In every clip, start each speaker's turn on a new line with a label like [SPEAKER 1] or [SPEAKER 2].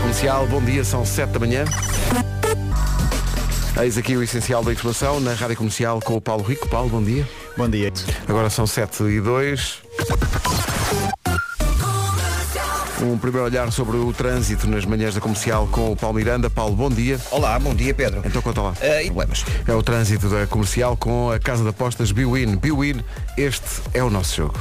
[SPEAKER 1] Comercial, bom dia, são 7 da manhã. Eis aqui o essencial da informação na Rádio Comercial com o Paulo Rico. Paulo, bom dia.
[SPEAKER 2] Bom dia.
[SPEAKER 1] Agora são 7 e 2. Um primeiro olhar sobre o trânsito nas manhãs da comercial com o Paulo Miranda. Paulo, bom dia.
[SPEAKER 3] Olá, bom dia Pedro.
[SPEAKER 1] Então conta lá.
[SPEAKER 3] Ah, e problemas.
[SPEAKER 1] É o trânsito da comercial com a casa de apostas Biwin. Biwin, este é o nosso jogo.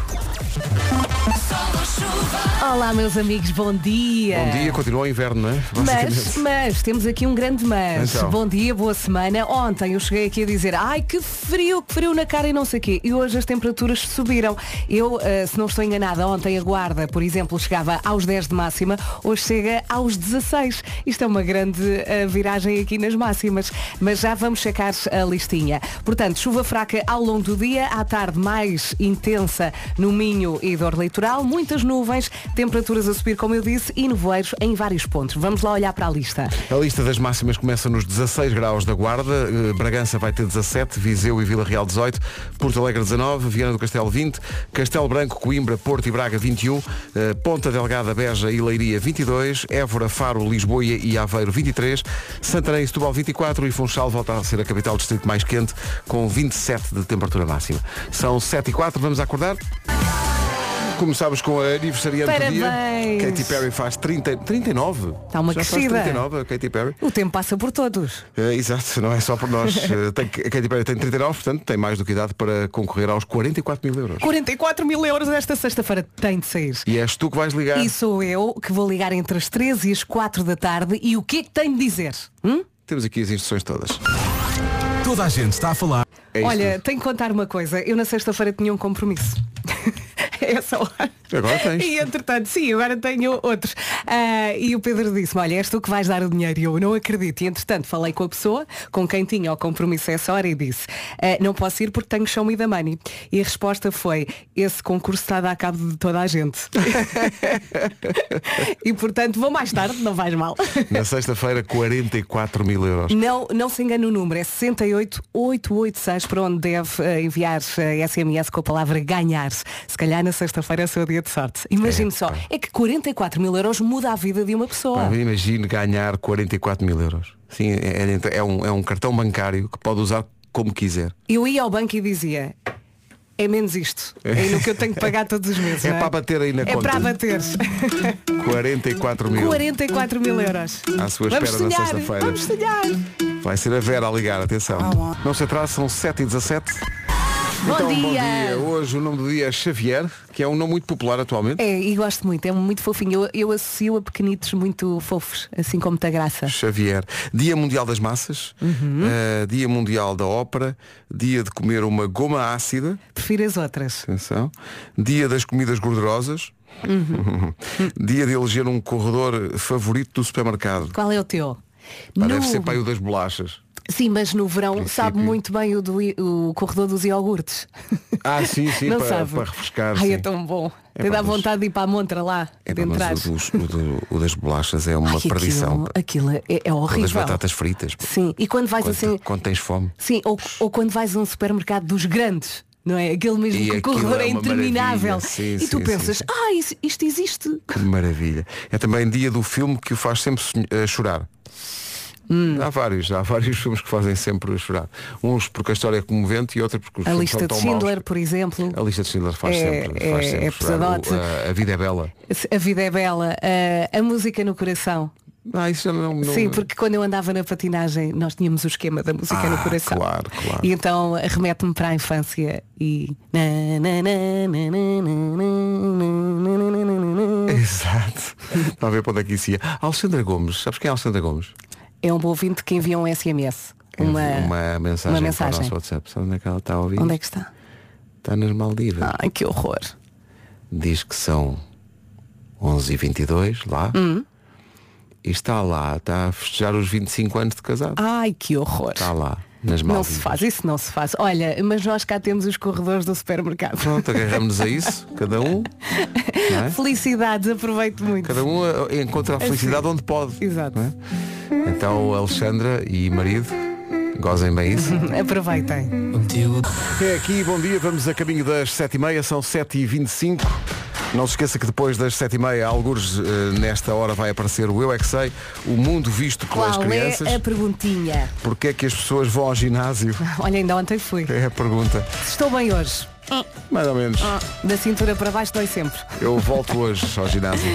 [SPEAKER 4] Olá, meus amigos, bom dia.
[SPEAKER 1] Bom dia, continua o inverno, não é?
[SPEAKER 4] É. Mas, mas, temos aqui um grande mas.
[SPEAKER 1] Então.
[SPEAKER 4] Bom dia, boa semana. Ontem eu cheguei aqui a dizer, ai que frio, que frio na cara e não sei o quê. E hoje as temperaturas subiram. Eu, eh, se não estou enganada, ontem a guarda, por exemplo, chegava aos 10 de máxima, hoje chega aos 16. Isto é uma grande eh, viragem aqui nas máximas. Mas já vamos checar a listinha. Portanto, chuva fraca ao longo do dia, à tarde mais intensa no Minho e dor litoral, muitas nuvens, temperaturas a subir, como eu disse, e nevoeiros em vários pontos. Vamos lá olhar para a lista.
[SPEAKER 1] A lista das máximas começa nos 16 graus da Guarda, eh, Bragança vai ter 17, Viseu e Vila Real 18, Porto Alegre 19, Viana do Castelo 20, Castelo Branco, Coimbra, Porto e Braga 21, eh, Ponta Delgada, Beja e Leiria 22, Évora, Faro, Lisboa e Aveiro 23, Santarém e Setúbal 24 e Funchal volta a ser a capital distrito mais quente com 27 de temperatura máxima. São 7 e 4, vamos acordar? Começámos com a aniversariante do dia.
[SPEAKER 4] Parabéns.
[SPEAKER 1] Katy Perry faz 30, 39.
[SPEAKER 4] Está Tá uma
[SPEAKER 1] Já
[SPEAKER 4] crescida.
[SPEAKER 1] faz 39, a Katy Perry.
[SPEAKER 4] O tempo passa por todos.
[SPEAKER 1] Eh, exato, não é só por nós. Eh, tem, que- a Katy Perry tem 39, portanto tem mais do que idade para concorrer aos 44 mil euros.
[SPEAKER 4] 44 mil euros esta sexta-feira tem de sair.
[SPEAKER 1] E é. és tu que vais ligar.
[SPEAKER 4] E sou eu que vou ligar entre as 13 e as 4 da tarde e o que é que tenho de dizer? Hum?
[SPEAKER 1] Temos aqui as instruções todas.
[SPEAKER 5] Toda a gente está a falar.
[SPEAKER 1] É isto.
[SPEAKER 4] Olha, tenho que contar uma coisa. Eu na sexta-feira tinha um compromisso. É só
[SPEAKER 1] Agora tens.
[SPEAKER 4] E entretanto, sim, agora tenho outros. Ah, e o Pedro disse-me, olha, és tu que vais dar o dinheiro e eu não acredito. E entretanto falei com a pessoa com quem tinha o compromisso essa hora e disse, "Ah, não posso ir porque tenho show me da money. E a resposta foi, esse concurso está a dar cabo de toda a gente. e portanto vou mais tarde, não vais mal.
[SPEAKER 1] Na sexta-feira, 44 mil euros.
[SPEAKER 4] Não, não se engane o número, é 68886 para onde deve eh, enviar eh, SMS com a palavra ganhar. Se calhar na sexta-feira é o seu dia de sorte. Imagine
[SPEAKER 1] É,
[SPEAKER 4] só,
[SPEAKER 1] pá.
[SPEAKER 4] é que 44 mil euros muda a vida de uma pessoa.
[SPEAKER 1] Pá, Imagine ganhar 44 mil euros. Sim, é, é um, é um cartão bancário que pode usar como quiser.
[SPEAKER 4] Eu ia ao banco e dizia, é menos isto, é no que eu tenho que pagar todos os meses.
[SPEAKER 1] É
[SPEAKER 4] não
[SPEAKER 1] para bater aí na
[SPEAKER 4] é
[SPEAKER 1] conta.
[SPEAKER 4] para bater.
[SPEAKER 1] 44 mil.
[SPEAKER 4] 44 mil euros.
[SPEAKER 1] À sua
[SPEAKER 4] Vamos
[SPEAKER 1] espera na
[SPEAKER 4] sonhar,
[SPEAKER 1] sexta-feira. Então,
[SPEAKER 4] vamos sonhar.
[SPEAKER 1] Vai ser a Vera a ligar, atenção.
[SPEAKER 4] Ah,
[SPEAKER 1] Não se atrasa, são 7 e 17
[SPEAKER 4] Bom
[SPEAKER 1] Então, bom
[SPEAKER 4] dia.
[SPEAKER 1] dia. Hoje o nome do dia é Xavier, que é um nome muito popular atualmente.
[SPEAKER 4] É, e gosto muito, é muito fofinho. Eu, eu associo a pequenitos muito fofos, assim com muita graça.
[SPEAKER 1] Xavier. Dia Mundial das Massas,
[SPEAKER 4] Uhum.
[SPEAKER 1] eh, Dia Mundial da Ópera, Dia de comer uma goma ácida,
[SPEAKER 4] Prefiro as outras.
[SPEAKER 1] atenção, Dia das comidas gordurosas,
[SPEAKER 4] Uhum.
[SPEAKER 1] Dia de eleger um corredor favorito do supermercado.
[SPEAKER 4] Qual é o teu?
[SPEAKER 1] Pá,
[SPEAKER 4] No-
[SPEAKER 1] Deve ser pai o das bolachas.
[SPEAKER 4] Sim, mas no verão
[SPEAKER 1] princípio.
[SPEAKER 4] sabe muito bem o, do i- o corredor dos iogurtes.
[SPEAKER 1] Ah, sim, sim,
[SPEAKER 4] Não
[SPEAKER 1] para-
[SPEAKER 4] sabe.
[SPEAKER 1] para refrescar,
[SPEAKER 4] Ai,
[SPEAKER 1] sim.
[SPEAKER 4] é tão bom.
[SPEAKER 1] É
[SPEAKER 4] Te
[SPEAKER 1] pá,
[SPEAKER 4] dá
[SPEAKER 1] mas-
[SPEAKER 4] vontade de ir para a montra lá,
[SPEAKER 1] É,
[SPEAKER 4] de
[SPEAKER 1] pá,
[SPEAKER 4] entrar.
[SPEAKER 1] mas o, dos- o do- o das bolachas é
[SPEAKER 4] Ai,
[SPEAKER 1] uma
[SPEAKER 4] aquilo-
[SPEAKER 1] perdição. pá.
[SPEAKER 4] Aquilo, é, é
[SPEAKER 1] Ou
[SPEAKER 4] horrível.
[SPEAKER 1] das batatas fritas. pá.
[SPEAKER 4] Sim, e quando vais
[SPEAKER 1] Quando,
[SPEAKER 4] assim.
[SPEAKER 1] quando tens fome.
[SPEAKER 4] Sim, ou, ou quando vais a um supermercado dos grandes. Não é? Aquele mesmo
[SPEAKER 1] E
[SPEAKER 4] que o
[SPEAKER 1] aquilo
[SPEAKER 4] corredor é,
[SPEAKER 1] é uma
[SPEAKER 4] interminável.
[SPEAKER 1] maravilha. Sim,
[SPEAKER 4] e
[SPEAKER 1] sim,
[SPEAKER 4] tu
[SPEAKER 1] sim,
[SPEAKER 4] pensas,
[SPEAKER 1] sim.
[SPEAKER 4] ah, isso- isto existe.
[SPEAKER 1] Que maravilha. É também dia do filme que o faz sempre sonho- eh, chorar.
[SPEAKER 4] Hum.
[SPEAKER 1] Há vários, há vários filmes que fazem sempre chorar. Uns porque a história é comovente e outros porque os
[SPEAKER 4] A
[SPEAKER 1] filmes
[SPEAKER 4] lista
[SPEAKER 1] são
[SPEAKER 4] de
[SPEAKER 1] tão
[SPEAKER 4] Schindler,
[SPEAKER 1] maus.
[SPEAKER 4] por exemplo.
[SPEAKER 1] A lista de Schindler faz
[SPEAKER 4] É-
[SPEAKER 1] sempre, faz
[SPEAKER 4] é-
[SPEAKER 1] sempre
[SPEAKER 4] é
[SPEAKER 1] chorar.
[SPEAKER 4] pesadote.
[SPEAKER 1] O- a, a vida é bela.
[SPEAKER 4] A vida é bela. A, a música no coração.
[SPEAKER 1] Ah, isso já não, não-
[SPEAKER 4] Sim, porque quando eu andava na patinagem nós tínhamos o esquema da música
[SPEAKER 1] Ah,
[SPEAKER 4] no coração.
[SPEAKER 1] claro, claro.
[SPEAKER 4] E então remete-me para a infância e.
[SPEAKER 1] Exato. Está a ver para onde é que isso ia. Alexandra Gomes, sabes quem é Alexandra Gomes?
[SPEAKER 4] É um bom ouvinte que envia um SMS. Uma...
[SPEAKER 1] uma mensagem,
[SPEAKER 4] uma
[SPEAKER 1] para o
[SPEAKER 4] mensagem.
[SPEAKER 1] nosso WhatsApp. Sabe onde é que ela está a ouvir?
[SPEAKER 4] Onde é que está?
[SPEAKER 1] Está nas Maldivas.
[SPEAKER 4] Ai, que horror.
[SPEAKER 1] diz que são 11h22 lá
[SPEAKER 4] Hum.
[SPEAKER 1] e está lá, está a festejar os 25 anos de casado.
[SPEAKER 4] Ai, que horror.
[SPEAKER 1] Está lá, nas mãos.
[SPEAKER 4] Não se faz, isso não se faz. Olha, mas nós cá temos os corredores do supermercado.
[SPEAKER 1] Pronto, agarramos-nos a isso, cada um, não é?
[SPEAKER 4] Felicidades, aproveito muito.
[SPEAKER 1] cada um eh, encontra a
[SPEAKER 4] É assim.
[SPEAKER 1] felicidade onde pode.
[SPEAKER 4] Exato.
[SPEAKER 1] não é? Então Alexandra e marido, gozem bem isso.
[SPEAKER 4] Aproveitem.
[SPEAKER 1] É aqui, bom dia, vamos a caminho das 7h30, são 7h25. Não se esqueça que depois das 7h30, algures eh, nesta hora, vai aparecer o Eu É Que Sei, o mundo visto pelas
[SPEAKER 4] Qual
[SPEAKER 1] crianças.
[SPEAKER 4] é a perguntinha?
[SPEAKER 1] Porquê é que as pessoas vão ao ginásio?
[SPEAKER 4] Olha, ainda ontem fui.
[SPEAKER 1] É a pergunta.
[SPEAKER 4] Estou bem hoje.
[SPEAKER 1] Mais ou menos.
[SPEAKER 4] Da cintura para baixo dói sempre.
[SPEAKER 1] Eu volto hoje ao ginásio.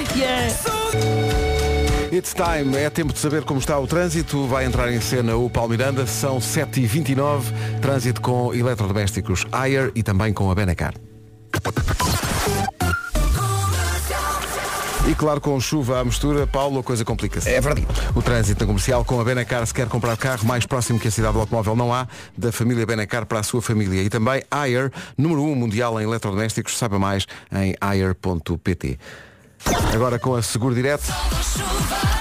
[SPEAKER 1] It's time, é tempo de saber como está o trânsito. Vai entrar em cena o Palmiranda, são 7h29, trânsito com eletrodomésticos Ayer e também com a Benacar. E claro, com chuva à mistura, Paulo, a coisa complica-se. É verdade. O trânsito na comercial com a Benacar, se quer comprar carro, mais próximo que a cidade do automóvel não há, da família Benacar para a sua família. E também Ayer, número 1 mundial em eletrodomésticos, saiba mais em ayer.pt. Agora com a Seguro Direto,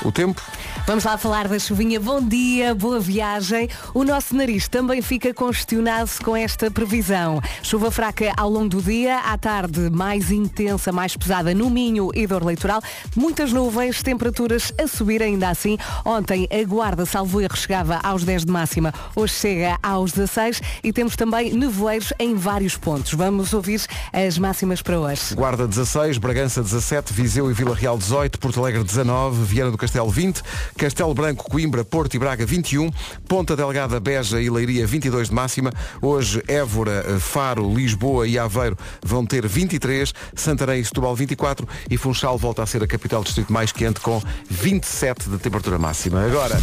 [SPEAKER 1] o tempo.
[SPEAKER 4] Vamos lá falar da chuvinha. Bom dia, boa viagem. O nosso nariz também fica congestionado com esta previsão. Chuva fraca ao longo do dia, à tarde mais intensa, mais pesada no Minho e dor leitoral. Muitas nuvens, temperaturas a subir ainda assim. Ontem a guarda, salvo erro, chegava aos 10 de máxima. Hoje chega aos 16 e temos também nevoeiros em vários pontos. Vamos ouvir as máximas para hoje.
[SPEAKER 1] Guarda 16, Bragança 17, Viseu e Vila Real 18, Porto Alegre 19, Viana do Castelo 20, Castelo Branco, Coimbra, Porto e Braga 21, Ponta Delgada, Beja e Leiria 22 de máxima. Hoje Évora, eh, Faro, Lisboa e Aveiro vão ter 23, Santarém e Setúbal 24 e Funchal volta a ser a capital do distrito mais quente com 27 de temperatura máxima. Agora,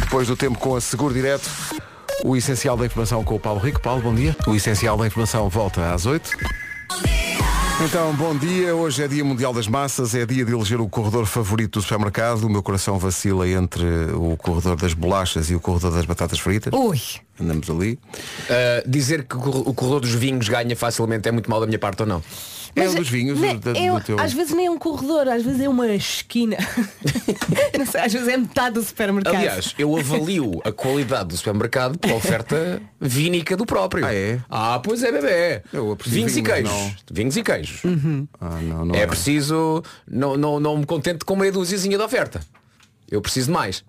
[SPEAKER 1] depois do tempo com a Seguro Direto, o essencial da informação com o Paulo Rico. Paulo, bom dia. O essencial da informação volta às 8. Então, bom dia. Hoje é Dia Mundial das Massas, é dia de eleger o corredor favorito do supermercado. O meu coração vacila entre o corredor das bolachas e o corredor das batatas fritas.
[SPEAKER 4] Ui,
[SPEAKER 1] Andamos ali.
[SPEAKER 2] Uh, dizer que o cor- o corredor dos vinhos ganha facilmente é muito mal da minha parte ou não?
[SPEAKER 1] É
[SPEAKER 4] Mas
[SPEAKER 1] um dos vinhos
[SPEAKER 4] ne-
[SPEAKER 1] do, do-
[SPEAKER 4] é
[SPEAKER 1] do
[SPEAKER 4] um-
[SPEAKER 1] teu.
[SPEAKER 4] Às vezes nem é um corredor, às vezes é uma esquina. Não sei, às vezes é metade do supermercado.
[SPEAKER 2] Aliás, eu avalio a qualidade do supermercado pela oferta vínica do próprio.
[SPEAKER 1] Ah, é?
[SPEAKER 2] Ah, pois é, bebê.
[SPEAKER 1] Eu aprecio
[SPEAKER 2] Vinhos e
[SPEAKER 1] vinho, mas
[SPEAKER 2] queijos.
[SPEAKER 1] não-
[SPEAKER 2] Vinhos e queijos.
[SPEAKER 1] Ah, não, não
[SPEAKER 2] É
[SPEAKER 1] é.
[SPEAKER 2] preciso. Não, não, não me contente com meia duziazinha de oferta. Eu preciso de mais.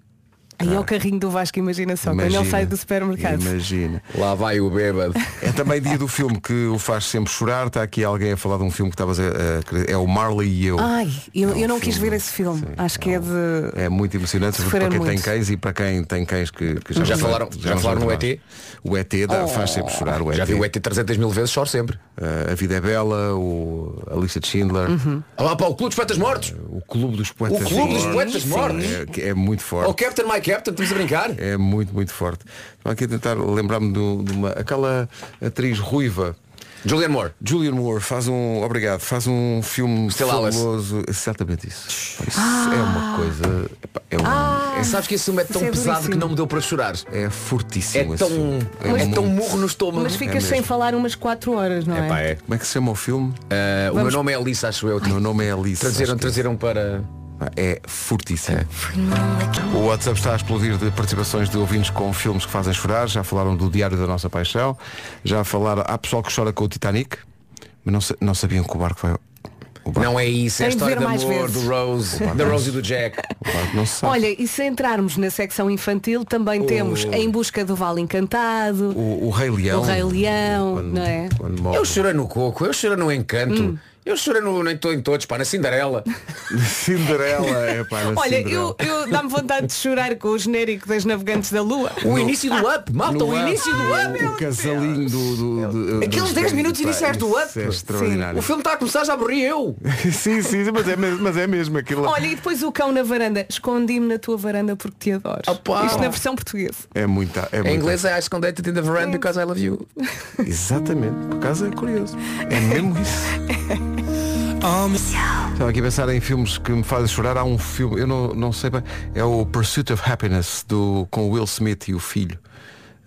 [SPEAKER 4] Aí é o carrinho do Vasco, imagina só, quando ele
[SPEAKER 1] ah, Imagina.
[SPEAKER 4] sai do supermercado.
[SPEAKER 1] Imagina.
[SPEAKER 2] Lá vai o bêbado.
[SPEAKER 1] É também dia do filme que o faz sempre chorar. Está aqui alguém a falar de um filme que estavas a, a querer- É o Marley e eu.
[SPEAKER 4] Ai, eu,
[SPEAKER 1] É um
[SPEAKER 4] eu não quis
[SPEAKER 1] filme.
[SPEAKER 4] ver esse filme.
[SPEAKER 1] Sim,
[SPEAKER 4] Acho que é
[SPEAKER 1] um-
[SPEAKER 4] de.
[SPEAKER 1] É muito emocionante sobretudo para
[SPEAKER 4] Sofreram
[SPEAKER 1] quem
[SPEAKER 4] muito.
[SPEAKER 1] tem cães e para quem tem cães que, que já,
[SPEAKER 2] Já
[SPEAKER 1] não-
[SPEAKER 2] falaram- já
[SPEAKER 1] não
[SPEAKER 2] falaram
[SPEAKER 1] são
[SPEAKER 2] no
[SPEAKER 1] tramados.
[SPEAKER 2] ET?
[SPEAKER 1] O ET dá- faz sempre chorar o ET.
[SPEAKER 2] Já vi o ET 300 mil vezes, choro sempre.
[SPEAKER 1] Eh, a Vida é Bela, o, a Lista de Schindler,
[SPEAKER 2] Ah, lá, pá, o Clube dos Poetas Mortos!
[SPEAKER 1] o Clube dos Poetas
[SPEAKER 2] O Clube dos Poetas Mortos.
[SPEAKER 1] É, que é muito forte.
[SPEAKER 2] Oh Captain, my Captain, estamos a brincar?
[SPEAKER 1] É muito, muito forte. Estou aqui a tentar lembrar-me do- de, uma. Aquela atriz ruiva.
[SPEAKER 2] Julian Moore.
[SPEAKER 1] Julian Moore faz um. Obrigado, faz um filme
[SPEAKER 2] Stella Alice.
[SPEAKER 1] fabuloso. Exatamente isso. Pá, Isso é uma coisa. epá, É, um-
[SPEAKER 2] Sabes que esse filme é tão
[SPEAKER 4] Isso é
[SPEAKER 2] pesado
[SPEAKER 4] duríssimo.
[SPEAKER 2] que não me deu para chorar.
[SPEAKER 1] é
[SPEAKER 2] É
[SPEAKER 1] fortíssimo esse
[SPEAKER 2] tão,
[SPEAKER 1] filme.
[SPEAKER 2] é
[SPEAKER 1] muito-
[SPEAKER 2] tão murro no estômago.
[SPEAKER 4] Mas ficas sem
[SPEAKER 1] É mesmo.
[SPEAKER 4] falar umas 4 horas, não é?
[SPEAKER 2] Epá, é.
[SPEAKER 1] Como é que se chama o filme?
[SPEAKER 2] Ah, o meu nome é Alice, acho eu.
[SPEAKER 1] O meu nome é Alice.
[SPEAKER 2] Trazeram,
[SPEAKER 1] acho que-
[SPEAKER 2] trazeram para.
[SPEAKER 1] Pá, É fortíssimo. O WhatsApp está a explodir de participações de ouvintes com filmes que fazem chorar. Já falaram do Diário da Nossa Paixão. Já falaram. Há pessoal que chora com o Titanic, mas não, sa- não sabiam que o barco vai. O barco,
[SPEAKER 2] Não é isso, é a
[SPEAKER 4] Tem de
[SPEAKER 2] história
[SPEAKER 4] ver
[SPEAKER 2] de
[SPEAKER 4] mais
[SPEAKER 2] amor
[SPEAKER 4] vezes.
[SPEAKER 2] do Rose, da Rose e do Jack.
[SPEAKER 1] o barco não se sabe.
[SPEAKER 4] Olha, e se entrarmos na secção infantil, também temos Em Busca do Vale Encantado,
[SPEAKER 1] Oh. o, o Rei Leão.
[SPEAKER 4] O Rei Leão,
[SPEAKER 1] Quando-
[SPEAKER 4] não é?
[SPEAKER 1] quando morre.
[SPEAKER 2] Eu chorei no coco, eu chorei no encanto,
[SPEAKER 4] Hum.
[SPEAKER 2] eu chorei no nem tô em todos, pá, na Cinderela.
[SPEAKER 1] Cinderela, é pá, era
[SPEAKER 4] Olha,
[SPEAKER 1] Cinderela.
[SPEAKER 4] eu, eu dá-me vontade de chorar com o genérico das Navegantes da Lua.
[SPEAKER 2] O início do up, malta,
[SPEAKER 1] No
[SPEAKER 2] Ah, então o
[SPEAKER 1] Up,
[SPEAKER 2] início do
[SPEAKER 1] o- O
[SPEAKER 2] up.
[SPEAKER 1] casalinho do. do, do-
[SPEAKER 2] Aqueles
[SPEAKER 1] dos
[SPEAKER 2] 10 minutos
[SPEAKER 1] pá,
[SPEAKER 2] iniciais do
[SPEAKER 1] isso
[SPEAKER 2] Up.
[SPEAKER 1] É extraordinário.
[SPEAKER 2] O filme está a começar, já morri eu.
[SPEAKER 1] sim, sim, mas é mesmo, mas é mesmo aquilo.
[SPEAKER 4] Olha, e depois o cão na varanda. Escondi-me na tua varanda porque te adoro.
[SPEAKER 2] Opa! Hum,
[SPEAKER 4] Isto na versão portuguesa.
[SPEAKER 1] É muita. É
[SPEAKER 2] Em
[SPEAKER 1] muita-
[SPEAKER 2] inglês é I esconded in the veranda because I love you.
[SPEAKER 1] Exatamente, por acaso é curioso. É mesmo isso. Estava aqui a pensar em filmes que me fazem chorar. Há um filme, eu não, não sei bem, é o Pursuit of Happiness do, com Will Smith e o filho.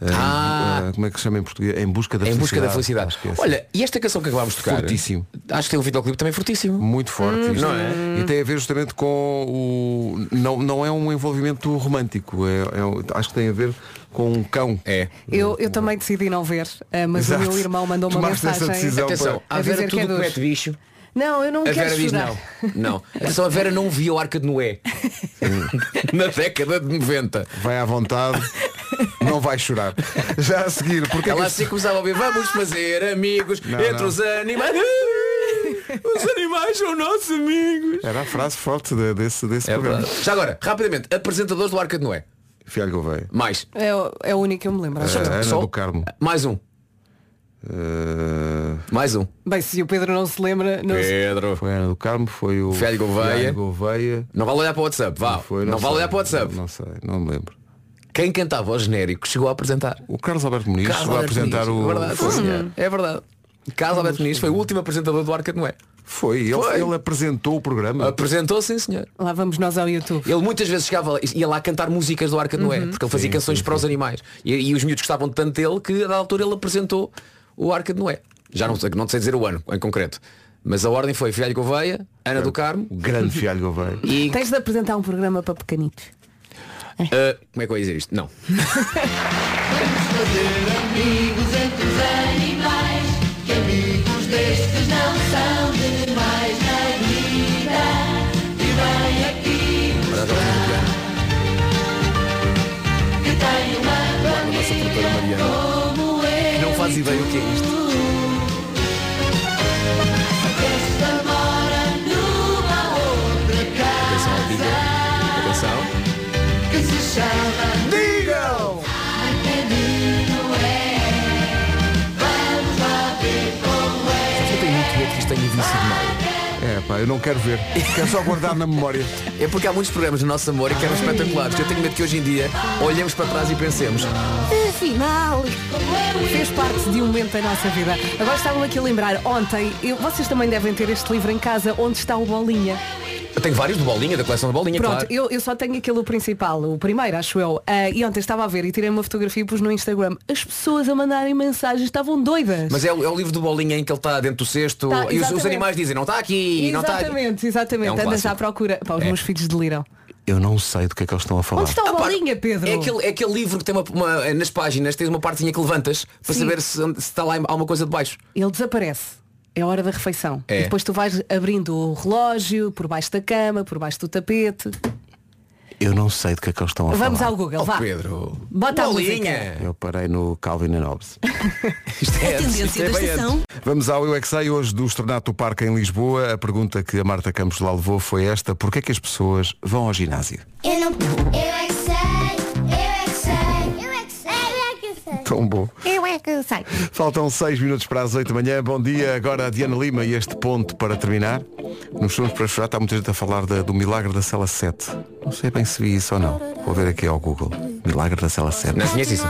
[SPEAKER 1] Eh,
[SPEAKER 2] Ah.
[SPEAKER 1] eh, como é que se chama em português? Em busca da
[SPEAKER 2] Em
[SPEAKER 1] felicidade.
[SPEAKER 2] busca da felicidade.
[SPEAKER 1] Acho que é assim.
[SPEAKER 2] Olha, e esta canção que acabámos de tocar?
[SPEAKER 1] Fortíssimo.
[SPEAKER 2] Acho que tem um videoclipe também fortíssimo.
[SPEAKER 1] Muito forte isto.
[SPEAKER 2] não é?
[SPEAKER 1] E tem a ver justamente com o. Não, não é um envolvimento romântico. É, é um- acho que tem a ver com um cão.
[SPEAKER 2] É.
[SPEAKER 4] Eu, eu também decidi não ver, eh, mas
[SPEAKER 1] Exato.
[SPEAKER 4] o meu irmão mandou uma
[SPEAKER 1] Tomaste essa
[SPEAKER 4] mensagem.
[SPEAKER 1] decisão.
[SPEAKER 2] Atenção,
[SPEAKER 4] A
[SPEAKER 2] a Vera
[SPEAKER 4] dizer que
[SPEAKER 2] tudo
[SPEAKER 4] é
[SPEAKER 2] que
[SPEAKER 4] doce.
[SPEAKER 2] mete bicho.
[SPEAKER 4] Não, eu não
[SPEAKER 2] A
[SPEAKER 4] quero
[SPEAKER 2] Vera diz
[SPEAKER 4] chorar.
[SPEAKER 2] não. Não. Atenção, a Vera não viu a Arca de Noé. Na década de 90.
[SPEAKER 1] Vai à vontade, não vai chorar. Já a seguir, porque é que
[SPEAKER 2] Ela
[SPEAKER 1] as-
[SPEAKER 2] assim começava a ouvir, vamos fazer amigos
[SPEAKER 1] Não,
[SPEAKER 2] entre
[SPEAKER 1] não.
[SPEAKER 2] os animais. Os animais são nossos amigos.
[SPEAKER 1] Era a frase forte de- desse, desse
[SPEAKER 2] É
[SPEAKER 1] programa.
[SPEAKER 2] verdade. Já agora, rapidamente, apresentadores do Arca de Noé.
[SPEAKER 1] Fialho Gouveia.
[SPEAKER 2] Mais.
[SPEAKER 4] É, o- é o único que eu me lembro. acho eu.
[SPEAKER 1] Ana
[SPEAKER 2] Só?
[SPEAKER 1] do Carmo.
[SPEAKER 2] Mais um.
[SPEAKER 1] Eh,
[SPEAKER 2] Mais um.
[SPEAKER 4] Bem, se o Pedro não se lembra, não
[SPEAKER 2] É.
[SPEAKER 4] sei.
[SPEAKER 2] Pedro.
[SPEAKER 1] foi a Ana do Carmo, foi o
[SPEAKER 2] Fialho Gouveia.
[SPEAKER 1] Fialho Gouveia.
[SPEAKER 2] Não vale olhar para o WhatsApp. Vá.
[SPEAKER 1] Foi,
[SPEAKER 2] não vale
[SPEAKER 1] sei,
[SPEAKER 2] olhar para o WhatsApp.
[SPEAKER 1] Não sei, não me lembro.
[SPEAKER 2] Quem cantava o genérico chegou a apresentar.
[SPEAKER 1] O Carlos Alberto Muniz
[SPEAKER 2] Carlos
[SPEAKER 1] chegou a
[SPEAKER 2] Alberto
[SPEAKER 1] apresentar
[SPEAKER 2] Muniz.
[SPEAKER 1] o.
[SPEAKER 2] Verdade,
[SPEAKER 1] Foi,
[SPEAKER 2] sim,
[SPEAKER 4] Hum,
[SPEAKER 2] senhor. É verdade. Carlos Alberto Muniz foi o último apresentador do Arca de Noé.
[SPEAKER 1] Foi, ele,
[SPEAKER 2] Foi.
[SPEAKER 1] ele apresentou o programa.
[SPEAKER 2] Apresentou, sim, senhor.
[SPEAKER 4] Lá vamos nós ao YouTube.
[SPEAKER 2] Ele muitas vezes chegava lá- ia lá cantar músicas do Arca de Noé, porque ele fazia canções para os animais. E, e os miúdos gostavam tanto dele que a dada altura ele apresentou o Arca de Noé. Já não sei, não sei dizer o ano em concreto. Mas a ordem foi Fialho Gouveia, Ana do Carmo
[SPEAKER 1] O grande Fialho Gouveia.
[SPEAKER 2] e.
[SPEAKER 4] Tens de apresentar um programa para pequenitos.
[SPEAKER 2] ah, como é que eu ia dizer isto? Não. nossa produtora Mariana. que Não faz ideia o que é isto. Atenção ao Beagle. Atenção. Sabes que Eu tenho muito medo que isto tenha visto de mal.
[SPEAKER 1] É pá, eu não quero ver. Quero só guardar na memória.
[SPEAKER 2] É porque há muitos programas no nosso amor e que eram espetaculares. Eu tenho medo que hoje em dia olhemos para trás e pensemos.
[SPEAKER 4] Afinal, fez parte de um momento da nossa vida. Agora estava aqui a lembrar, ontem, eu- vocês também devem ter este livro em casa, onde está o Bolinha.
[SPEAKER 2] Eu tenho vários de bolinha, da coleção de bolinha,
[SPEAKER 4] Pronto,
[SPEAKER 2] claro.
[SPEAKER 4] eu, eu só tenho aquele principal, o primeiro, acho eu. Ah, e ontem estava a ver e tirei uma fotografia e pus no Instagram. As pessoas a mandarem mensagens estavam doidas.
[SPEAKER 2] Mas é o, é o livro do bolinha em que ele está dentro do cesto
[SPEAKER 4] Tá,
[SPEAKER 2] e os- os,
[SPEAKER 4] exatamente.
[SPEAKER 2] animais dizem, não está aqui, não está aqui.
[SPEAKER 4] exatamente, exatamente.
[SPEAKER 2] É um
[SPEAKER 4] Andas
[SPEAKER 2] clássico.
[SPEAKER 4] à procura. Pá, os meus filhos deliram.
[SPEAKER 1] Eu não sei do que é que eles estão a falar.
[SPEAKER 4] Onde está o
[SPEAKER 2] Ah, pá,
[SPEAKER 4] Bolinha, Pedro?
[SPEAKER 2] É aquele, é aquele livro que tem uma, uma- nas páginas, tens uma partezinha que levantas para
[SPEAKER 4] Sim.
[SPEAKER 2] saber se, se está lá alguma coisa de baixo.
[SPEAKER 4] Ele desaparece. É a hora da refeição.
[SPEAKER 2] É.
[SPEAKER 4] E depois tu vais abrindo o relógio, por baixo da cama, por baixo do tapete.
[SPEAKER 1] Eu não sei do que é que eles estão a
[SPEAKER 4] Vamos
[SPEAKER 1] falar. É,
[SPEAKER 4] ao Google,
[SPEAKER 2] Oh,
[SPEAKER 4] vá.
[SPEAKER 2] Pedro.
[SPEAKER 4] Bota a
[SPEAKER 2] bolinha.
[SPEAKER 1] Eu parei no Calvin and Hobbes.
[SPEAKER 2] Isto é,
[SPEAKER 3] A
[SPEAKER 2] isto
[SPEAKER 3] tendência
[SPEAKER 2] é
[SPEAKER 3] da
[SPEAKER 2] bem
[SPEAKER 3] estação
[SPEAKER 1] Vamos ao Eu é que Sei, hoje do Estornato do Parque em Lisboa. A pergunta que a Marta Campos lá levou foi esta. Porquê é que as pessoas vão ao ginásio?
[SPEAKER 6] Eu não. Eu é que sei, eu é que sei, eu é que sei, eu é que sei.
[SPEAKER 1] Tão bom.
[SPEAKER 6] Eu é que sei.
[SPEAKER 1] Faltam 6 minutos para as 8 da manhã. Bom dia. Agora a Diana Lima e este ponto para terminar. Nos sons para chorar está muita gente a falar da- do milagre da cela 7. Não sei bem se vi isso ou não. Vou ver aqui ao Google. Milagre da cela 7.
[SPEAKER 2] Não conheces isso?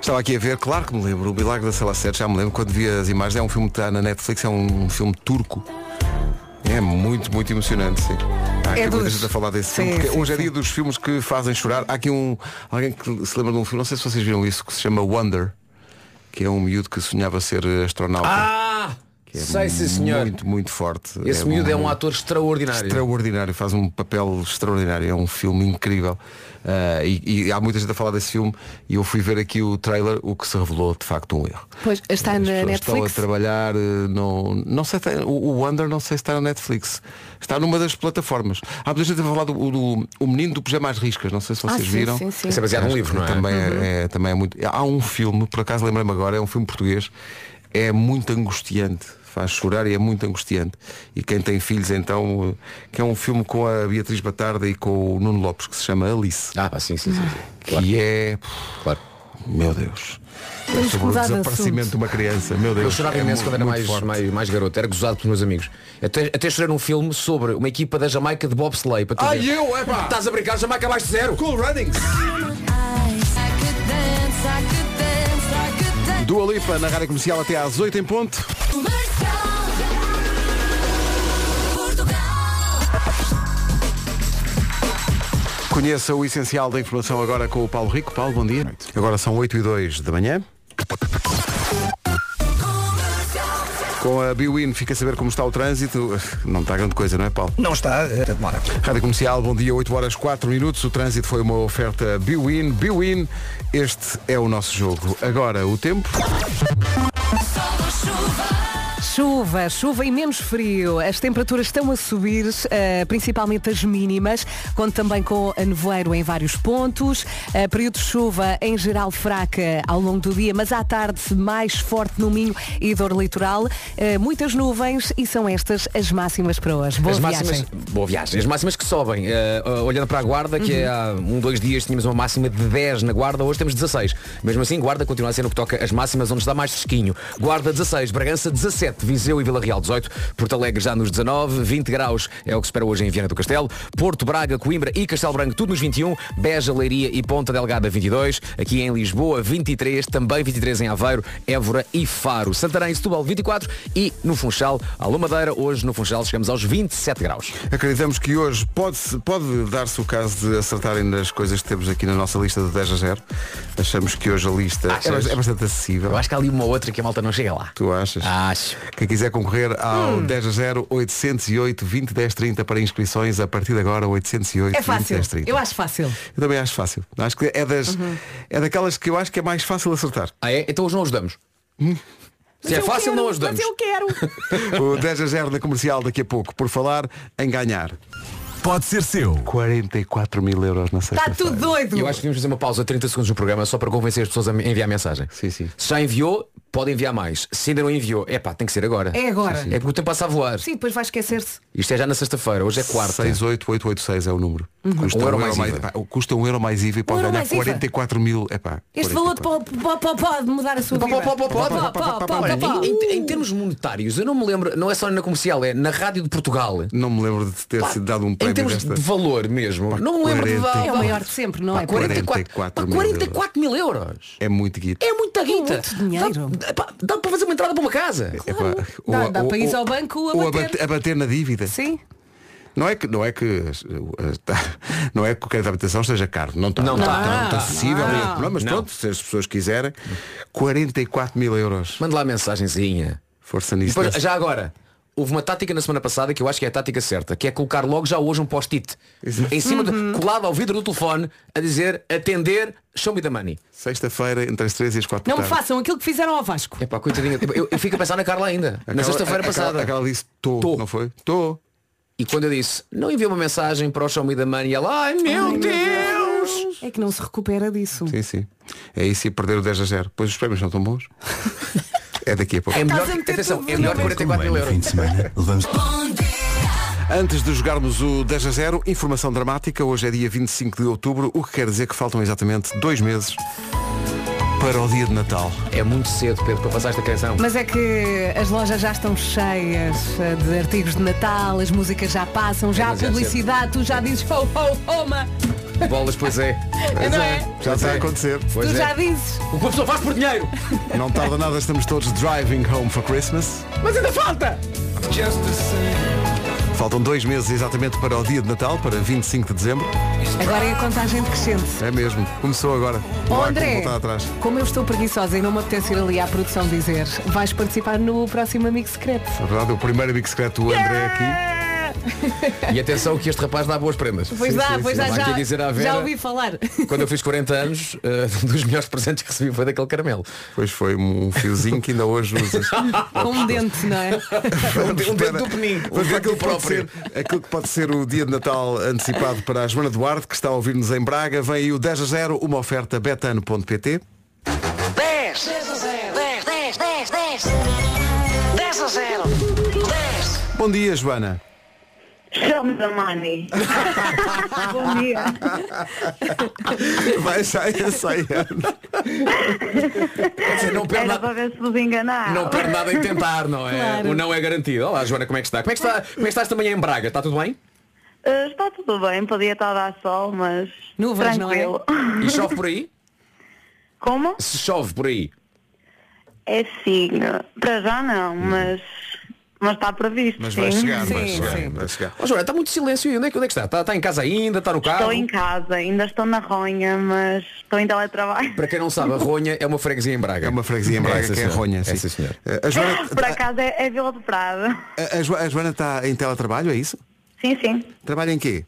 [SPEAKER 1] Estava aqui a ver, claro que me lembro, o Milagre da Sala 7, já me lembro quando vi as imagens, é um filme que está na Netflix, é um filme turco. É muito, muito emocionante, sim. Há aqui
[SPEAKER 4] É
[SPEAKER 1] muita
[SPEAKER 4] dos-
[SPEAKER 1] gente a falar desse
[SPEAKER 4] sim,
[SPEAKER 1] filme, porque
[SPEAKER 4] sim,
[SPEAKER 1] hoje é dia dos filmes que fazem chorar. Há aqui um. Alguém que se lembra de um filme, não sei se vocês viram isso, que se chama Wonder, que é um miúdo que sonhava ser astronauta.
[SPEAKER 2] Ah!
[SPEAKER 1] que é
[SPEAKER 2] sei sim senhor.
[SPEAKER 1] Muito, muito forte.
[SPEAKER 2] Esse miúdo é um
[SPEAKER 1] muito-
[SPEAKER 2] ator extraordinário.
[SPEAKER 1] extraordinário, faz um papel extraordinário, é um filme incrível. Ah, e, e há muita gente a falar desse filme e eu fui ver aqui o trailer, o que se revelou de facto um erro.
[SPEAKER 4] Pois, está
[SPEAKER 1] As
[SPEAKER 4] na
[SPEAKER 1] pessoas Estão a
[SPEAKER 4] Netflix?
[SPEAKER 1] trabalhar, eh, não, não sei, se tem- o, o Wonder não sei se está na Netflix. Está numa das plataformas. Há muita gente a falar do, do- o menino do pijama às riscas, não sei se vocês
[SPEAKER 4] Ah, sim,
[SPEAKER 1] viram.
[SPEAKER 4] sim, sim. Uhum.
[SPEAKER 2] Isso é baseado num
[SPEAKER 1] Acho
[SPEAKER 2] livro,
[SPEAKER 1] que
[SPEAKER 2] não é?
[SPEAKER 1] Também, é, é- também é muito. Há um filme, por acaso lembrei-me agora, é um filme português, é muito angustiante, faz chorar e é muito angustiante. E quem tem filhos então, eh, que é um filme com a Beatriz Batarda e com o Nuno Lopes, que se chama Alice.
[SPEAKER 2] Ah, pá, sim, sim, sim. sim. Claro,
[SPEAKER 1] Que é.
[SPEAKER 2] claro.
[SPEAKER 1] Meu Deus. É
[SPEAKER 4] Temos que
[SPEAKER 1] sobre o
[SPEAKER 4] mudar de
[SPEAKER 1] desaparecimento de uma criança. Meu Deus.
[SPEAKER 2] Eu chorava
[SPEAKER 1] é
[SPEAKER 2] imenso
[SPEAKER 1] mu-
[SPEAKER 2] quando era
[SPEAKER 1] muito
[SPEAKER 2] mais,
[SPEAKER 1] forte.
[SPEAKER 2] mais, mais garoto, era gozado pelos meus amigos. Até, até chorei num filme sobre uma equipa da Jamaica de bobsleigh. Para tu
[SPEAKER 1] Ai,
[SPEAKER 2] ver.
[SPEAKER 1] eu, epá!
[SPEAKER 2] Estás a brincar, Jamaica abaixo de zero!
[SPEAKER 1] Cool Runnings. Dua Lipa na rádio comercial até às 8 em ponto. Conheça o essencial da informação agora com o Paulo Rico. Paulo, bom dia. Agora são 8 e 2 da manhã. Com a Biwin fica a saber como está o trânsito. Não está grande coisa, não é, Paulo?
[SPEAKER 7] Não está, eh, demora.
[SPEAKER 1] Rádio Comercial, bom dia, 8 horas 4 minutos. O trânsito foi uma oferta Biwin. Biwin, este é o nosso jogo. Agora o tempo.
[SPEAKER 4] Chuva, chuva e menos frio. As temperaturas estão a subir, eh, principalmente as mínimas, conto também com a nevoeiro em vários pontos. Eh, período de chuva em geral fraca ao longo do dia, mas à tarde mais forte no Minho e dor litoral. Eh, muitas nuvens e são estas as máximas para hoje. Boa
[SPEAKER 2] as
[SPEAKER 4] viagem.
[SPEAKER 2] máximas, boa viagem. As máximas que sobem. eh, eh, olhando para a guarda, que é há um, dois dias tínhamos uma máxima de 10 na guarda, hoje temos 16. Mesmo assim, guarda continua a ser no que toca as máximas onde está mais fresquinho. Guarda 16, Bragança 17, Viseu e Vila Real 18, Porto Alegre já nos 19, 20 graus é o que se espera hoje em Viana do Castelo, Porto Braga, Coimbra e Castelo Branco tudo nos 21, Beja, Leiria e Ponta Delgada 22, aqui em Lisboa 23, também 23 em Aveiro, Évora e Faro, Santarém e Setúbal 24 e no Funchal, a Madeira, hoje no Funchal chegamos aos 27 graus.
[SPEAKER 1] Acreditamos que hoje pode, pode dar-se o caso de acertarem nas coisas que temos aqui na nossa lista de 10 a 0. Achamos que hoje a lista é,
[SPEAKER 2] Achas?
[SPEAKER 1] bas- é bastante acessível.
[SPEAKER 2] Eu acho Ah. que há ali uma outra que a malta não chega lá.
[SPEAKER 1] Tu achas?
[SPEAKER 2] Acho.
[SPEAKER 1] Quem quiser concorrer ao 10 a 0 808 20 10 30 para inscrições a partir de agora 808
[SPEAKER 4] É
[SPEAKER 1] 20
[SPEAKER 4] fácil.
[SPEAKER 1] 10 30.
[SPEAKER 4] Eu acho fácil.
[SPEAKER 1] Eu também acho fácil. Acho que é das é daquelas que eu acho que é mais fácil acertar.
[SPEAKER 2] Ah, é? Então hoje não ajudamos.
[SPEAKER 1] Hum.
[SPEAKER 2] Se é
[SPEAKER 4] Eu
[SPEAKER 2] fácil,
[SPEAKER 4] quero,
[SPEAKER 2] não ajudamos.
[SPEAKER 4] Mas eu quero.
[SPEAKER 1] o 10 a 0 da comercial daqui a pouco por falar em ganhar
[SPEAKER 5] Pode ser seu.
[SPEAKER 1] 44 mil euros na
[SPEAKER 4] Está
[SPEAKER 1] sexta-feira.
[SPEAKER 4] Tá tudo doido.
[SPEAKER 2] Eu acho que devíamos fazer uma pausa de 30 segundos no programa só para convencer as pessoas a enviar mensagem.
[SPEAKER 1] Sim, sim.
[SPEAKER 2] Se já enviou, pode enviar mais. Se ainda não enviou, é pá, tem que ser agora.
[SPEAKER 4] É agora.
[SPEAKER 2] É porque o tempo passa a voar.
[SPEAKER 4] Sim, depois vai esquecer-se.
[SPEAKER 2] Isto é já na sexta-feira, hoje é quarta.
[SPEAKER 1] 68886 é o número. Custa um
[SPEAKER 2] Um euro
[SPEAKER 1] euro
[SPEAKER 2] mais
[SPEAKER 1] mais-
[SPEAKER 2] IVA.
[SPEAKER 1] epá, Custa um euro mais IVA e pode
[SPEAKER 4] Uhum. euro
[SPEAKER 1] ganhar
[SPEAKER 4] mais IVA.
[SPEAKER 1] 44 mil. Epá,
[SPEAKER 4] Este
[SPEAKER 1] 44.
[SPEAKER 4] valor pode, pode, pode mudar a sua
[SPEAKER 2] Pó,
[SPEAKER 4] vida.
[SPEAKER 2] pó, pó, pó, pó, pó,
[SPEAKER 4] Pó, pó, pó,
[SPEAKER 2] Olha,
[SPEAKER 4] pó, pó.
[SPEAKER 2] em, em- em termos monetários, eu não me lembro, não é só na comercial, é na Rádio de Portugal.
[SPEAKER 1] Não me lembro de ter sido dado um
[SPEAKER 2] em
[SPEAKER 1] prémio
[SPEAKER 2] termos
[SPEAKER 1] desta.
[SPEAKER 2] de valor mesmo. não me lembro de
[SPEAKER 1] 44.
[SPEAKER 4] É o maior de sempre, não é?
[SPEAKER 1] Pá, 40.
[SPEAKER 2] 44,
[SPEAKER 1] 44
[SPEAKER 2] pá,
[SPEAKER 1] mil
[SPEAKER 2] 44 mil euros.
[SPEAKER 1] É muito guita.
[SPEAKER 2] É muita guita.
[SPEAKER 4] muito dinheiro. É.
[SPEAKER 2] Dá, pá, dá para fazer uma entrada para uma casa.
[SPEAKER 1] Epá, ou
[SPEAKER 4] Dá,
[SPEAKER 1] a-
[SPEAKER 4] dá
[SPEAKER 1] ou-
[SPEAKER 4] para ir
[SPEAKER 1] ou-
[SPEAKER 4] ao banco a
[SPEAKER 1] ou
[SPEAKER 4] bater.
[SPEAKER 1] a bater na dívida.
[SPEAKER 4] Sim.
[SPEAKER 1] Não é que não é que eh, não é que o crédito de habitação esteja caro, não está,
[SPEAKER 2] Não está, não está.
[SPEAKER 1] acessível, não. é problema, mas
[SPEAKER 2] Não.
[SPEAKER 1] pronto, se as pessoas quiserem, 44 mil euros.
[SPEAKER 2] Manda lá a mensagenzinha.
[SPEAKER 1] Força
[SPEAKER 2] E
[SPEAKER 1] nisso.
[SPEAKER 2] depois,
[SPEAKER 1] né?
[SPEAKER 2] já agora, houve uma tática na semana passada que eu acho que é a tática certa, que é colocar logo já hoje um post-it em cima do, colado ao vidro do telefone a dizer atender, show me the money.
[SPEAKER 1] Sexta-feira, entre as 3 e as 4
[SPEAKER 4] Não
[SPEAKER 1] da
[SPEAKER 4] me
[SPEAKER 1] tarde.
[SPEAKER 4] façam aquilo que fizeram ao Vasco.
[SPEAKER 2] É pá, coitadinha. Eu, eu fico a pensar na Carla ainda. na
[SPEAKER 1] Aquela-
[SPEAKER 2] sexta-feira
[SPEAKER 1] aquela-
[SPEAKER 2] passada.
[SPEAKER 1] Aquela disse, estou,
[SPEAKER 2] Tô.
[SPEAKER 1] não foi? Estou.
[SPEAKER 2] E quando eu disse, não enviou uma mensagem para o show me the money, ela, ai meu Deus!
[SPEAKER 4] É que não se recupera disso.
[SPEAKER 1] Sim, sim. É isso e perder o 10 a 0. Pois os prémios não tão bons. é daqui a pouco.
[SPEAKER 2] É melhor,
[SPEAKER 4] Estás a meter
[SPEAKER 2] atenção,
[SPEAKER 4] tudo
[SPEAKER 2] é melhor
[SPEAKER 4] no
[SPEAKER 2] 44 mil
[SPEAKER 5] Bem, no
[SPEAKER 2] euros.
[SPEAKER 5] fim de semana, levamos...
[SPEAKER 1] Antes de jogarmos o 10 a 0, informação dramática. Hoje é dia 25 de outubro, o que quer dizer que faltam exatamente dois meses para o dia de Natal.
[SPEAKER 2] É muito cedo, Pedro, para passar esta canção.
[SPEAKER 4] Mas é que as lojas já estão cheias eh, de artigos de Natal, as músicas já passam, já há
[SPEAKER 2] mas é
[SPEAKER 4] publicidade, tu já dizes ho ho homa.
[SPEAKER 2] Bolas, pois é.
[SPEAKER 4] Não é?
[SPEAKER 1] Já
[SPEAKER 2] Pois
[SPEAKER 1] está a
[SPEAKER 2] é.
[SPEAKER 1] acontecer.
[SPEAKER 2] Pois
[SPEAKER 4] tu
[SPEAKER 2] é.
[SPEAKER 4] já dizes.
[SPEAKER 2] O que uma pessoa faz por dinheiro,
[SPEAKER 1] Não tarda nada, estamos todos driving home for Christmas.
[SPEAKER 2] mas ainda falta!
[SPEAKER 1] Faltam dois meses exatamente para o dia de Natal, para 25 de dezembro.
[SPEAKER 4] Agora é a contagem decrescente.
[SPEAKER 1] É mesmo. Começou agora.
[SPEAKER 4] Ó,
[SPEAKER 1] Não há como
[SPEAKER 4] André,
[SPEAKER 1] voltar atrás.
[SPEAKER 4] como eu estou preguiçosa e não me apetece ir ali à produção dizer, vais participar no próximo Amigo Secreto. Ah!
[SPEAKER 1] Na verdade, o primeiro amigo secreto do André é aqui.
[SPEAKER 2] E atenção que este rapaz dá boas prendas.
[SPEAKER 4] Pois
[SPEAKER 1] Sim,
[SPEAKER 4] dá,
[SPEAKER 1] sim,
[SPEAKER 4] pois
[SPEAKER 1] sim.
[SPEAKER 4] dá,
[SPEAKER 2] Vai
[SPEAKER 4] já,
[SPEAKER 2] aqui dizer à Vera.
[SPEAKER 4] já ouvi falar.
[SPEAKER 2] Quando eu fiz 40 anos, eh, um dos melhores presentes que recebi foi daquele caramelo.
[SPEAKER 1] Pois foi um fiozinho que ainda hoje usas.
[SPEAKER 4] Com um dente, não é?
[SPEAKER 2] Um dedo
[SPEAKER 1] Espera.
[SPEAKER 2] do peninho, um
[SPEAKER 1] Vamos ver
[SPEAKER 2] dedo
[SPEAKER 1] aquilo que, pode
[SPEAKER 2] próprio.
[SPEAKER 1] ser, aquilo que pode ser o dia de Natal antecipado para a Joana Duarte, que está a ouvir-nos em Braga. Vem aí o 10 a 0, uma oferta betano.pt.
[SPEAKER 3] 10 10 10 10 10 10 a 0 10
[SPEAKER 1] Bom dia, Joana.
[SPEAKER 7] Chama da Mani. Bom dia.
[SPEAKER 1] Vai, saia, saia.
[SPEAKER 2] Quer dizer, não perde
[SPEAKER 7] Era para
[SPEAKER 2] nada.
[SPEAKER 7] ver se vos enganar.
[SPEAKER 2] Não perde nada em tentar, não é?
[SPEAKER 4] Claro.
[SPEAKER 2] O não é garantido. Olá, Joana, como é que está? Como é que, está? como é que estás também em Braga? Está tudo bem?
[SPEAKER 7] Eh, está tudo bem, podia estar a dar sol, mas
[SPEAKER 4] Nuvens, não é?
[SPEAKER 7] tranquilo.
[SPEAKER 2] E chove por aí?
[SPEAKER 7] Como?
[SPEAKER 2] Se chove por aí.
[SPEAKER 7] É sim. Para já não, mas, mas está previsto. sim.
[SPEAKER 4] vai sim, chegar, sim. vai
[SPEAKER 1] chegar.
[SPEAKER 2] Ó, Oh, Joana, está muito silêncio. E onde é que, onde é que está? está? está em casa ainda? Está no carro?
[SPEAKER 7] Estou em casa, ainda estou na ronha, mas estou em teletrabalho.
[SPEAKER 2] Para quem não sabe, a Ronha é uma freguesia em Braga.
[SPEAKER 1] É uma freguesia em Braga
[SPEAKER 2] Essa
[SPEAKER 1] que é
[SPEAKER 2] senhora.
[SPEAKER 1] ronha. sim. Eh,
[SPEAKER 2] Essa senhora.
[SPEAKER 1] A Joana,
[SPEAKER 7] Por acaso é, é Vila do Prado.
[SPEAKER 1] a- a Jo- a Joana está em teletrabalho, é isso?
[SPEAKER 7] Sim, sim.
[SPEAKER 1] Trabalha em quê?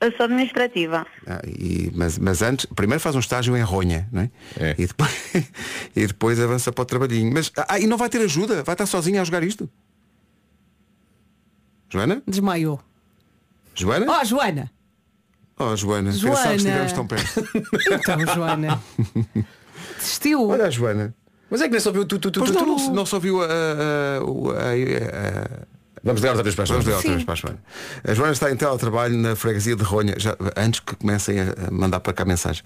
[SPEAKER 7] Eu sou administrativa.
[SPEAKER 1] Ah, e- mas, mas antes, primeiro faz um estágio em Ronha, não é?
[SPEAKER 2] É.
[SPEAKER 1] E, depois, e depois avança para o trabalhinho. Mas, ah, e não vai ter ajuda? Vai estar sozinha a jogar isto? Joana?
[SPEAKER 4] Desmaiou.
[SPEAKER 1] Joana?
[SPEAKER 4] Ó, Oh, Joana!
[SPEAKER 1] Oh, Joana,
[SPEAKER 4] Joana.
[SPEAKER 1] pensava que estivemos tão perto.
[SPEAKER 4] Então, Joana. Desistiu.
[SPEAKER 1] Olha a Joana.
[SPEAKER 2] Mas é que nem só viu tu, tu, tu,
[SPEAKER 1] Pois
[SPEAKER 2] tu,
[SPEAKER 1] não,
[SPEAKER 2] tu.
[SPEAKER 1] não, não só viu a, a- o- a- a-
[SPEAKER 2] Vamos ligar outra vez para as
[SPEAKER 1] Vamos ligar outra
[SPEAKER 4] Sim.
[SPEAKER 1] vez para a Joana. A Joana está em teletrabalho na freguesia de Ronha. Já, antes que comecem a a mandar para cá mensagem.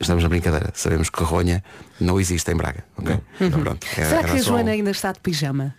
[SPEAKER 1] Estamos na brincadeira. Sabemos que Ronha não existe em Braga. ok? Então, pronto. Era-
[SPEAKER 4] Será que
[SPEAKER 1] era
[SPEAKER 4] a
[SPEAKER 1] só
[SPEAKER 4] Joana
[SPEAKER 1] um-
[SPEAKER 4] ainda está de pijama?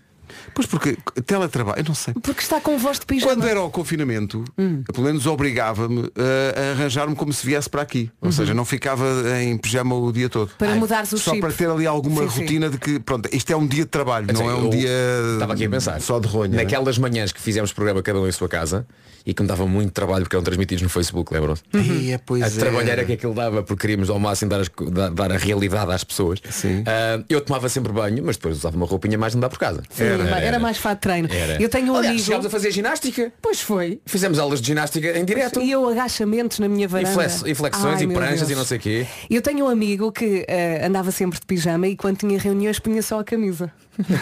[SPEAKER 1] Pois porque teletrabalho, eu não sei.
[SPEAKER 4] Porque está com voz de pijama.
[SPEAKER 1] Quando era o confinamento,
[SPEAKER 4] Hum.
[SPEAKER 1] pelo menos obrigava-me uh, a arranjar-me como se viesse para aqui. Ou seja, não ficava em pijama o dia todo.
[SPEAKER 4] Uhum. Para mudares o
[SPEAKER 1] Só
[SPEAKER 4] chip.
[SPEAKER 1] para ter ali alguma
[SPEAKER 4] Sim, sim.
[SPEAKER 1] rotina de que, pronto, isto é um dia de trabalho,
[SPEAKER 2] Assim,
[SPEAKER 1] não é um
[SPEAKER 2] eu
[SPEAKER 1] dia
[SPEAKER 2] Estava aqui a pensar.
[SPEAKER 1] só de ronha. né?
[SPEAKER 2] Naquelas manhãs que fizemos programa cada um em sua casa e que me dava muito trabalho porque eram transmitidos no Facebook, lembram-se?
[SPEAKER 1] Ei, é, pois
[SPEAKER 2] a
[SPEAKER 1] é.
[SPEAKER 2] trabalhar que aquilo dava porque queríamos ao máximo dar, as co- da- dar a realidade às pessoas.
[SPEAKER 1] Sim.
[SPEAKER 2] Ah, eu tomava sempre banho, mas depois usava uma roupinha mais não dá por casa.
[SPEAKER 4] Sim, era, mais fácil treino.
[SPEAKER 2] Era.
[SPEAKER 4] Eu tenho um
[SPEAKER 2] Aliás,
[SPEAKER 4] amigo.
[SPEAKER 2] chegámos a fazer ginástica.
[SPEAKER 4] Pois foi.
[SPEAKER 2] Fizemos aulas de ginástica em direto.
[SPEAKER 4] E eu agachamentos na minha varanda.
[SPEAKER 2] flex- e flexões e
[SPEAKER 4] meu
[SPEAKER 2] pranchas
[SPEAKER 4] Deus.
[SPEAKER 2] e não sei quê.
[SPEAKER 4] Eu tenho um amigo que eh, andava sempre de pijama e quando tinha reuniões punha só a camisa.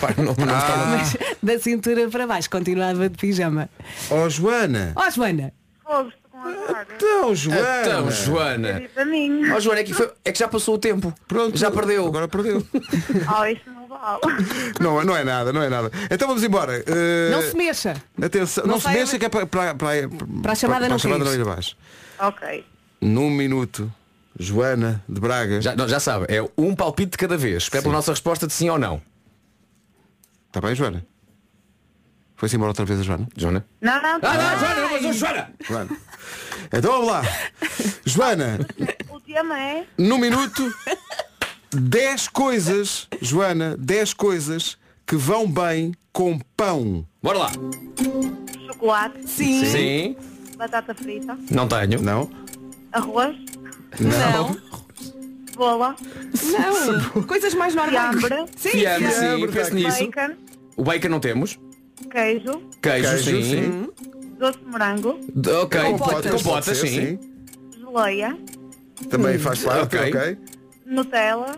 [SPEAKER 2] Pá, não- não estava-
[SPEAKER 4] Mas da cintura para baixo continuava de pijama.
[SPEAKER 1] Oh Joana!
[SPEAKER 4] Ó Joana,
[SPEAKER 7] Fogo, estou com azar.
[SPEAKER 1] Então, Joana!
[SPEAKER 2] Então, Joana.
[SPEAKER 7] Para mim.
[SPEAKER 2] Ó Joana, é que, foi- é que já passou o tempo.
[SPEAKER 1] Pronto,
[SPEAKER 2] Já perdeu.
[SPEAKER 1] Agora perdeu.
[SPEAKER 7] Oh, isso não vale.
[SPEAKER 1] não, não é nada, não é nada. Então vamos embora. Uh,
[SPEAKER 4] não se mexa.
[SPEAKER 1] Atenção, não,
[SPEAKER 4] não
[SPEAKER 1] se
[SPEAKER 4] saia-
[SPEAKER 1] mexa que é para, para, para,
[SPEAKER 4] Para a chamada
[SPEAKER 1] para
[SPEAKER 4] não
[SPEAKER 1] chamada
[SPEAKER 4] cair.
[SPEAKER 1] ir abaixo.
[SPEAKER 7] ok.
[SPEAKER 1] Num minuto, Joana de Braga.
[SPEAKER 2] Já, não, já sabe, é um palpite de cada vez. Espera pela nossa resposta de sim ou não.
[SPEAKER 1] Está Tá bem, Joana? Foi-se embora outra vez a Joana?
[SPEAKER 2] Joana?
[SPEAKER 7] Não, não,
[SPEAKER 2] Ah,
[SPEAKER 7] tá
[SPEAKER 2] não,
[SPEAKER 7] bem.
[SPEAKER 2] Joana, não, mas, Joana!
[SPEAKER 1] Joana. Então vamos lá. Joana,
[SPEAKER 7] O tema é.
[SPEAKER 1] num minuto, 10 coisas, Joana, 10 coisas que vão bem com pão.
[SPEAKER 2] Bora lá.
[SPEAKER 7] Chocolate,
[SPEAKER 4] Sim.
[SPEAKER 2] Sim.
[SPEAKER 7] batata frita,
[SPEAKER 2] Não tenho.
[SPEAKER 1] Não?
[SPEAKER 7] arroz,
[SPEAKER 4] Não.
[SPEAKER 7] cebola,
[SPEAKER 4] Não. Coisas mais normais.
[SPEAKER 7] Fiambre.
[SPEAKER 4] Sim.
[SPEAKER 2] Fiambre, sim,
[SPEAKER 1] Fiambre,
[SPEAKER 2] penso
[SPEAKER 1] tá.
[SPEAKER 2] nisso.
[SPEAKER 7] bacon,
[SPEAKER 2] O bacon não temos.
[SPEAKER 7] queijo,
[SPEAKER 2] Queijo,
[SPEAKER 1] Queijo,
[SPEAKER 2] sim.
[SPEAKER 1] sim.
[SPEAKER 7] doce de morango,
[SPEAKER 2] D- Ok.
[SPEAKER 4] Compotas.
[SPEAKER 1] pode
[SPEAKER 2] Compotas,
[SPEAKER 1] ser,
[SPEAKER 2] sim. Hum,
[SPEAKER 7] geleia,
[SPEAKER 1] Também faz parte,
[SPEAKER 2] Ok.
[SPEAKER 1] ok.
[SPEAKER 7] Nutella,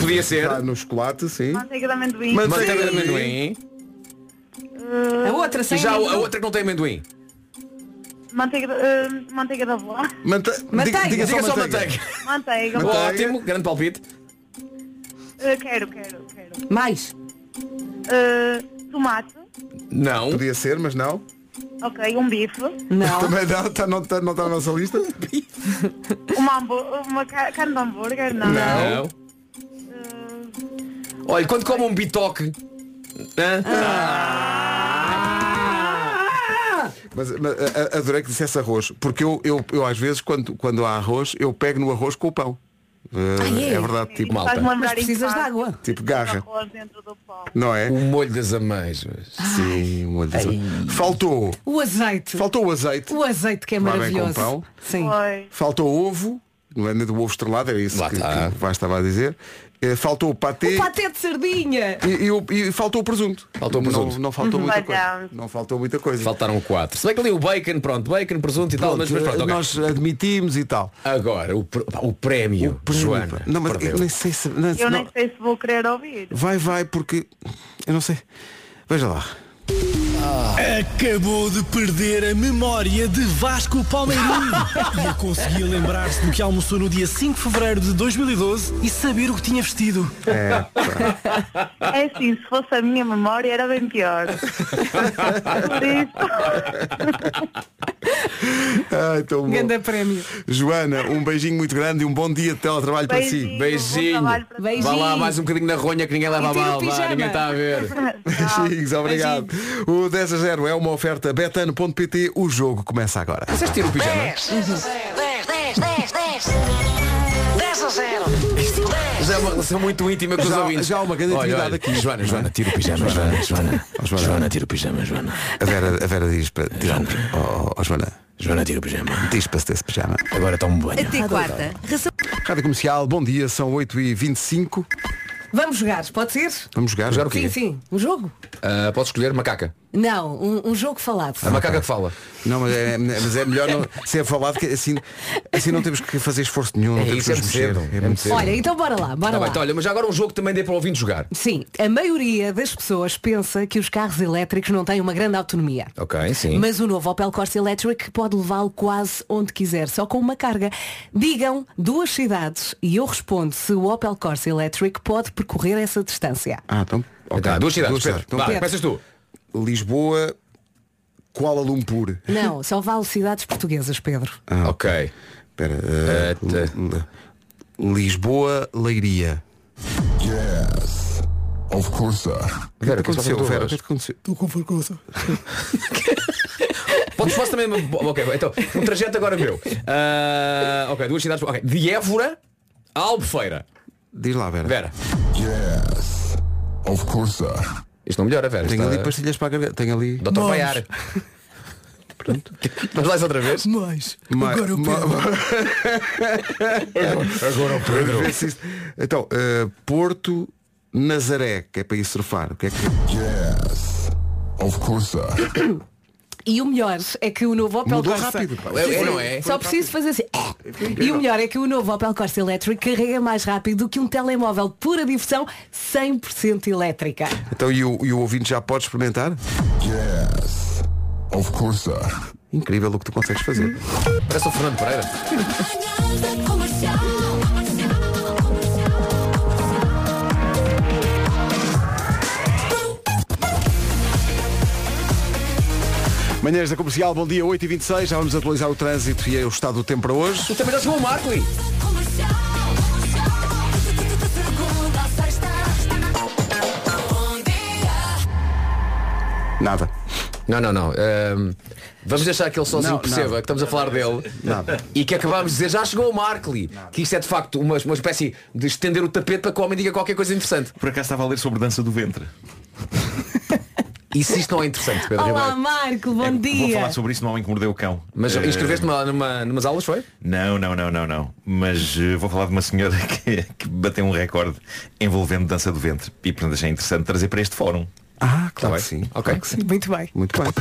[SPEAKER 2] Podia ser.
[SPEAKER 1] Está no chocolate, sim.
[SPEAKER 7] manteiga de amendoim,
[SPEAKER 1] Mante-
[SPEAKER 2] Manteiga de
[SPEAKER 1] Sim.
[SPEAKER 2] amendoim.
[SPEAKER 4] A outra sem
[SPEAKER 2] E já o-
[SPEAKER 4] amendoim.
[SPEAKER 2] a outra que não tem amendoim.
[SPEAKER 7] manteiga, de- eh, manteiga de avó,
[SPEAKER 1] Mante-
[SPEAKER 4] Manteiga.
[SPEAKER 1] Diga, diga
[SPEAKER 2] Diga
[SPEAKER 1] só
[SPEAKER 2] só
[SPEAKER 1] manteiga.
[SPEAKER 2] manteiga.
[SPEAKER 7] manteiga,
[SPEAKER 1] Manteiga.
[SPEAKER 2] Ótimo, grande palpite.
[SPEAKER 7] eh, quero, quero, quero,
[SPEAKER 4] Mais.
[SPEAKER 7] Eh, tomate,
[SPEAKER 2] Não.
[SPEAKER 1] Podia ser, mas não.
[SPEAKER 7] ok, um bife,
[SPEAKER 4] Não.
[SPEAKER 1] Também não está não, tá- não tá na nossa lista.
[SPEAKER 7] uma, hambú- uma ca- carne de hambúrguer, não,
[SPEAKER 2] Não.
[SPEAKER 7] Eh,
[SPEAKER 2] Olha, quando come um bitoque. hã? Ah,
[SPEAKER 1] Mas, mas, a- a- adorei que dissesse arroz, porque eu, eu, eu às vezes quando, quando há arroz, eu pego no arroz com o pão. Uh,
[SPEAKER 4] Ah, é?
[SPEAKER 1] é? verdade, tipo,
[SPEAKER 2] Malta.
[SPEAKER 7] faz-me lembrar
[SPEAKER 4] Mas
[SPEAKER 7] em
[SPEAKER 4] precisas de
[SPEAKER 7] casa,
[SPEAKER 4] água.
[SPEAKER 1] tipo garra,
[SPEAKER 7] arroz dentro do pão.
[SPEAKER 1] não é?
[SPEAKER 2] O molho das ameijoas.
[SPEAKER 1] Sim,
[SPEAKER 2] um
[SPEAKER 1] molho de azeite. Faltou,
[SPEAKER 4] O azeite.
[SPEAKER 1] faltou o azeite,
[SPEAKER 4] O azeite que é
[SPEAKER 1] Vai bem
[SPEAKER 4] maravilhoso.
[SPEAKER 1] com pão.
[SPEAKER 4] Sim.
[SPEAKER 7] Foi.
[SPEAKER 1] faltou o ovo, não é nem do ovo estrelado, era isso
[SPEAKER 2] Lá
[SPEAKER 1] que,
[SPEAKER 2] está.
[SPEAKER 1] que o Vasco estava a dizer. Eh, Faltou o patê.
[SPEAKER 4] O patê de sardinha.
[SPEAKER 1] E, e o- e faltou o presunto.
[SPEAKER 2] Faltou o presunto.
[SPEAKER 1] Não, não faltou muita coisa.
[SPEAKER 7] Falhamos.
[SPEAKER 1] Não faltou muita coisa.
[SPEAKER 2] Faltaram quatro. Se bem que ali o bacon, pronto, bacon, presunto e tal, mas, mas pronto, ok.
[SPEAKER 1] eh, nós admitimos e tal.
[SPEAKER 2] Agora, o, pr- pá, o prémio, Joana.
[SPEAKER 1] Não, mas
[SPEAKER 2] perdeu.
[SPEAKER 1] eu nem sei se. não-
[SPEAKER 7] Eu nem
[SPEAKER 1] não-
[SPEAKER 7] sei se vou querer ouvir.
[SPEAKER 1] Vai, vai, porque. Eu não sei. Veja lá.
[SPEAKER 5] Acabou de perder a memória de Vasco Palmeirinho. e eu conseguia lembrar-se do que almoçou no dia 5 de fevereiro de 2012 e saber o que tinha vestido.
[SPEAKER 7] É assim, se fosse a minha memória era bem pior. Por isso,
[SPEAKER 1] Ai, tão Ah, então bom.
[SPEAKER 4] Ganda prémio.
[SPEAKER 1] Joana, um beijinho muito grande e um bom dia de teletrabalho para si.
[SPEAKER 7] beijinho,
[SPEAKER 2] Beijinho.
[SPEAKER 7] um bom trabalho para
[SPEAKER 4] Beijinho.
[SPEAKER 2] Vá lá mais um bocadinho na ronha que ninguém
[SPEAKER 4] E
[SPEAKER 2] leva a
[SPEAKER 4] tira o
[SPEAKER 2] mal, vá,
[SPEAKER 4] pijama.
[SPEAKER 2] ninguém está a ver.
[SPEAKER 7] todos. Tchau.
[SPEAKER 1] Beijinhos, obrigado. O 10 a 0 é uma oferta betano.pt. O jogo começa agora.
[SPEAKER 2] Vocês tiram o pijama?
[SPEAKER 3] 10 a 0. 10, 10, 10, 10. 10 a 0. 10.
[SPEAKER 2] Já é uma relação muito íntima com os
[SPEAKER 1] Já-
[SPEAKER 2] ouvintes.
[SPEAKER 1] já há uma grande
[SPEAKER 2] Olha,
[SPEAKER 1] intimidade
[SPEAKER 2] olha,
[SPEAKER 1] aqui. é?
[SPEAKER 2] Joana, Joana, tira o pijama, Joana, Joana.
[SPEAKER 1] Joana.
[SPEAKER 2] Joana, tira o pijama, Joana.
[SPEAKER 1] A Vera, a Vera diz para. Tirar... Oh, oh, Joana,
[SPEAKER 2] Joana, tira o pijama.
[SPEAKER 1] diz para se desse pijama.
[SPEAKER 2] Agora toma um banho.
[SPEAKER 8] Até quarta.
[SPEAKER 1] Rádio Comercial, bom dia, são 8h25.
[SPEAKER 4] Vamos jogar, pode ser?
[SPEAKER 1] Vamos jogar?
[SPEAKER 2] Jogar o quê?
[SPEAKER 4] Sim, sim. Um jogo?
[SPEAKER 1] Tá
[SPEAKER 2] Ah, posso escolher macaca?
[SPEAKER 4] Não, um, um jogo falado.
[SPEAKER 2] A macaca que fala. Tá
[SPEAKER 1] Não, mas é, mas é melhor não ser falado que assim, assim não temos que fazer esforço nenhum, não
[SPEAKER 2] É,
[SPEAKER 1] temos que
[SPEAKER 2] isso é
[SPEAKER 1] nos
[SPEAKER 2] muito
[SPEAKER 1] mexer.
[SPEAKER 2] cedo, é muito cedo.
[SPEAKER 4] Olha, então bora lá, bora lá.
[SPEAKER 2] Tá bem, então, olha, mas já agora um jogo que também dê para o ouvinte jogar.
[SPEAKER 4] Sim, a maioria das pessoas pensa que os carros elétricos não têm uma grande autonomia.
[SPEAKER 2] Ok, sim.
[SPEAKER 4] Mas o novo Opel Corsa Electric pode levá-lo quase onde quiser, só com uma carga. Digam duas cidades e eu respondo se o Opel Corsa Electric pode percorrer essa distância.
[SPEAKER 1] Ah, então. ok.
[SPEAKER 2] Tá, duas cidades. Pedro.
[SPEAKER 1] Então,
[SPEAKER 2] Vá,
[SPEAKER 4] Pedro.
[SPEAKER 2] começas tu.
[SPEAKER 1] Lisboa, Kuala Lumpur.
[SPEAKER 4] Não, só vale cidades portuguesas, Pedro.
[SPEAKER 1] Ah,
[SPEAKER 2] ok.
[SPEAKER 1] Espera. eh,
[SPEAKER 2] Eh, tá.
[SPEAKER 1] L- L- Lisboa, Leiria.
[SPEAKER 8] Yes. Of course.
[SPEAKER 2] Vera,
[SPEAKER 1] O que aconteceu,
[SPEAKER 2] tu
[SPEAKER 1] Vera? O
[SPEAKER 2] hoje?
[SPEAKER 1] que aconteceu?
[SPEAKER 2] Podes fazer também. Ok, então, um trajeto agora meu. Ah, ok, duas cidades. ok, De Évora a Albufeira.
[SPEAKER 1] Diz lá, Vera.
[SPEAKER 2] Vera.
[SPEAKER 8] Yes. Of course.
[SPEAKER 2] Isto não melhora, Vera.
[SPEAKER 1] Tenho
[SPEAKER 2] Está-
[SPEAKER 1] ali pastilhas para a garganta. Tenho ali.
[SPEAKER 2] Doutor Baiar. Pronto. Vamos lá isso outra vez?
[SPEAKER 1] Ma- ma-
[SPEAKER 2] É. Agora o Pedro.
[SPEAKER 1] Vê se isto- Então, eh, Porto, Nazaré, que é para ir surfar. O que é que.
[SPEAKER 8] Yes. Of course.
[SPEAKER 4] E o melhor é que o novo Opel
[SPEAKER 1] Mudou
[SPEAKER 4] Corsa...
[SPEAKER 1] rápido, pá.
[SPEAKER 2] É, é, não é?
[SPEAKER 4] Só preciso fazer assim. E o melhor é que o novo Opel Corsa Electric carrega mais rápido do que um telemóvel pura diversão 100% elétrica.
[SPEAKER 1] Então, e o, e o ouvinte já pode experimentar?
[SPEAKER 8] Yes. Of course.
[SPEAKER 1] Incrível o que tu consegues fazer.
[SPEAKER 2] Uhum. Parece o Fernando Pereira.
[SPEAKER 1] Manhãs da Comercial, bom dia, 8h26. Já vamos atualizar o trânsito e o estado do tempo para hoje.
[SPEAKER 2] E também já chegou o Marco e.
[SPEAKER 1] Nada.
[SPEAKER 2] Não, não, não. Ahm, vamos deixar que ele sozinho
[SPEAKER 1] Não,
[SPEAKER 2] perceba
[SPEAKER 1] nada.
[SPEAKER 2] que estamos a falar dele
[SPEAKER 1] Nada.
[SPEAKER 2] e que acabámos de dizer já chegou o Markley. Que isto é de facto uma, uma espécie de estender o tapete para que o homem diga qualquer coisa interessante.
[SPEAKER 9] Por acaso estava a ler sobre dança do ventre.
[SPEAKER 2] E se isto não é interessante, Pedro
[SPEAKER 4] Olá
[SPEAKER 2] Ribeiro?
[SPEAKER 4] Marco, bom
[SPEAKER 9] É, Vou
[SPEAKER 4] dia.
[SPEAKER 9] falar sobre isso no Homem que Mordeu o Cão.
[SPEAKER 2] Mas
[SPEAKER 9] Eh,
[SPEAKER 2] inscreveste-me lá numa, numas aulas, foi?
[SPEAKER 9] Não, não, não, não, não. Mas eh, vou falar de uma senhora que, que bateu um recorde envolvendo dança do ventre. E portanto achei interessante trazer para este fórum.
[SPEAKER 1] Ah, claro
[SPEAKER 9] bem.
[SPEAKER 1] que sim.
[SPEAKER 2] Tá Ok.
[SPEAKER 1] Claro que sim.
[SPEAKER 4] Muito bem.
[SPEAKER 1] Muito bem.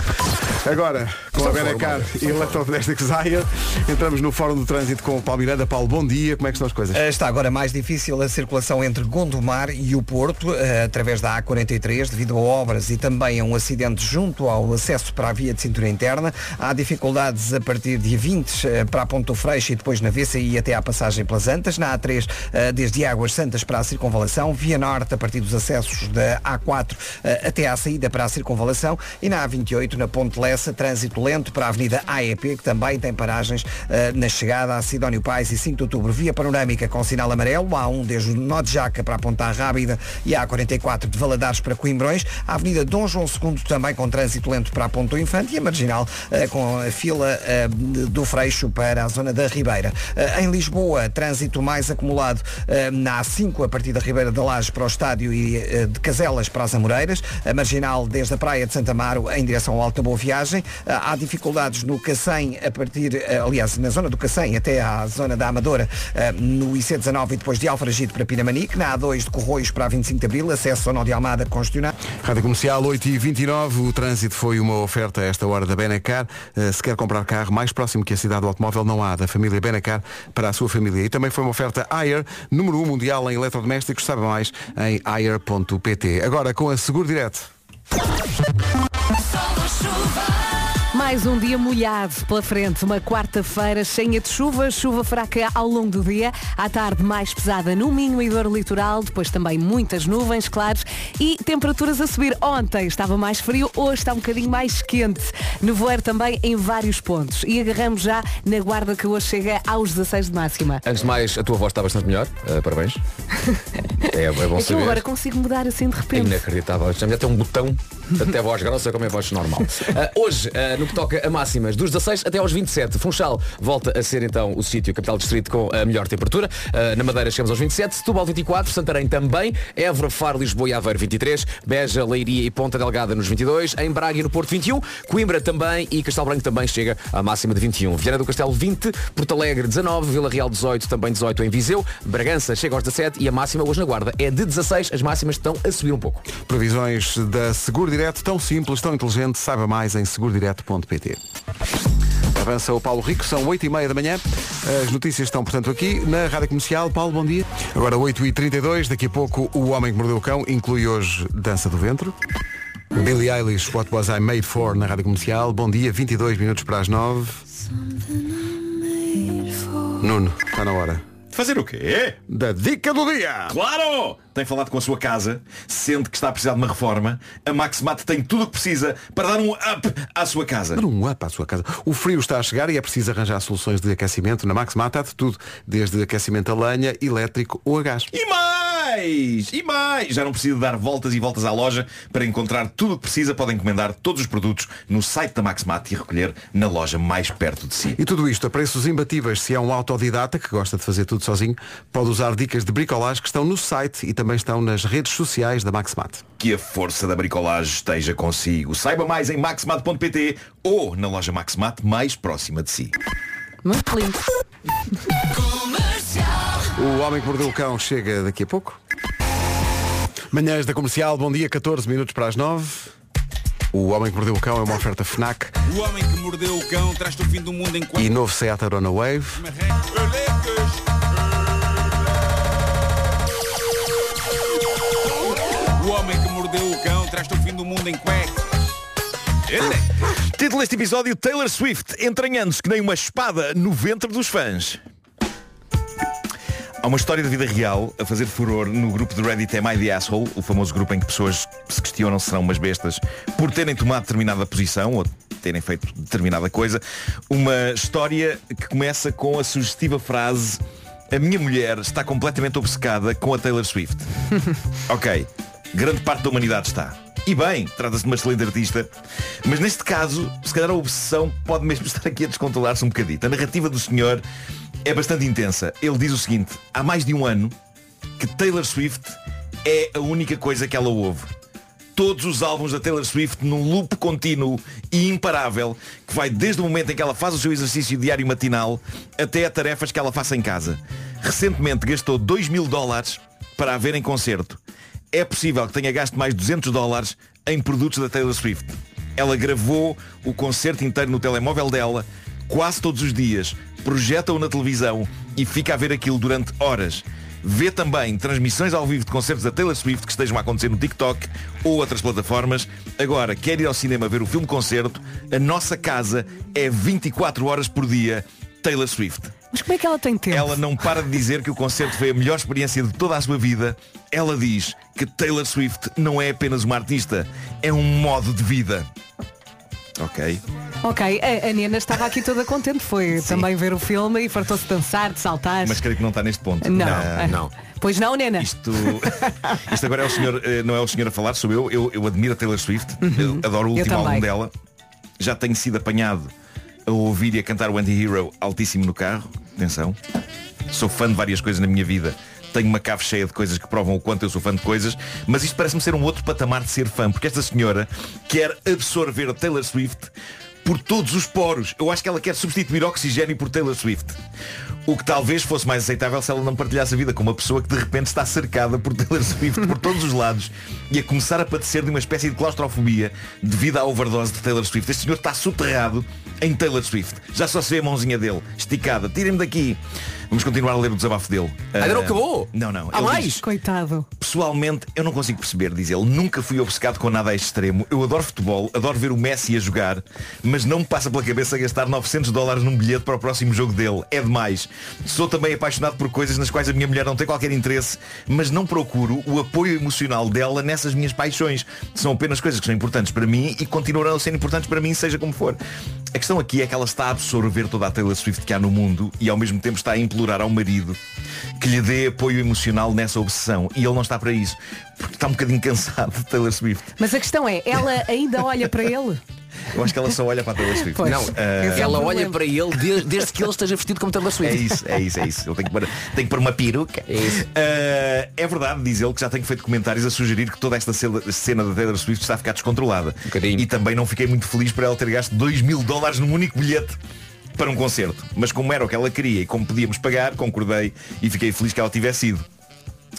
[SPEAKER 1] Agora, com a Vera Car e Electrodomésticos Zaya, entramos no Fórum do Trânsito com o Paulo Miranda. Paulo, bom dia. Como é que estão as coisas?
[SPEAKER 10] Eh, Está agora mais difícil a circulação entre Gondomar e o Porto, eh, através da A43, devido a obras e também a um acidente junto ao acesso para a via de cintura interna. Há dificuldades a partir de 20 eh, para a Ponto Freixo e depois na VCI até à passagem pelas Antas. Na A3, eh, desde Águas Santas para a circunvalação. Via Norte, a partir dos acessos da A4 eh, até à saída para a circunvalação. E na A28, na Ponte Lessa, trânsito lento para a Avenida AEP, que também tem paragens eh, na chegada a Sidónio Pais e 5 de Outubro. Via Panorâmica com sinal amarelo, A1 desde o Nó de Jaca para a Ponta Rábida e a A44 de Valadares para Coimbrões. A Avenida Dom João II um também com trânsito lento para a Ponta Infante e a Marginal eh, com a fila eh, do Freixo para a zona da Ribeira. Eh, em Lisboa, trânsito mais acumulado eh, na A5 a partir da Ribeira da Laje para o Estádio e eh, de Caselas para as Amoreiras. A Marginal desde a Praia de Santa Amaro em direção ao Alta Boa Viagem. Ah, há dificuldades no Cacém a partir, eh, aliás, na zona do Cacém até à zona da Amadora, eh, no IC19 e depois de Alfragide para Pinamanique. Na A2 de Corroios para a 25 de Abril, acesso ao Nó de Almada congestionado.
[SPEAKER 1] Rádio Comercial 8h29, o trânsito foi uma oferta a esta hora da Benacar. Eh, Se quer comprar carro mais próximo que a cidade do automóvel, não há da família Benacar para a sua família. E também foi uma oferta Ayer, número 1 mundial em eletrodomésticos, sabe mais em ayer.pt. Agora com a Seguro Direto.
[SPEAKER 4] Mais um dia molhado pela frente, uma quarta-feira cheia de chuva, chuva fraca ao longo do dia, à tarde mais pesada no Minho e dor litoral, depois também muitas nuvens, claros, e temperaturas a subir. Ontem estava mais frio, hoje está um bocadinho mais quente. Nevoeiro também em vários pontos. E agarramos já na guarda que hoje chega aos 16 de máxima.
[SPEAKER 9] É,
[SPEAKER 2] Antes de mais, a tua voz está bastante melhor. Ah, parabéns. É, é bom
[SPEAKER 4] É que eu
[SPEAKER 2] saber.
[SPEAKER 4] agora consigo mudar assim de
[SPEAKER 2] É
[SPEAKER 4] repente.
[SPEAKER 2] Inacreditável. Estamos até um botão, até voz grossa, como é voz normal. Ah, hoje, ah, no que toca a máximas, dos 16 até aos 27, Funchal volta a ser então o sítio capital distrito com a melhor temperatura. Ah, na Madeira chegamos aos 27, Setúbal 24, Santarém também, Évora, Faro, Lisboa e Aveiro 23, Beja, Leiria e Ponta Delgada nos 22, em Braga e no Porto 21, Coimbra também e Castelo Branco também chega à máxima de 21. Viana do Castelo 20, Porto Alegre 19, Vila Real 18, também 18 em Viseu, Bragança chega aos 17 e a máxima hoje na Guarda é de 16, as máximas estão a subir um pouco.
[SPEAKER 1] Previsões da Seguro Direto. Direto, tão simples, tão inteligente, saiba mais em segurodireto.pt. Avança o Paulo Rico, são 8h30 da manhã. As notícias estão, portanto, aqui na Rádio Comercial. Paulo, bom dia. Agora 8h32, daqui a pouco o Homem que Mordeu o Cão inclui hoje Dança do Ventre. Billie Eilish, What Was I Made For, na Rádio Comercial. Bom dia, 22 minutos para as 9. Nuno, está na hora.
[SPEAKER 9] Fazer o quê?
[SPEAKER 1] Da dica do dia!
[SPEAKER 9] Claro! Tem falado com a sua casa, sente que está a precisar de uma reforma, a Maxmat tem tudo o que precisa para dar um up à sua casa.
[SPEAKER 1] Dar um up à sua casa. O frio está a chegar e é preciso arranjar soluções de aquecimento. Na Maxmat há de tudo, desde aquecimento a lenha, elétrico ou a gás.
[SPEAKER 9] E mais! E mais! Já não precisa dar voltas e voltas à loja para encontrar tudo o que precisa. Pode encomendar todos os produtos no site da Maxmat e recolher na loja mais perto de si.
[SPEAKER 1] E tudo isto a preços imbatíveis. Se é um autodidata que gosta de fazer tudo sozinho, pode usar dicas de bricolagem que estão no site e também estão nas redes sociais da Maxmat.
[SPEAKER 9] Que a força da bricolagem esteja consigo. Saiba mais em maxmat.pt ou na loja Maxmat mais próxima de si.
[SPEAKER 11] Muito lindo.
[SPEAKER 1] O Homem que Mordeu o Cão chega daqui a pouco. Manhãs da Comercial, bom dia, 14 minutos para as 9. O Homem que Mordeu o Cão é uma oferta FNAC
[SPEAKER 12] O homem que mordeu o cão traz-te o fim do mundo enquanto
[SPEAKER 1] e novo Seat Arona Wave.
[SPEAKER 12] O homem que mordeu o cão traz-te o fim do mundo em cuecas. Ele
[SPEAKER 9] Título deste episódio Taylor Swift entranhando-se que nem uma espada no ventre dos fãs. Há uma história de vida real a fazer furor no grupo de Reddit Am I the Asshole, o famoso grupo em que pessoas se questionam se serão umas bestas por terem tomado determinada posição ou terem feito determinada coisa. Uma história que começa com a sugestiva frase A minha mulher está completamente obcecada com a Taylor Swift. Ok, grande parte da humanidade está. E bem, trata-se de uma excelente artista. Mas neste caso, se calhar a obsessão pode mesmo estar aqui a descontrolar-se um bocadito. A narrativa do senhor é bastante intensa. Ele diz o seguinte, há mais de um ano que Taylor Swift é a única coisa que ela ouve. Todos os álbuns da Taylor Swift num loop contínuo e imparável que vai desde o momento em que ela faz o seu exercício diário matinal até a tarefas que ela faça em casa. Recentemente gastou 2 mil dólares para a ver em concerto. É possível que tenha gasto mais 200 dólares em produtos da Taylor Swift. Ela gravou o concerto inteiro no telemóvel dela quase todos os dias, projeta-o na televisão e fica a ver aquilo durante horas. Vê também transmissões ao vivo de concertos da Taylor Swift que estejam a acontecer no TikTok ou outras plataformas. Agora, quer ir ao cinema ver o filme concerto, a nossa casa é 24 horas por dia Taylor Swift.
[SPEAKER 4] Mas como é que ela tem tempo?
[SPEAKER 9] Ela não para de dizer que o concerto foi a melhor experiência de toda a sua vida. Ela diz que Taylor Swift não é apenas uma artista, é um modo de vida. Ok.
[SPEAKER 4] Ok, a, a Nena estava aqui toda contente, foi também ver o filme e fartou-se de dançar, de saltar.
[SPEAKER 9] Mas creio que não está neste ponto.
[SPEAKER 4] Não.
[SPEAKER 9] Ah, não.
[SPEAKER 4] Pois não, Nena?
[SPEAKER 9] Isto, isto agora é o senhor, eh, não é o senhor a falar, sou eu. Eu, eu admiro a Taylor Swift, eu adoro o
[SPEAKER 4] Eu
[SPEAKER 9] último álbum
[SPEAKER 4] também.
[SPEAKER 9] dela. Já tenho sido apanhado a ouvir e a cantar o Anti-Hero altíssimo no carro. Atenção. Sou fã de várias coisas na minha vida. Tenho uma cave cheia de coisas que provam o quanto eu sou fã de coisas, mas isto parece-me ser um outro patamar de ser fã, porque esta senhora quer absorver a Taylor Swift por todos os poros. Eu acho que ela quer substituir oxigênio por Taylor Swift. O que talvez fosse mais aceitável se ela não partilhasse a vida com uma pessoa que de repente está cercada por Taylor Swift por todos os lados e a começar a padecer de uma espécie de claustrofobia devido à overdose de Taylor Swift. Este senhor está soterrado em Taylor Swift. Já só se vê a mãozinha dele, esticada. Tirem-me daqui. Vamos continuar a ler o desabafo dele.
[SPEAKER 2] Ainda não
[SPEAKER 9] Ah,
[SPEAKER 2] acabou?
[SPEAKER 9] Não, não.
[SPEAKER 2] Há
[SPEAKER 9] Ele
[SPEAKER 2] mais?
[SPEAKER 9] diz,
[SPEAKER 4] Coitado.
[SPEAKER 9] Pessoalmente, eu não consigo perceber, diz ele. Nunca fui obcecado com nada a este extremo. Eu adoro futebol, adoro ver o Messi a jogar, mas não me passa pela cabeça gastar 900 dólares num bilhete para o próximo jogo dele. É demais. Sou também apaixonado por coisas nas quais a minha mulher não tem qualquer interesse, mas não procuro o apoio emocional dela nessas minhas paixões. São apenas coisas que são importantes para mim e continuarão a ser importantes para mim, seja como for. A questão aqui é que ela está a absorver toda a Taylor Swift que há no mundo e ao mesmo tempo está a implorar ao marido que lhe dê apoio emocional nessa obsessão. E ele não está para isso, porque está um bocadinho cansado de Taylor Swift.
[SPEAKER 4] Mas a questão é, ela ainda olha para ele?
[SPEAKER 9] Eu acho que ela só olha para a Taylor Swift. eh,
[SPEAKER 4] Pois.
[SPEAKER 2] Não, eh,
[SPEAKER 4] Esse é o
[SPEAKER 2] ela
[SPEAKER 4] problema.
[SPEAKER 2] olha para ele de- desde, que ele esteja vestido como Taylor
[SPEAKER 9] É
[SPEAKER 2] Swift.
[SPEAKER 9] isso, é isso, é isso. Eu tenho que pôr, tenho que pôr uma peruca.
[SPEAKER 2] É isso.
[SPEAKER 9] Ah, é verdade, diz ele, que já tenho feito comentários a sugerir que toda esta cena, cena da Taylor Swift está a ficar descontrolada.
[SPEAKER 2] Um bocadinho.
[SPEAKER 9] E também não fiquei muito feliz por ela ter gasto 2 mil dólares num único bilhete para um concerto. Mas como era o que ela queria e como podíamos pagar, concordei e fiquei feliz que ela tivesse ido.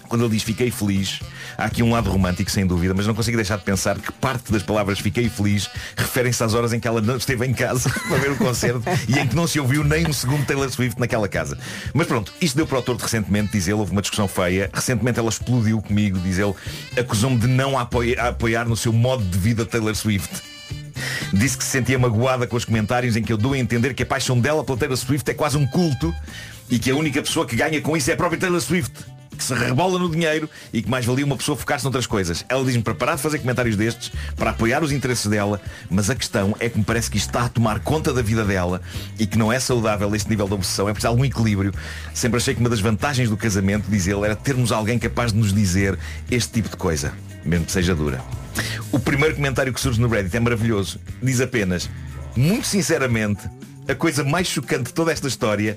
[SPEAKER 9] quando ele diz fiquei feliz, há aqui um lado romântico, sem dúvida, mas não consigo deixar de pensar que parte das palavras fiquei feliz referem-se às horas em que ela não esteve em casa para ver o concerto e em que não se ouviu nem um segundo Taylor Swift naquela casa. Mas pronto, isto deu para o autor de recentemente, diz ele, houve uma discussão feia. Recentemente ela explodiu comigo, diz ele, acusou-me de não apoiar, a apoiar no seu modo de vida Taylor Swift. Disse que se sentia magoada com os comentários em que eu dou a entender que a paixão dela pela Taylor Swift é quase um culto e que a única pessoa que ganha com isso é a própria Taylor Swift que se rebola no dinheiro e que mais valia uma pessoa focar-se noutras coisas. Ela diz-me para parar de fazer comentários destes, para apoiar os interesses dela, mas a questão é que me parece que isto está a tomar conta da vida dela e que não é saudável este nível de obsessão, é preciso algum equilíbrio. Sempre achei que uma das vantagens do casamento, diz ele, era termos alguém capaz de nos dizer este tipo de coisa, mesmo que seja dura. O primeiro comentário que surge no Reddit é maravilhoso. Diz apenas, muito sinceramente, a coisa mais chocante de toda esta história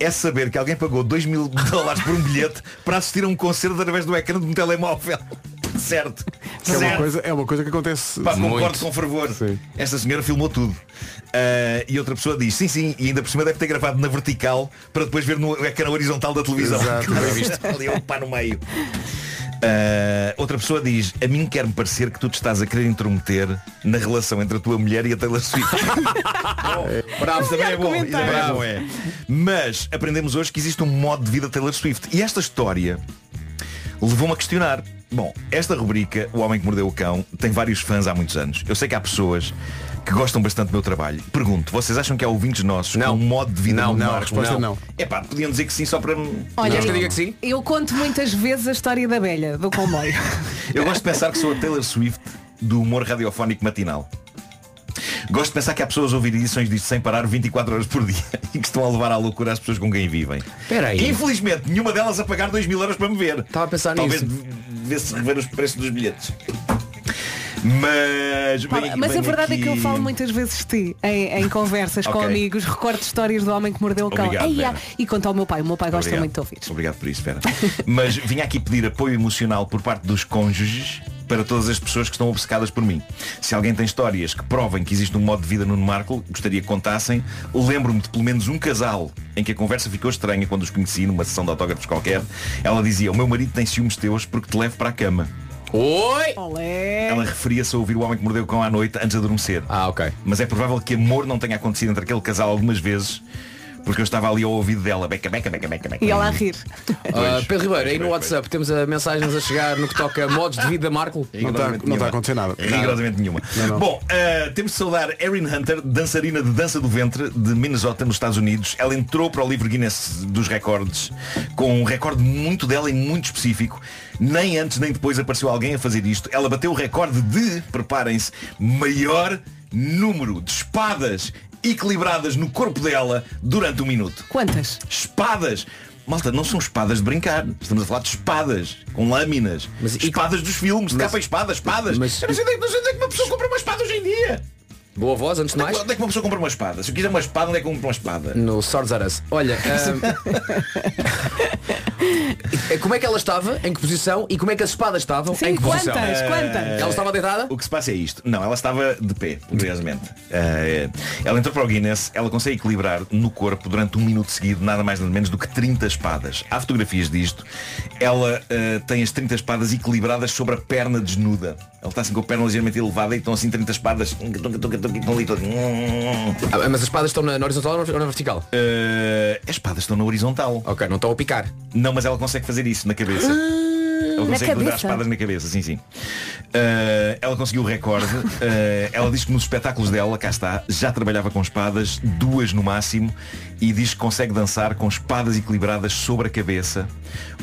[SPEAKER 9] é saber que alguém pagou 2 mil dólares por um bilhete para assistir a um concerto através do ecrã de um telemóvel. Certo.
[SPEAKER 1] É uma,
[SPEAKER 9] Certo.
[SPEAKER 1] coisa, é uma coisa que acontece.
[SPEAKER 9] Pá, concordo
[SPEAKER 1] muito.
[SPEAKER 9] com fervor. Esta senhora filmou tudo. Ah, e outra pessoa diz, sim, sim, e ainda por cima deve ter gravado na vertical para depois ver no ecrã horizontal da televisão.
[SPEAKER 1] Exato, bem visto.
[SPEAKER 9] Ali é um pá no meio. Ah, outra pessoa diz, a mim quer-me parecer que tu te estás a querer intrometer na relação entre a tua mulher e a Taylor Swift. Bravo, também é bom. Ainda bem é bom, é. Mas aprendemos hoje que existe um modo de vida Taylor Swift. E esta história levou-me a questionar. Bom, esta rubrica, O Homem que Mordeu o Cão, tem vários fãs há muitos anos. Eu sei que há pessoas que gostam bastante do meu trabalho. Pergunto, vocês acham que há ouvintes nossos não. um modo de vida
[SPEAKER 2] Não,
[SPEAKER 9] muito
[SPEAKER 2] não,
[SPEAKER 9] mau?
[SPEAKER 2] a resposta é não.
[SPEAKER 9] É pá, podiam dizer que sim só para me...
[SPEAKER 4] eu, eu conto muitas vezes a história da abelha, do comboio.
[SPEAKER 9] Eu gosto de pensar que sou a Taylor Swift do humor radiofónico matinal. Gosto de pensar que há pessoas a ouvir edições disto sem parar 24 horas por dia e que estão a levar à loucura as pessoas com quem vivem.
[SPEAKER 2] Peraí.
[SPEAKER 9] Infelizmente, nenhuma delas a pagar 2 mil euros para me ver. Estava a pensar Talvez
[SPEAKER 2] nisso.
[SPEAKER 9] vê-se rever os preços dos bilhetes. Mas,
[SPEAKER 4] Pá,
[SPEAKER 9] bem,
[SPEAKER 4] Mas a
[SPEAKER 9] bem
[SPEAKER 4] verdade é que eu
[SPEAKER 9] aqui-
[SPEAKER 4] falo muitas vezes de ti em, em conversas com
[SPEAKER 9] Ok.
[SPEAKER 4] amigos, recordo histórias do homem que mordeu o cão.
[SPEAKER 9] Obrigado,
[SPEAKER 4] Ai, ai,
[SPEAKER 9] Vera.
[SPEAKER 4] e conto ao meu pai, o meu pai gosta muito de ouvir.
[SPEAKER 9] Obrigado por isso, Vera. Mas vinha aqui pedir apoio emocional por parte dos cônjuges para todas as pessoas que estão obcecadas por mim. Se alguém tem histórias que provem que existe um modo de vida no Marco, gostaria que contassem. Lembro-me de pelo menos um casal em que a conversa ficou estranha quando os conheci numa sessão de autógrafos qualquer. Ela dizia, o meu marido tem ciúmes teus porque te levo para a cama.
[SPEAKER 2] Oi!
[SPEAKER 4] É.
[SPEAKER 9] Ela referia-se a ouvir o homem que mordeu o cão à noite antes de adormecer. Ah, ok. Mas é provável que amor não tenha acontecido entre aquele casal algumas vezes, porque eu estava ali ao ouvido dela, beca, beca, beca, beca, beca.
[SPEAKER 4] E ela a rir.
[SPEAKER 2] Ah, Pedro Ribeiro, aí no WhatsApp temos a mensagens a chegar no que toca a modos de vida Marco.
[SPEAKER 9] Não está- não tá está a acontecer
[SPEAKER 1] nada.
[SPEAKER 9] Rigorosamente nenhuma. Bom, eh, temos de saudar Erin Hunter, dançarina de dança do ventre de Minnesota, nos Estados Unidos. Ela entrou para o livro Guinness dos recordes com um recorde muito dela e muito específico. Nem antes nem depois apareceu alguém a fazer isto. Ela bateu o recorde de, preparem-se, maior número de espadas equilibradas no corpo dela durante um minuto.
[SPEAKER 4] Quantas?
[SPEAKER 9] Espadas! Malta, não são espadas de brincar. Estamos a falar de espadas, com lâminas. espadas dos filmes, de capa e espada, espadas. Eu não sei onde é que- não sei onde é que uma pessoa compra uma espada hoje em dia.
[SPEAKER 2] Boa voz, antes de mais.
[SPEAKER 9] Onde é que uma pessoa compra uma espada? Se eu quiser uma espada, onde é que eu compro uma espada?
[SPEAKER 2] No Swords R Us. Olha, ahm, como é que ela estava, em que posição e como é que as espadas estavam, em que posição?
[SPEAKER 9] Eh,
[SPEAKER 2] Ela estava deitada?
[SPEAKER 9] O que se passa é isto. Não, ela estava de pé, curiosamente. Eh, ela entrou para o Guinness, ela consegue equilibrar no corpo durante um minuto seguido, nada mais nada menos do que 30 espadas. Há fotografias disto. Ela eh, tem as 30 espadas equilibradas sobre a perna desnuda. Ela está assim com a perna ligeiramente elevada e estão assim 30 espadas. Estão ali todas.
[SPEAKER 2] Ah, mas as espadas estão na, na horizontal ou na- ou na vertical?
[SPEAKER 9] Eh, as espadas estão na horizontal.
[SPEAKER 2] Ok, não estão a picar.
[SPEAKER 9] Não, mas ela consegue fazer isso na cabeça. Ela
[SPEAKER 2] Ah, na
[SPEAKER 9] consegue
[SPEAKER 2] cabeça?
[SPEAKER 9] equilibrar as espadas na cabeça, sim, sim. Eh, ela conseguiu o recorde. Eh, ela diz que nos espetáculos dela, cá está, já trabalhava com espadas, duas no máximo, e diz que consegue dançar com espadas equilibradas sobre a cabeça,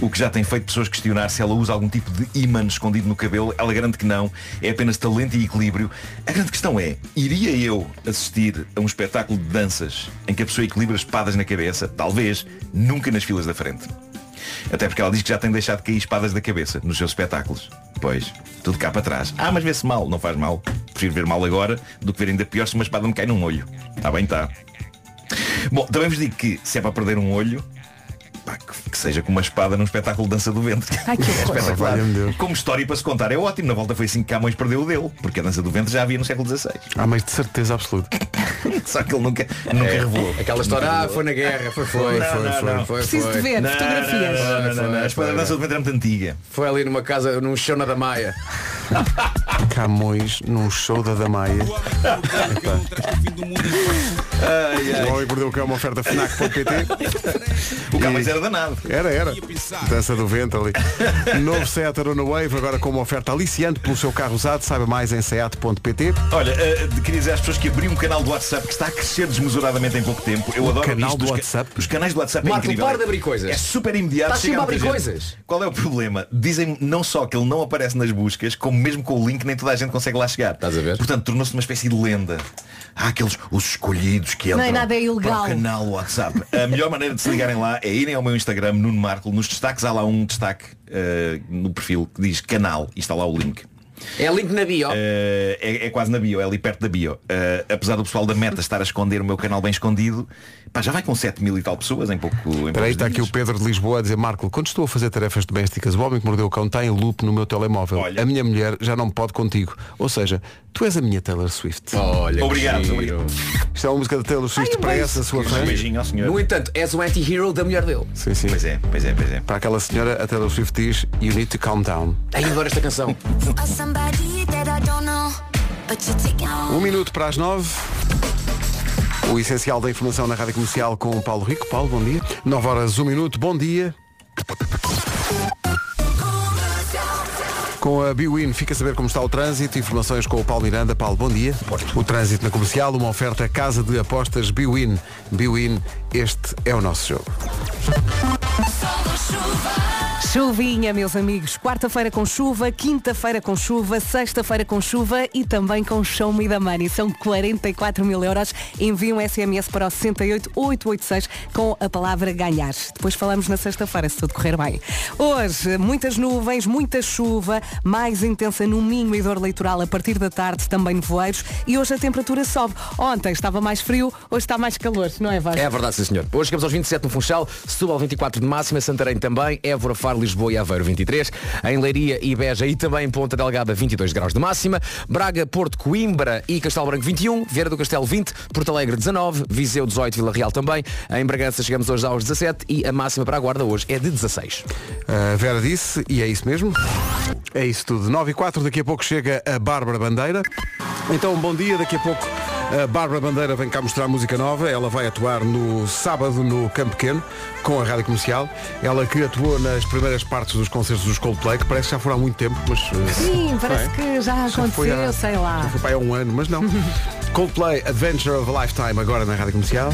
[SPEAKER 9] o que já tem feito pessoas questionar se ela usa algum tipo de ímã escondido no cabelo. Ela garante que não, é apenas talento e equilíbrio. A grande questão é, iria eu assistir a um espetáculo de danças em que a pessoa equilibra espadas na cabeça? Talvez, nunca nas filas da frente. Até porque ela diz que já tem deixado cair espadas da cabeça nos seus espetáculos. Pois, tudo cá para trás. Ah, mas vê-se mal, não faz mal. Prefiro ver mal agora do que ver ainda pior se uma espada me cai num olho. Está bem, está. Bom, também vos digo que se é para perder um olho, pá, que, que seja com uma espada num espetáculo de dança do ventre. é espetacular. Como história para se contar é ótimo. Na volta foi assim que Camões perdeu o dele, porque a dança do ventre já havia no século XVI.
[SPEAKER 1] Ah, mas de certeza absoluta.
[SPEAKER 9] Só que ele nunca, nunca revelou.
[SPEAKER 2] Aquela história, ah, foi na guerra, foi, foi,
[SPEAKER 9] Não,
[SPEAKER 2] foi,
[SPEAKER 9] não,
[SPEAKER 2] foi,
[SPEAKER 9] não.
[SPEAKER 2] foi,
[SPEAKER 9] Preciso
[SPEAKER 2] foi.
[SPEAKER 9] de ver Não, fotografias. não, não, não,
[SPEAKER 2] Foi,
[SPEAKER 9] não, não.
[SPEAKER 2] foi,
[SPEAKER 9] A espada
[SPEAKER 2] foi.
[SPEAKER 9] dança do Pedro é muito antiga.
[SPEAKER 2] Foi ali numa casa, num chão na da Maia.
[SPEAKER 1] Camões num show da Damaia. O Homem que Mordeu o Cão é uma oferta FNAC.pt
[SPEAKER 9] O Camões era danado.
[SPEAKER 1] Era, era. Dança do vento ali. Novo Seat Arona Wave, agora com uma oferta aliciante pelo seu carro usado. Saiba mais em seat.pt.
[SPEAKER 9] Olha, eh, queria dizer às pessoas que abri um canal do WhatsApp que está a crescer desmesuradamente em pouco tempo. Eu
[SPEAKER 1] Um
[SPEAKER 9] adoro
[SPEAKER 1] canal
[SPEAKER 9] isto
[SPEAKER 1] do
[SPEAKER 9] dos ca-
[SPEAKER 1] WhatsApp?
[SPEAKER 9] Os canais do WhatsApp
[SPEAKER 2] Marco,
[SPEAKER 9] é incrível.
[SPEAKER 2] para de
[SPEAKER 9] É-
[SPEAKER 2] abrir coisas.
[SPEAKER 9] É super imediato.
[SPEAKER 2] Estás
[SPEAKER 9] chega
[SPEAKER 2] sempre a
[SPEAKER 9] muita
[SPEAKER 2] abrir
[SPEAKER 9] gente.
[SPEAKER 2] coisas.
[SPEAKER 9] Qual é o problema? Dizem não só que ele não aparece nas buscas, como mesmo com o link nem toda a gente consegue lá chegar. Estás a ver? Portanto, tornou-se uma espécie de lenda. Há aqueles, os escolhidos que
[SPEAKER 4] Não é
[SPEAKER 9] entram
[SPEAKER 4] nada, é
[SPEAKER 9] para o
[SPEAKER 4] ilegal.
[SPEAKER 9] canal WhatsApp. A melhor maneira de se ligarem lá é irem ao meu Instagram, Nuno Marco, nos destaques há lá um destaque eh, no perfil que diz canal e está lá o link.
[SPEAKER 2] É link na bio.
[SPEAKER 9] é, é quase na bio, é ali perto da bio. Eh, apesar do pessoal da meta estar a esconder o meu canal bem escondido, pá, já vai com 7 mil e tal pessoas em pouco. Em
[SPEAKER 1] Espera
[SPEAKER 9] poucos
[SPEAKER 1] aí, está aqui o
[SPEAKER 9] dias.
[SPEAKER 1] Pedro de Lisboa a dizer Marco, quando estou a fazer tarefas domésticas, o homem que mordeu o cão está em loop no meu telemóvel. A minha mulher já não pode contigo. Ou seja, tu és a minha Taylor Swift.
[SPEAKER 2] Olha,
[SPEAKER 9] Obrigado, Um
[SPEAKER 2] obrigado.
[SPEAKER 1] Isto é uma música da Taylor Swift para essa sua fã. é-
[SPEAKER 2] No entanto, és um anti-hero da mulher dele.
[SPEAKER 1] Sim, sim. Pois
[SPEAKER 9] é, pois é, pois é.
[SPEAKER 1] Para aquela senhora, a Taylor Swift diz You need to calm down.
[SPEAKER 2] Ai, adoro esta canção.
[SPEAKER 1] Um minuto para as nove. O essencial da informação na Rádio Comercial com o Paulo Rico. Paulo, bom dia. Nove horas, um minuto, bom dia. Com a Biwin fica a saber como está o trânsito. Informações com o Paulo Miranda. Paulo, bom dia. O trânsito na comercial, uma oferta Casa de Apostas Biwin. Biwin, este é o nosso jogo.
[SPEAKER 4] Chuvinha, meus amigos. Quarta-feira com chuva, quinta-feira com chuva, sexta-feira com chuva e também com Show Me the Money. São 44 mil euros. Envie um SMS para o 68886 com a palavra ganhar. Depois falamos na sexta-feira, se tudo correr bem. Hoje, muitas nuvens, muita chuva, mais intensa no Minho e dor litoral a partir da tarde, também nevoeiros. E hoje a temperatura sobe. Ontem estava mais frio, hoje está mais calor, não é, Vasco?
[SPEAKER 2] É verdade, sim senhor. Hoje chegamos aos 27 no Funchal, Setúbal 24 de máxima, Santarém também, Évora, Faro, Lisboa e Aveiro 23, em Leiria e Beja e também em Ponta Delgada 22 graus de máxima, Braga, Porto, Coimbra e Castelo Branco 21, Vieira do Castelo 20, Porto Alegre 19, Viseu 18, Vila Real também, em Bragança chegamos hoje aos 17 e a máxima para a Guarda hoje é de 16.
[SPEAKER 1] A Vera disse, e é isso mesmo. É isso tudo. 9 e 4, daqui a pouco chega a Bárbara Bandeira. Então, bom dia, daqui a pouco a Bárbara Bandeira vem cá mostrar música nova. Ela vai atuar no sábado no Campo Pequeno, com a Rádio Comercial. Ela que atuou nas primeiras partes dos concertos dos Coldplay, que parece que já foram há muito tempo, mas... eh,
[SPEAKER 4] Sim, parece
[SPEAKER 1] não é?
[SPEAKER 4] que já
[SPEAKER 1] foi
[SPEAKER 4] aconteceu,
[SPEAKER 1] há-
[SPEAKER 4] sei lá.
[SPEAKER 1] Já foi para aí há um ano, mas não. Coldplay Adventure of a Lifetime, agora na Rádio Comercial.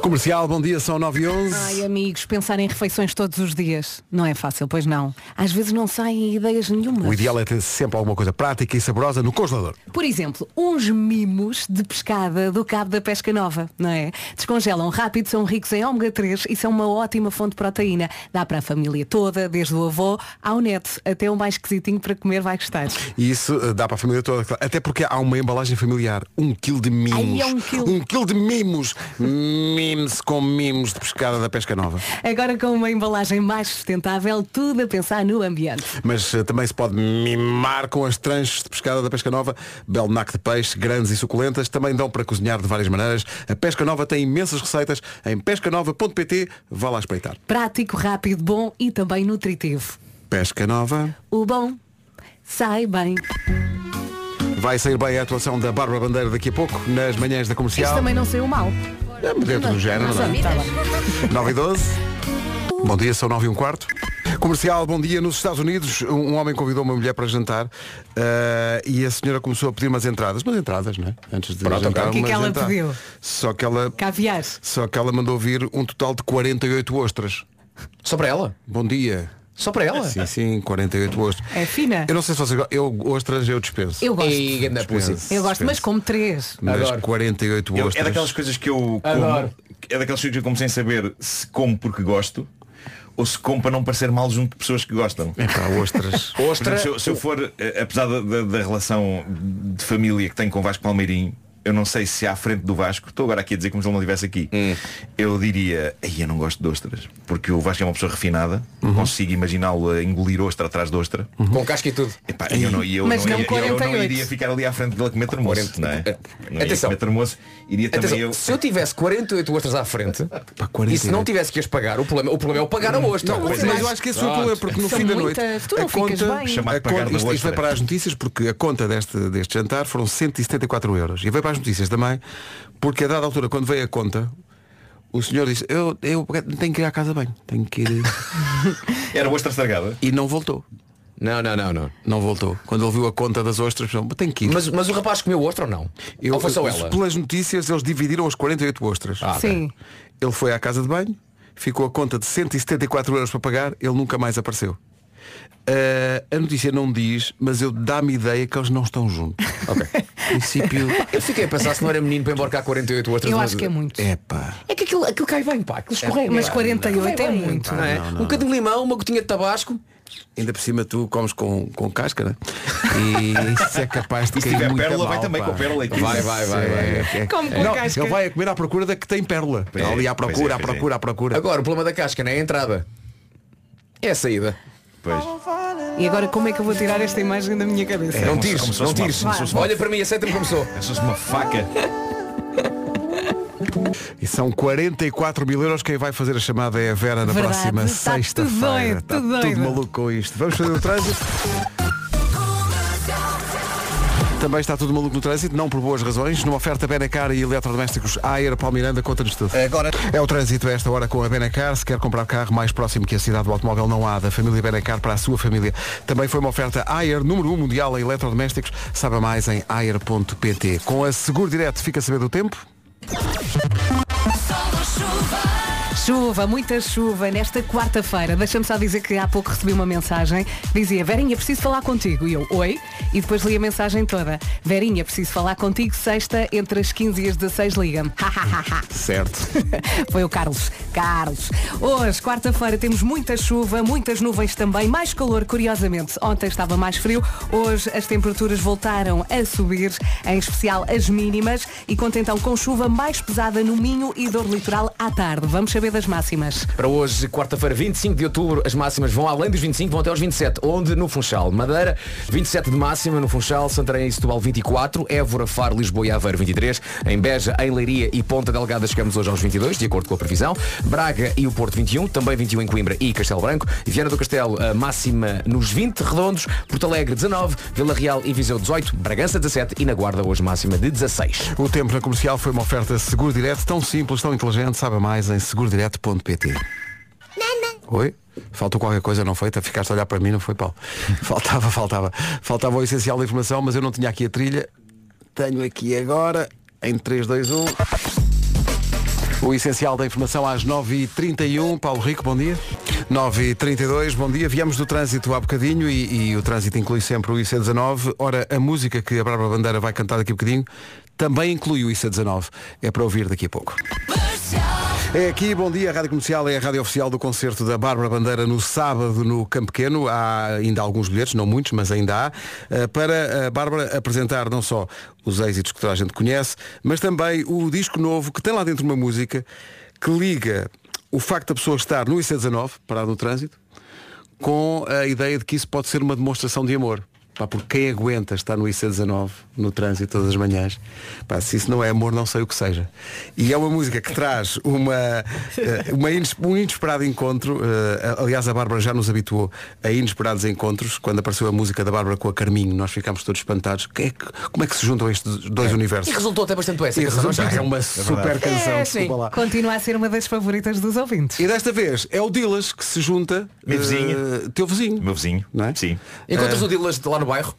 [SPEAKER 1] Comercial, bom dia, são 9 e 11.
[SPEAKER 4] Ai, amigos, pensar em refeições todos os dias não é fácil, pois não. Às vezes não saem ideias nenhuma.
[SPEAKER 1] O ideal é ter sempre alguma coisa prática e saborosa no congelador.
[SPEAKER 4] Por exemplo, uns mimos de pescada do Cabo da Pesca Nova, não é? Descongelam rápido, são ricos em ômega 3 e são uma ótima fonte de proteína. Dá para a família toda, desde o avô ao neto. Até o mais esquisitinho para comer vai gostar.
[SPEAKER 1] E isso eh, dá para a família toda. claro. Até porque há uma embalagem familiar. Um quilo de mimos.
[SPEAKER 4] Ai, é um quilo.
[SPEAKER 1] de mimos. Mimos com mimos de pescada da pesca nova.
[SPEAKER 4] Agora com uma embalagem mais sustentável, tudo a pensar no ambiente.
[SPEAKER 1] Mas eh, também se pode mimar com as tranches de pescada da pesca nova. Belnac de peixe, grandes e suculentas. Também dão para cozinhar de várias maneiras. A pesca nova tem imensas receitas. Em pescanova.pt vá lá espreitar.
[SPEAKER 4] Prático, rápido, bom e também nutritivo.
[SPEAKER 1] Pesca nova.
[SPEAKER 4] O bom sai bem.
[SPEAKER 1] Vai sair bem a atuação da Bárbara Bandeira daqui a pouco, nas manhãs da
[SPEAKER 4] Este
[SPEAKER 1] comercial.
[SPEAKER 4] também não saiu mal. Tá
[SPEAKER 1] É, dentro do género, não é? 9 e 12. Bom dia, são 9 e um quarto. Comercial, bom dia. Nos Estados Unidos, um um homem convidou uma mulher para jantar eh, e a senhora começou a pedir umas entradas. Umas entradas, né? Antes de
[SPEAKER 4] Pronto,
[SPEAKER 1] jantar,
[SPEAKER 4] ok. O que é
[SPEAKER 1] uma
[SPEAKER 4] que ela
[SPEAKER 1] jantar.
[SPEAKER 4] pediu?
[SPEAKER 1] Só que ela...
[SPEAKER 4] Caviar.
[SPEAKER 1] Só que ela mandou vir um total de 48 ostras.
[SPEAKER 2] Só para ela?
[SPEAKER 1] Bom dia.
[SPEAKER 2] Só para ela?
[SPEAKER 1] Sim, sim, 48 ostras.
[SPEAKER 4] É fina.
[SPEAKER 1] Eu não sei se vocês... go- Eu, ostras, eu dispenso.
[SPEAKER 4] Eu gosto.
[SPEAKER 1] Dispenso,
[SPEAKER 4] eu gosto, mas
[SPEAKER 1] dispenso.
[SPEAKER 4] como três.
[SPEAKER 1] Mas 48
[SPEAKER 9] Eu-
[SPEAKER 1] ostras.
[SPEAKER 9] é daquelas coisas que eu como,
[SPEAKER 1] Adoro.
[SPEAKER 9] é daquelas coisas que eu como sem saber se como porque gosto ou se como para não parecer mal junto de pessoas que gostam.
[SPEAKER 1] É para ostras.
[SPEAKER 9] Por exemplo, se, eu, se eu for, eh, apesar da, da- da relação de família que tenho com Vasco Palmeirim, eu não sei se à frente do Vasco, estou agora aqui a dizer como se ele não estivesse aqui,
[SPEAKER 2] Hum.
[SPEAKER 9] eu diria, aí eu não gosto de ostras, porque o Vasco é uma pessoa refinada,
[SPEAKER 2] Uhum.
[SPEAKER 9] consigo imaginá-lo a engolir ostra atrás de ostra.
[SPEAKER 2] Com casca e tudo.
[SPEAKER 9] Epá, eu não, e eu
[SPEAKER 2] Mas
[SPEAKER 9] não,
[SPEAKER 2] não
[SPEAKER 9] ia- eu não
[SPEAKER 2] 48.
[SPEAKER 9] iria ficar ali à frente dele a comer termoço, não é? Não ia
[SPEAKER 2] Atenção.
[SPEAKER 9] comer termoço, iria também
[SPEAKER 2] Atenção,
[SPEAKER 9] eu...
[SPEAKER 2] se eu tivesse 48 ostras à frente e se não tivesse que as pagar, o problema, o problema é o pagar a ostra.
[SPEAKER 1] Não, mas, mas eu acho que esse é o problema, porque no fim da noite a conta, a conta isto, isto vai para as notícias porque a conta deste, deste jantar foram 174 euros. E veio para as notícias também, porque a dada altura, quando veio a conta, o senhor disse, eu, eu tenho que ir à casa bem, tenho que ir.
[SPEAKER 9] Era ostra estragada.
[SPEAKER 1] E não voltou.
[SPEAKER 2] Não, não, não, não.
[SPEAKER 1] Não voltou. Quando ele viu a conta das ostras, pensou, "Mas tenho que ir.
[SPEAKER 2] Mas, mas o rapaz comeu ostra ou não?
[SPEAKER 1] Eu,
[SPEAKER 2] ou foi só ela?
[SPEAKER 1] Pelas notícias, eles dividiram as 48 ostras.
[SPEAKER 9] Ah,
[SPEAKER 4] ok. Sim.
[SPEAKER 1] Ele foi à casa de banho, ficou a conta de 174 euros para pagar, ele nunca mais apareceu. Ah, a notícia não diz, mas eu dá-me ideia que eles não estão juntos.
[SPEAKER 2] Ok.
[SPEAKER 1] princípio.
[SPEAKER 2] Eu fiquei a pensar se não era menino para embarcar 48 ostras.
[SPEAKER 4] Eu
[SPEAKER 2] no-
[SPEAKER 4] acho que é muito.
[SPEAKER 1] É pá.
[SPEAKER 2] É que aquilo, aquilo cai bem, pá.
[SPEAKER 9] É.
[SPEAKER 2] Aquilo escorrega.
[SPEAKER 4] Mas
[SPEAKER 2] pá.
[SPEAKER 4] 48 é
[SPEAKER 2] Cai bem,
[SPEAKER 4] muito.
[SPEAKER 2] pá, não é?
[SPEAKER 1] É. Não, não,
[SPEAKER 2] Um bocadinho de limão, uma gotinha de tabasco.
[SPEAKER 1] Ainda por cima tu comes com, com casca, né? E isso é capaz de
[SPEAKER 9] E se
[SPEAKER 1] cair
[SPEAKER 9] tiver
[SPEAKER 1] muito
[SPEAKER 9] pérola,
[SPEAKER 1] mal,
[SPEAKER 9] vai também
[SPEAKER 1] pá.
[SPEAKER 9] com pérola e tudo.
[SPEAKER 1] Vai, vai, vai. vai.
[SPEAKER 9] É. Come com
[SPEAKER 1] Não,
[SPEAKER 9] casca.
[SPEAKER 1] Ele vai a comer à procura da que tem pérola.
[SPEAKER 9] Pois é,
[SPEAKER 1] Ali à
[SPEAKER 9] pois é,
[SPEAKER 1] procura, à
[SPEAKER 9] pois é.
[SPEAKER 1] procura, à procura.
[SPEAKER 2] Agora, o problema da casca não é a entrada. É a saída.
[SPEAKER 9] Pois. É
[SPEAKER 4] E agora como é que eu vou tirar esta imagem da minha cabeça?
[SPEAKER 2] não tires,
[SPEAKER 9] como se
[SPEAKER 2] não
[SPEAKER 9] fosse uma-
[SPEAKER 2] tires.
[SPEAKER 9] como se fosse uma-
[SPEAKER 2] Olha para mim, aceita-me como sou.
[SPEAKER 9] Eu sou uma faca.
[SPEAKER 1] E são 44 mil euros. Quem vai fazer a chamada é a Vera na
[SPEAKER 4] Verdade,
[SPEAKER 1] próxima
[SPEAKER 4] está tudo
[SPEAKER 1] sexta-feira.
[SPEAKER 4] doido,
[SPEAKER 1] Está
[SPEAKER 4] tudo
[SPEAKER 1] tudo
[SPEAKER 4] doido.
[SPEAKER 1] maluco com isto. Vamos fazer o trânsito. Também está tudo maluco no trânsito, não por boas razões. Numa oferta Benacar e eletrodomésticos Ayer Palmiranda, conta-nos tudo.
[SPEAKER 10] Agora...
[SPEAKER 1] É o trânsito a esta hora com a Benacar. Se quer comprar carro mais próximo que a cidade do automóvel, não há. Da família Benacar para a sua família. Também foi uma oferta Ayer, número 1 mundial em eletrodomésticos. Saiba mais em ayer.pt. Com a Seguro Direto, fica a saber do tempo. É.
[SPEAKER 4] Chuva, muita chuva nesta quarta-feira. Deixa-me só dizer que há pouco recebi uma mensagem. Dizia, Verinha, preciso falar contigo. E eu, oi. E depois li a mensagem toda. Verinha, preciso falar contigo sexta entre as 15 e as 16. Liga-me.
[SPEAKER 1] Certo.
[SPEAKER 4] Foi o Carlos. Carlos. Hoje, quarta-feira, temos muita chuva, muitas nuvens também, mais calor, curiosamente. Ontem estava mais frio, hoje as temperaturas voltaram a subir, em especial as mínimas, e conta então com chuva mais pesada no Minho e dor litoral à tarde. Vamos saber das máximas.
[SPEAKER 2] Para hoje, quarta-feira, 25 de outubro, as máximas vão além dos 25, vão até aos 27, onde no Funchal, Madeira, 27 de máxima no Funchal, Santarém e Setúbal 24, Évora, Faro, Lisboa e Aveiro 23, em Beja, em Leiria e Ponta Delgada chegamos hoje aos 22, de acordo com a previsão, Braga e o Porto 21, também 21 em Coimbra e Castelo Branco, Viana do Castelo, a máxima nos 20 redondos, Porto Alegre 19, Vila Real e Viseu 18, Bragança 17 e na Guarda hoje máxima de 16.
[SPEAKER 1] O tempo na comercial foi uma oferta Seguro Direto, tão simples, tão inteligente, saiba mais em segurodireto.pt. Oi? Faltou qualquer coisa, não foi? Tá- Ficaste a olhar para mim, não foi, Paulo? Faltava, faltava. Faltava o essencial da informação, mas eu não tinha aqui a trilha. Tenho aqui agora, em um. 3, 2, 1. O essencial da informação às 9h31. Paulo Rico, bom dia. 9h32, bom dia. Viemos do trânsito há bocadinho e, e o trânsito inclui sempre o IC19. Ora, a música que a Bárbara Bandeira vai cantar daqui a bocadinho também inclui o IC19. É para ouvir daqui a pouco. É aqui, bom dia. A Rádio Comercial é a rádio oficial do concerto da Bárbara Bandeira no sábado no Campo Pequeno. Há ainda alguns bilhetes, não muitos, mas ainda há, eh, para a Bárbara apresentar não só os êxitos que toda a gente conhece, mas também o disco novo que tem lá dentro uma música que liga o facto da pessoa estar no IC19, parado no trânsito, com a ideia de que isso pode ser uma demonstração de amor. Pá, porque quem aguenta estar no IC19, no trânsito todas as manhãs, pá, se isso não é amor, não sei o que seja. E é uma música que traz uma, eh, uma ines- um inesperado encontro. eh, aliás, a Bárbara já nos habituou a inesperados encontros. Quando apareceu a música da Bárbara com a Carminho, nós ficámos todos espantados. Que é que- como é que se juntam estes dois
[SPEAKER 2] É. E
[SPEAKER 1] universos?
[SPEAKER 2] resultou até bastante bem essa
[SPEAKER 1] E
[SPEAKER 2] canção,
[SPEAKER 1] resulta-
[SPEAKER 2] não
[SPEAKER 1] é uma super canção, Então,
[SPEAKER 2] É,
[SPEAKER 1] desculpa
[SPEAKER 2] sim.
[SPEAKER 1] lá.
[SPEAKER 4] Continua a ser uma das favoritas dos ouvintes.
[SPEAKER 1] E desta vez é o Dilas que se junta.
[SPEAKER 9] Minha vizinha.
[SPEAKER 1] eh, teu vizinho.
[SPEAKER 9] Meu vizinho.
[SPEAKER 1] Não é?
[SPEAKER 9] Sim.
[SPEAKER 2] Encontras o Dilas lá no bairro?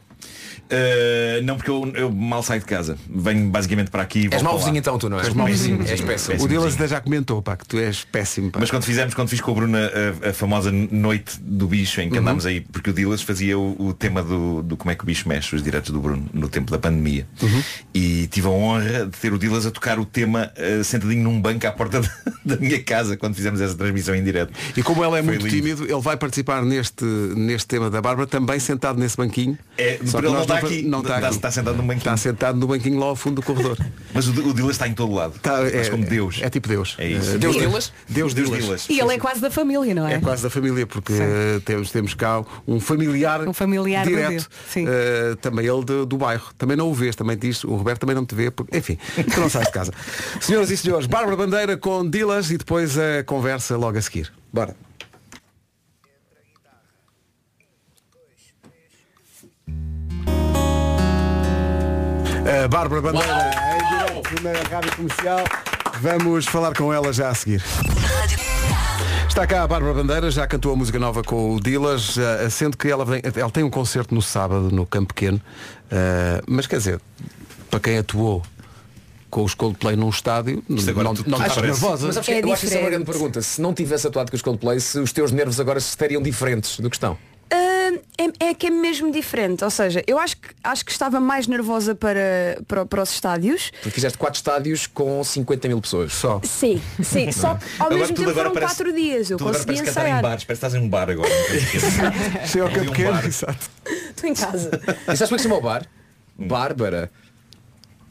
[SPEAKER 9] Uh, não, porque eu, eu mal saio de casa. Venho basicamente para aqui. e
[SPEAKER 2] És
[SPEAKER 9] volto
[SPEAKER 2] mau
[SPEAKER 9] para lá.
[SPEAKER 2] vizinho então, tu não és?
[SPEAKER 9] És mau vizinho.
[SPEAKER 2] És péssimo.
[SPEAKER 1] é? O Dilas
[SPEAKER 9] vizinho.
[SPEAKER 1] até já comentou, pá, que tu és péssimo. Pá.
[SPEAKER 9] Mas quando fizemos, quando fiz com o Bruno a, a famosa noite do bicho em que
[SPEAKER 1] Uhum.
[SPEAKER 9] andámos aí, porque o Dilas fazia o, o tema do, do como é que o bicho mexe, os diretos do Bruno, no tempo da pandemia.
[SPEAKER 1] Uhum.
[SPEAKER 9] E tive a honra de ter o Dilas a tocar o tema eh, sentadinho num banco à porta da, da minha casa quando fizemos essa transmissão em direto.
[SPEAKER 1] E como ele
[SPEAKER 9] Foi
[SPEAKER 1] é muito
[SPEAKER 9] lindo.
[SPEAKER 1] tímido, ele vai participar neste, neste tema da Bárbara, também sentado nesse banquinho.
[SPEAKER 9] É, por
[SPEAKER 1] Só
[SPEAKER 9] ele
[SPEAKER 1] que
[SPEAKER 9] não
[SPEAKER 1] nós
[SPEAKER 9] estar está
[SPEAKER 1] não,
[SPEAKER 9] aqui. Tá,
[SPEAKER 1] não
[SPEAKER 9] Está-
[SPEAKER 1] está aqui. Tá
[SPEAKER 9] está sentado num banquinho.
[SPEAKER 1] Está sentado no banquinho lá ao fundo do corredor.
[SPEAKER 9] Mas o, D- o Dilas está em todo lado.
[SPEAKER 1] Tá,
[SPEAKER 9] Tá, Mas
[SPEAKER 1] é-
[SPEAKER 9] como Deus.
[SPEAKER 1] É tipo Deus.
[SPEAKER 9] É isso.
[SPEAKER 1] Eh,
[SPEAKER 9] Deus
[SPEAKER 1] Dilas? Deus
[SPEAKER 9] Deus
[SPEAKER 1] Dilas.
[SPEAKER 9] Dilas.
[SPEAKER 4] E ele é quase da família, não é?
[SPEAKER 1] É quase da família, porque eh, temos, temos cá um familiar,
[SPEAKER 4] Um familiar do
[SPEAKER 1] direto,
[SPEAKER 4] Deus, sim.
[SPEAKER 1] eh, também ele do, do bairro. Também não o vês, também diz, o Roberto também não te vê, porque, enfim, tu não sais de casa. Senhoras e senhores, Bárbara Bandeira com Dilas e depois a conversa logo a seguir. Bora. A Eh, Bárbara Bandeira em É direto na Rádio Comercial. Vamos falar com ela já a seguir. Está cá a Bárbara Bandeira, já cantou a música nova com o Dilas, eh, sendo que ela, vem- ela tem um concerto no sábado no Campo Pequeno, eh, mas quer dizer, para quem atuou com os Coldplay num estádio, não,
[SPEAKER 9] agora
[SPEAKER 1] não,
[SPEAKER 9] tu-
[SPEAKER 1] não
[SPEAKER 9] tu
[SPEAKER 1] estás
[SPEAKER 9] parece.
[SPEAKER 1] nervosa.
[SPEAKER 2] Mas sabes que
[SPEAKER 4] É
[SPEAKER 2] eu acho que isso é uma grande
[SPEAKER 4] diferente.
[SPEAKER 2] pergunta. Se não tivesse atuado com os Coldplay, se os teus nervos agora estariam diferentes do que estão.
[SPEAKER 11] Ah, é, é que é mesmo diferente, ou seja, eu acho que, acho que estava mais nervosa para, para, para os estádios.
[SPEAKER 2] Porque fizeste quatro estádios com 50 mil pessoas.
[SPEAKER 1] Só.
[SPEAKER 11] Sim, sim, só que ao
[SPEAKER 9] é? Agora
[SPEAKER 11] mesmo
[SPEAKER 9] tudo
[SPEAKER 11] tempo
[SPEAKER 9] agora
[SPEAKER 11] foram
[SPEAKER 9] parece-
[SPEAKER 11] quatro dias, eu
[SPEAKER 9] tudo agora
[SPEAKER 11] consegui
[SPEAKER 9] parece cantar em
[SPEAKER 11] ensaiar.
[SPEAKER 9] bares, parece que estás em um bar agora.
[SPEAKER 1] Sim, ao
[SPEAKER 9] Ali
[SPEAKER 1] Campo
[SPEAKER 9] um
[SPEAKER 1] Pequeno,
[SPEAKER 9] bar.
[SPEAKER 1] exato.
[SPEAKER 11] Estou em casa.
[SPEAKER 2] E sabes como é que se chama o bar?
[SPEAKER 1] Hum.
[SPEAKER 2] Bárbara.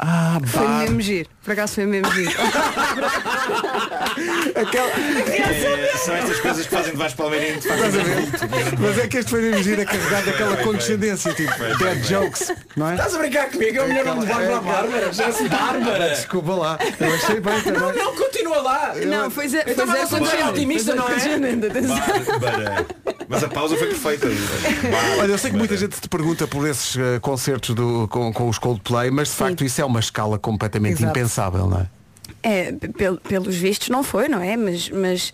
[SPEAKER 1] Ah,
[SPEAKER 11] Foi mesmo giro, por acaso foi mesmo giro.
[SPEAKER 9] É, são estas coisas que fazem de Vasco Palmeirinho de facto.
[SPEAKER 1] Estás a ver? Mas é que este foi mesmo giro a carregar daquela condescendência, tipo, bad jokes, não é?
[SPEAKER 2] Estás a brincar comigo? É o melhor nome de Bárbara Bárbara. Já se Bárbara.
[SPEAKER 1] Desculpa lá, eu achei bem também.
[SPEAKER 2] Não, continua lá.
[SPEAKER 11] Não, é, foi Zé foi
[SPEAKER 2] Então vai
[SPEAKER 11] Zé
[SPEAKER 2] você ser otimista, não é?
[SPEAKER 9] Bárbara. Mas a pausa foi perfeita.
[SPEAKER 1] Olha, eu sei que muita gente te pergunta por esses eh, concertos do, com, com os Coldplay, mas de facto isso é uma escala completamente
[SPEAKER 4] Exato.
[SPEAKER 1] impensável, não é?
[SPEAKER 11] É, pel- pelos vistos não foi, não é? Mas, mas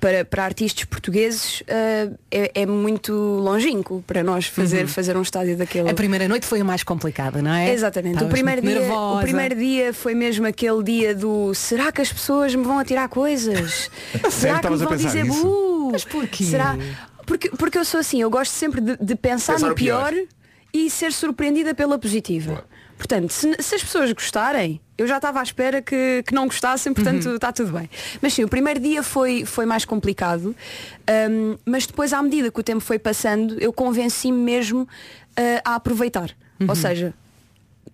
[SPEAKER 11] para, para artistas portugueses ah, é, é muito longínquo para nós fazer, fazer um estádio daquele.
[SPEAKER 4] Uhum. A primeira noite foi a mais complicada, não é?
[SPEAKER 11] Exatamente. O
[SPEAKER 4] Estavas
[SPEAKER 11] primeiro,
[SPEAKER 4] muito
[SPEAKER 11] dia,
[SPEAKER 4] nervosa.
[SPEAKER 11] o primeiro dia foi mesmo aquele dia do será que as pessoas me vão atirar coisas? será que me
[SPEAKER 1] Estavas a
[SPEAKER 11] vão
[SPEAKER 1] pensar
[SPEAKER 11] dizer
[SPEAKER 1] nisso?
[SPEAKER 11] bu?
[SPEAKER 4] Mas porquê?
[SPEAKER 11] Será? Porque, porque eu sou assim, eu gosto sempre de, de pensar,
[SPEAKER 2] Pensar
[SPEAKER 11] no
[SPEAKER 2] o pior.
[SPEAKER 11] pior, e ser surpreendida pela positiva. Portanto, se, se as pessoas gostarem, eu já estava à espera que, que não gostassem, portanto
[SPEAKER 2] Uhum.
[SPEAKER 11] está tudo bem. Mas sim, o primeiro dia foi, foi mais complicado, hum, mas depois, à medida que o tempo foi passando, eu convenci-me mesmo ah, a aproveitar.
[SPEAKER 2] Uhum.
[SPEAKER 11] Ou seja,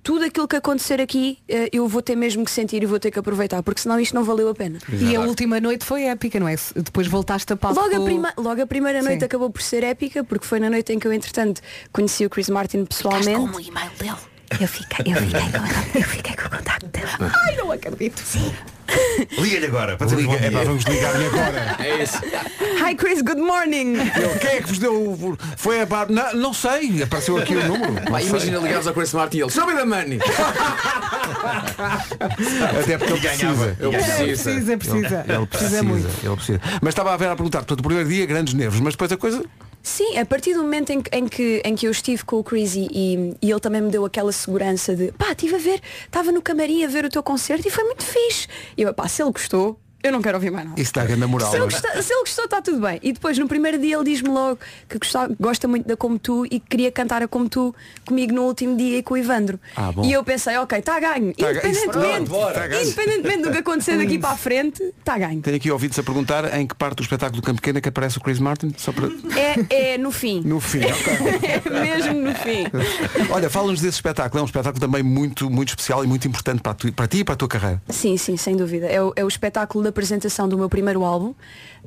[SPEAKER 11] tudo aquilo que acontecer aqui, eh, eu vou ter mesmo que sentir e vou ter que aproveitar, porque senão isto não valeu a pena.
[SPEAKER 4] E a última noite foi épica, não é? Depois voltaste a palco.
[SPEAKER 11] Logo a, prima- logo a primeira noite
[SPEAKER 4] Sim.
[SPEAKER 11] acabou por ser épica, porque foi na noite em que eu, entretanto, conheci o Chris Martin pessoalmente.
[SPEAKER 3] Como o e-mail dele.
[SPEAKER 11] Eu fiquei, eu fiquei com, eu fiquei com o contacto dele. Ai, não acredito.
[SPEAKER 9] Liga-lhe agora para dizer
[SPEAKER 1] Liga-
[SPEAKER 9] bom dia.
[SPEAKER 1] é pá, vamos ligar-lhe agora.
[SPEAKER 2] É isso.
[SPEAKER 11] Hi Chris, good morning.
[SPEAKER 1] Eu, quem é que vos deu o. Foi a bar. Não, não sei, apareceu aqui o número. Não
[SPEAKER 2] Pá,
[SPEAKER 1] sei.
[SPEAKER 2] imagina ligares ao Chris Martin e ele. Show me the money.
[SPEAKER 1] Até porque ele
[SPEAKER 9] E ganhava.
[SPEAKER 1] precisa.
[SPEAKER 2] Eu
[SPEAKER 4] É,
[SPEAKER 2] preciso.
[SPEAKER 4] precisa, precisa.
[SPEAKER 1] Ele precisa,
[SPEAKER 4] muito.
[SPEAKER 1] ele precisa. Mas estava a ver a perguntar, portanto, o primeiro dia, grandes nervos, mas depois a coisa.
[SPEAKER 11] Sim, a partir do momento em que, em que, em que eu estive com o Chris e, e- e ele também me deu aquela segurança de pá, estive a ver, estava no camarim a ver o teu concerto e foi muito fixe. E eu, pá, se ele gostou, eu não quero ouvir mais nada.
[SPEAKER 1] Isso dá grande moral.
[SPEAKER 11] Se ele,
[SPEAKER 1] não é?
[SPEAKER 11] gostar- se ele gostou, está tudo bem. E depois, no primeiro dia, ele diz-me logo que gosta, gosta muito da Como Tu e que queria cantar a Como Tu comigo no último dia e com o Ivandro.
[SPEAKER 1] Ah, bom.
[SPEAKER 11] e eu pensei, ok, está ganho.
[SPEAKER 1] Tá ganho. Isso,
[SPEAKER 11] independentemente,
[SPEAKER 1] pronto, tá ganho.
[SPEAKER 11] independentemente do que acontecer daqui para a frente, está ganho.
[SPEAKER 1] Tenho aqui ouvidos a perguntar em que parte do espetáculo do Campo Pequeno é que aparece o Chris Martin, só para.
[SPEAKER 11] É, é no fim.
[SPEAKER 1] No fim. ok.
[SPEAKER 11] É mesmo no fim.
[SPEAKER 1] Olha, fala-nos desse espetáculo. É um espetáculo também muito, muito especial e muito importante para, tu- para ti e para a tua carreira.
[SPEAKER 11] Sim, sim, sem dúvida. É o, é o espetáculo da apresentação do meu primeiro álbum,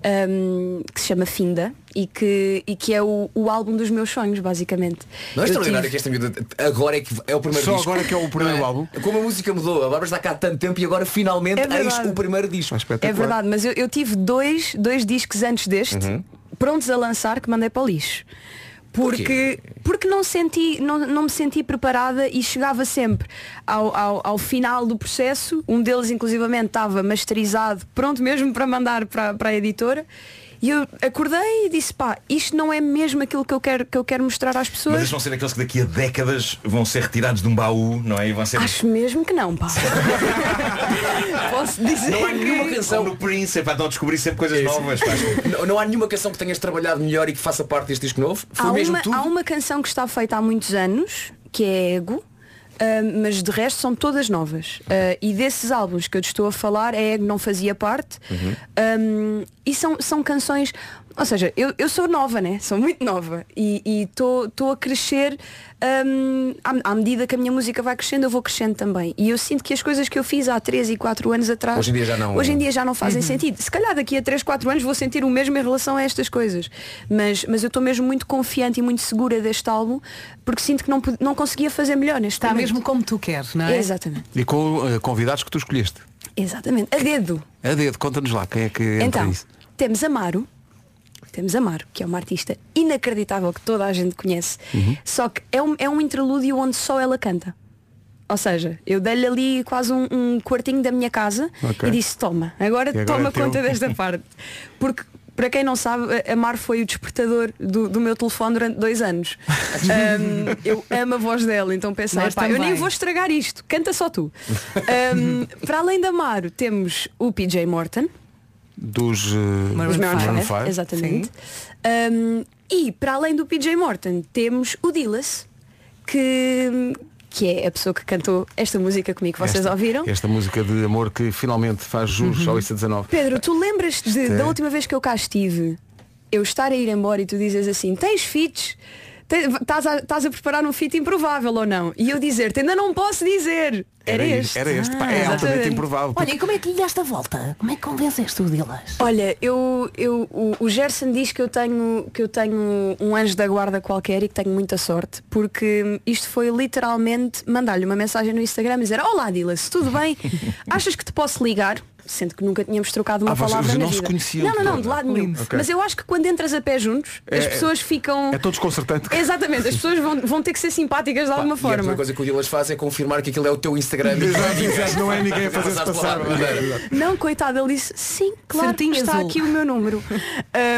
[SPEAKER 11] hum, que se chama Finda, e que, e que é o, o álbum dos meus sonhos, basicamente.
[SPEAKER 2] Não é
[SPEAKER 11] Eu
[SPEAKER 2] extraordinário que
[SPEAKER 11] tive-
[SPEAKER 2] esta miúda agora é que é o primeiro
[SPEAKER 1] Só
[SPEAKER 2] disco.
[SPEAKER 1] agora é que é o primeiro
[SPEAKER 2] Não
[SPEAKER 1] álbum.
[SPEAKER 2] Como a música mudou, a Bárbara está cá há tanto tempo e agora finalmente
[SPEAKER 11] É
[SPEAKER 2] eis
[SPEAKER 11] verdade.
[SPEAKER 2] o primeiro
[SPEAKER 1] Ah,
[SPEAKER 2] disco.
[SPEAKER 11] É verdade, mas eu, eu tive dois, dois discos antes deste,
[SPEAKER 2] Uhum.
[SPEAKER 11] prontos a lançar, que mandei para o lixo. Porque, porque não, senti, não, não me senti preparada e chegava sempre ao, ao, ao final do processo. Um deles, inclusivamente, estava masterizado, pronto mesmo para mandar para, para a editora. E eu acordei e disse, pá, isto não é mesmo aquilo que eu quero, que eu quero mostrar às
[SPEAKER 9] Mas
[SPEAKER 11] pessoas.
[SPEAKER 9] estes vão ser aqueles que daqui a décadas vão ser retirados de um baú, não é? E vão ser.
[SPEAKER 11] Acho mesmo que não, pá. Posso dizer
[SPEAKER 2] Não há
[SPEAKER 11] que-
[SPEAKER 2] nenhuma
[SPEAKER 9] Como
[SPEAKER 2] canção.
[SPEAKER 9] no Prince, é para não descobrir sempre coisas
[SPEAKER 2] É isso.
[SPEAKER 9] novas. pá.
[SPEAKER 2] Não, não há nenhuma canção que tenhas trabalhado melhor e que faça parte deste disco novo. Foi
[SPEAKER 11] há,
[SPEAKER 2] mesmo
[SPEAKER 11] uma,
[SPEAKER 2] tudo.
[SPEAKER 11] há uma canção que está feita há muitos anos, que é Ego, ah, mas de resto são todas novas. Ah, e desses é
[SPEAKER 2] Uhum.
[SPEAKER 11] álbuns que eu te estou a falar, a Ego não fazia parte. Ah, e são, são canções Ou seja, eu, eu sou nova, né? Sou muito nova e estou a crescer hum, à, à medida que a minha música vai crescendo, eu vou crescendo também. E eu sinto que as coisas que eu fiz há 3 e 4 anos atrás
[SPEAKER 2] Hoje em dia já não-
[SPEAKER 11] hoje em dia já não fazem
[SPEAKER 2] Uhum.
[SPEAKER 11] sentido. Se calhar daqui a 3, 4 anos vou sentir o mesmo em relação a estas coisas. Mas, mas eu estou mesmo muito confiante e muito segura deste álbum porque sinto que não, pod- não conseguia fazer melhor neste Está mesmo
[SPEAKER 4] como tu queres, não
[SPEAKER 11] é? Exatamente,
[SPEAKER 1] E com eh, convidados que tu escolheste.
[SPEAKER 11] exatamente. A dedo.
[SPEAKER 1] A dedo, conta-nos lá quem é que entra
[SPEAKER 11] Então,
[SPEAKER 1] nisso.
[SPEAKER 11] temos Amaro. Temos Amaro, que é uma artista inacreditável que toda a gente conhece.
[SPEAKER 13] Uhum.
[SPEAKER 11] Só que é um, é um interlúdio onde só ela canta. Ou seja, eu dei-lhe ali quase um, um quartinho da minha casa
[SPEAKER 13] Ok.
[SPEAKER 11] e disse toma, agora,
[SPEAKER 13] E agora é
[SPEAKER 11] toma
[SPEAKER 13] teu."
[SPEAKER 11] conta desta parte. Porque, para quem não sabe, a- Amaro foi o despertador do, do meu telefone durante dois anos. Ahm, eu amo a voz dela, então pensei,
[SPEAKER 13] Nós
[SPEAKER 11] "Epá, eu nem
[SPEAKER 13] também."
[SPEAKER 11] vou estragar isto, canta só tu. Ahm, para além da Amaro, temos o PJ Morton.
[SPEAKER 1] Dos eh,
[SPEAKER 11] Os Maroon
[SPEAKER 1] Maroon
[SPEAKER 11] five,
[SPEAKER 1] five.
[SPEAKER 11] Exatamente. Um, e para além do PJ Morton temos o Dillas, que, que é a pessoa que cantou esta música comigo, vocês
[SPEAKER 1] Esta-
[SPEAKER 11] ouviram?
[SPEAKER 1] Esta música de amor que finalmente faz juros ao IC19.
[SPEAKER 11] Pedro, tu lembras de,
[SPEAKER 1] é-
[SPEAKER 11] da última vez que eu cá estive, eu estar a ir embora e tu dizes assim, tens fits? Tens- Estás a, estás a preparar um fit improvável ou não? E eu dizer-te, ainda não posso dizer. Era,
[SPEAKER 1] Era
[SPEAKER 11] este. Ah,
[SPEAKER 1] este, era este. Pá, é altamente
[SPEAKER 11] exatamente.
[SPEAKER 1] improvável, porque-
[SPEAKER 4] Olha, e como é que lhe deste a volta? Como é que convenceste o Dilas?
[SPEAKER 11] Olha, eu, eu, o, o Gerson diz que eu, tenho, que eu tenho um anjo da guarda qualquer e que tenho muita sorte, porque isto foi literalmente mandar-lhe uma mensagem no Instagram e dizer Olá Dilas, tudo bem? Achas que te posso ligar? Sendo que nunca tínhamos trocado uma
[SPEAKER 1] Ah, vocês
[SPEAKER 11] palavra na
[SPEAKER 1] não se
[SPEAKER 11] vida.
[SPEAKER 1] conheciam
[SPEAKER 11] não, não, não,
[SPEAKER 1] de
[SPEAKER 11] de
[SPEAKER 1] todo.
[SPEAKER 11] lado nenhum.
[SPEAKER 1] Lindo.
[SPEAKER 11] Mas eu acho que quando entras a pé juntos, as
[SPEAKER 2] É-
[SPEAKER 11] pessoas ficam...
[SPEAKER 1] É tão desconcertante.
[SPEAKER 11] Exatamente, as pessoas vão, vão ter que ser simpáticas de
[SPEAKER 2] Pá,
[SPEAKER 11] alguma
[SPEAKER 2] e a primeira
[SPEAKER 11] forma.
[SPEAKER 2] coisa que o Dilas faz é confirmar que aquilo é o teu Instagram.
[SPEAKER 1] Exato, exato, não é ninguém a
[SPEAKER 2] Já
[SPEAKER 1] fazer-se
[SPEAKER 2] passaste
[SPEAKER 1] passar.
[SPEAKER 2] lá, mas é.
[SPEAKER 11] Não, coitada, ele disse, sim, claro,
[SPEAKER 4] Certinho,
[SPEAKER 11] está
[SPEAKER 4] azul.
[SPEAKER 11] aqui o meu número.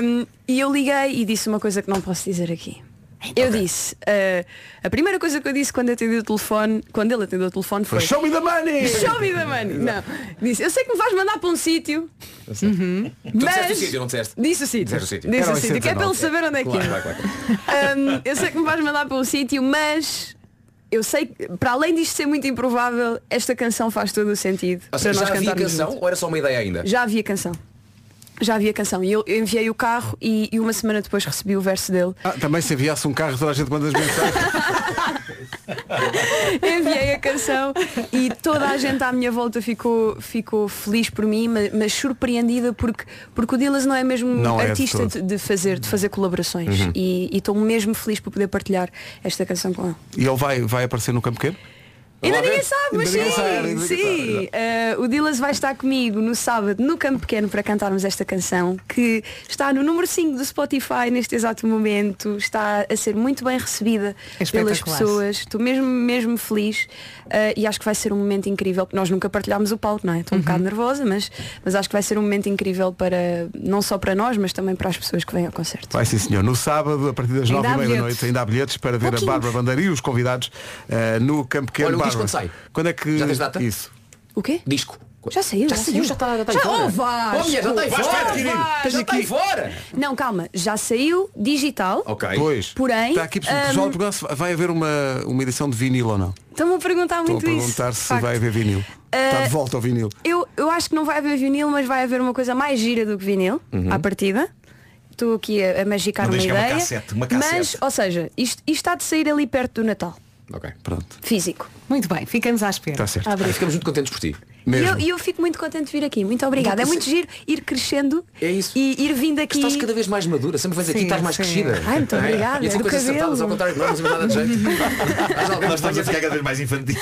[SPEAKER 11] Um, e eu liguei e disse uma coisa que não posso dizer aqui. eu disse, uh, a primeira coisa que eu disse quando atendi o telefone, quando ele atendeu o telefone foi
[SPEAKER 1] Show me the money!
[SPEAKER 11] Show me the money! Não, disse, eu sei que me vais mandar para um sítio,
[SPEAKER 2] Uhum. Tu disseste o
[SPEAKER 11] mas
[SPEAKER 2] sítio, não disseste?
[SPEAKER 11] Disse o sítio.
[SPEAKER 2] Disseste o sítio.
[SPEAKER 11] Disse
[SPEAKER 2] Era
[SPEAKER 11] o
[SPEAKER 2] o
[SPEAKER 11] sítio, que é para ele
[SPEAKER 2] 119.
[SPEAKER 11] saber onde é que
[SPEAKER 2] Claro,
[SPEAKER 11] é.
[SPEAKER 2] claro, claro.
[SPEAKER 11] Hum, eu sei que me vais mandar para um sítio, mas eu sei que, para além disto ser muito improvável, esta canção faz todo o sentido.
[SPEAKER 2] Ou seja,
[SPEAKER 11] para nós
[SPEAKER 2] já havia
[SPEAKER 11] cantarmos
[SPEAKER 2] canção
[SPEAKER 11] juntos.
[SPEAKER 2] ou era só uma ideia ainda?
[SPEAKER 11] Já havia canção. Já havia canção. E eu, eu enviei o carro e, e uma semana depois recebi o verso dele.
[SPEAKER 1] Ah, também se enviasse um carro toda a gente manda as mensagens.
[SPEAKER 11] enviei a canção e toda a gente à minha volta ficou, ficou feliz por mim, ma- mas, surpreendida porque, porque o Dillas não é mesmo
[SPEAKER 13] Não é de
[SPEAKER 11] artista
[SPEAKER 13] todo.
[SPEAKER 11] de, de fazer, de fazer colaborações
[SPEAKER 1] Uhum.
[SPEAKER 11] e e estou mesmo feliz por poder partilhar esta canção com ele.
[SPEAKER 1] e ele vai, vai aparecer no campo pequeno?
[SPEAKER 11] Ainda
[SPEAKER 1] Vamos lá
[SPEAKER 11] ninguém
[SPEAKER 1] ver.
[SPEAKER 11] sabe, mas
[SPEAKER 1] Ainda
[SPEAKER 11] sim,
[SPEAKER 1] ninguém sabe, ainda ninguém
[SPEAKER 11] sim.
[SPEAKER 1] sabe.
[SPEAKER 11] Eh, o Dillas vai estar comigo no sábado no Campo Pequeno para cantarmos esta canção que está no número 5 do Spotify neste exato momento, está a ser muito bem recebida
[SPEAKER 1] É
[SPEAKER 11] pelas
[SPEAKER 13] Espetacular.
[SPEAKER 11] pessoas, estou mesmo, mesmo feliz eh, e acho que vai ser um momento incrível. Nós nunca partilhámos o palco, não é? Estou um
[SPEAKER 1] Uhum.
[SPEAKER 11] bocado nervosa, mas, mas acho que vai ser um momento incrível para não só para nós, mas também para as pessoas que vêm ao concerto.
[SPEAKER 1] Vai sim senhor, no sábado a partir das
[SPEAKER 11] Ainda
[SPEAKER 1] nove e
[SPEAKER 11] há
[SPEAKER 1] meia da
[SPEAKER 11] bilhetes.
[SPEAKER 1] noite ainda há bilhetes para ver
[SPEAKER 11] Pouquinhos.
[SPEAKER 1] a Bárbara Bandeira e os convidados eh, no Campo Pequeno.
[SPEAKER 2] Olha, o disco
[SPEAKER 1] Bárbara,
[SPEAKER 2] quando sai?
[SPEAKER 1] Quando é que
[SPEAKER 2] Já tens data?
[SPEAKER 1] isso?
[SPEAKER 11] O quê?
[SPEAKER 2] Disco.
[SPEAKER 11] Já saiu,
[SPEAKER 2] Já saiu, já está- já está aí fora.
[SPEAKER 11] Oh, Vasco,
[SPEAKER 2] Oh, mulher, já está aí
[SPEAKER 11] Vasco, tá
[SPEAKER 2] fora.
[SPEAKER 11] vai adquirir.
[SPEAKER 2] Vasco, já está aí
[SPEAKER 11] aqui-
[SPEAKER 2] fora.
[SPEAKER 11] Não, calma, já saiu digital.
[SPEAKER 2] Ok.
[SPEAKER 1] Pois.
[SPEAKER 11] Porém,
[SPEAKER 1] Está aqui pessoal
[SPEAKER 11] hum,
[SPEAKER 1] de Portugal, se vai haver uma, uma edição de vinil ou não?
[SPEAKER 11] Estão-me a perguntar
[SPEAKER 1] Estou
[SPEAKER 11] muito
[SPEAKER 1] a perguntar
[SPEAKER 11] isso.
[SPEAKER 1] se
[SPEAKER 11] Facto.
[SPEAKER 1] vai haver vinil. Está de
[SPEAKER 11] Eh,
[SPEAKER 1] volta ao vinil.
[SPEAKER 11] Eu, eu acho que não vai haver vinil, mas vai haver uma coisa mais gira do que vinil,
[SPEAKER 1] Uhum.
[SPEAKER 11] à partida. Estou aqui a, a magicar
[SPEAKER 9] Não
[SPEAKER 11] uma
[SPEAKER 9] diz que é
[SPEAKER 11] ideia.
[SPEAKER 9] uma cassete, uma
[SPEAKER 11] Mas,
[SPEAKER 9] cassete.
[SPEAKER 11] ou seja, isto, isto está de sair ali perto do Natal,
[SPEAKER 2] Ok,
[SPEAKER 1] pronto.
[SPEAKER 11] físico.
[SPEAKER 4] Muito bem, ficamos à espera.
[SPEAKER 2] Está certo.
[SPEAKER 11] Abre.
[SPEAKER 2] Olha, ficamos muito contentes por ti.
[SPEAKER 11] E eu, e eu fico muito contente de vir aqui. Muito
[SPEAKER 9] Então,
[SPEAKER 11] obrigada. É muito giro ir crescendo
[SPEAKER 9] É
[SPEAKER 11] e ir vindo aqui.
[SPEAKER 2] Estás cada vez mais madura, sempre vais aqui,
[SPEAKER 11] Sim,
[SPEAKER 2] estás mais
[SPEAKER 11] sim.
[SPEAKER 2] crescida.
[SPEAKER 11] Ai, muito
[SPEAKER 2] Não é?
[SPEAKER 11] obrigada,
[SPEAKER 2] E são
[SPEAKER 11] do
[SPEAKER 2] coisas
[SPEAKER 11] cabelo.
[SPEAKER 2] acertadas, ao contrário, que nós não sabemos nada de jeito.
[SPEAKER 9] Nós estamos a ficar cada vez mais infantis.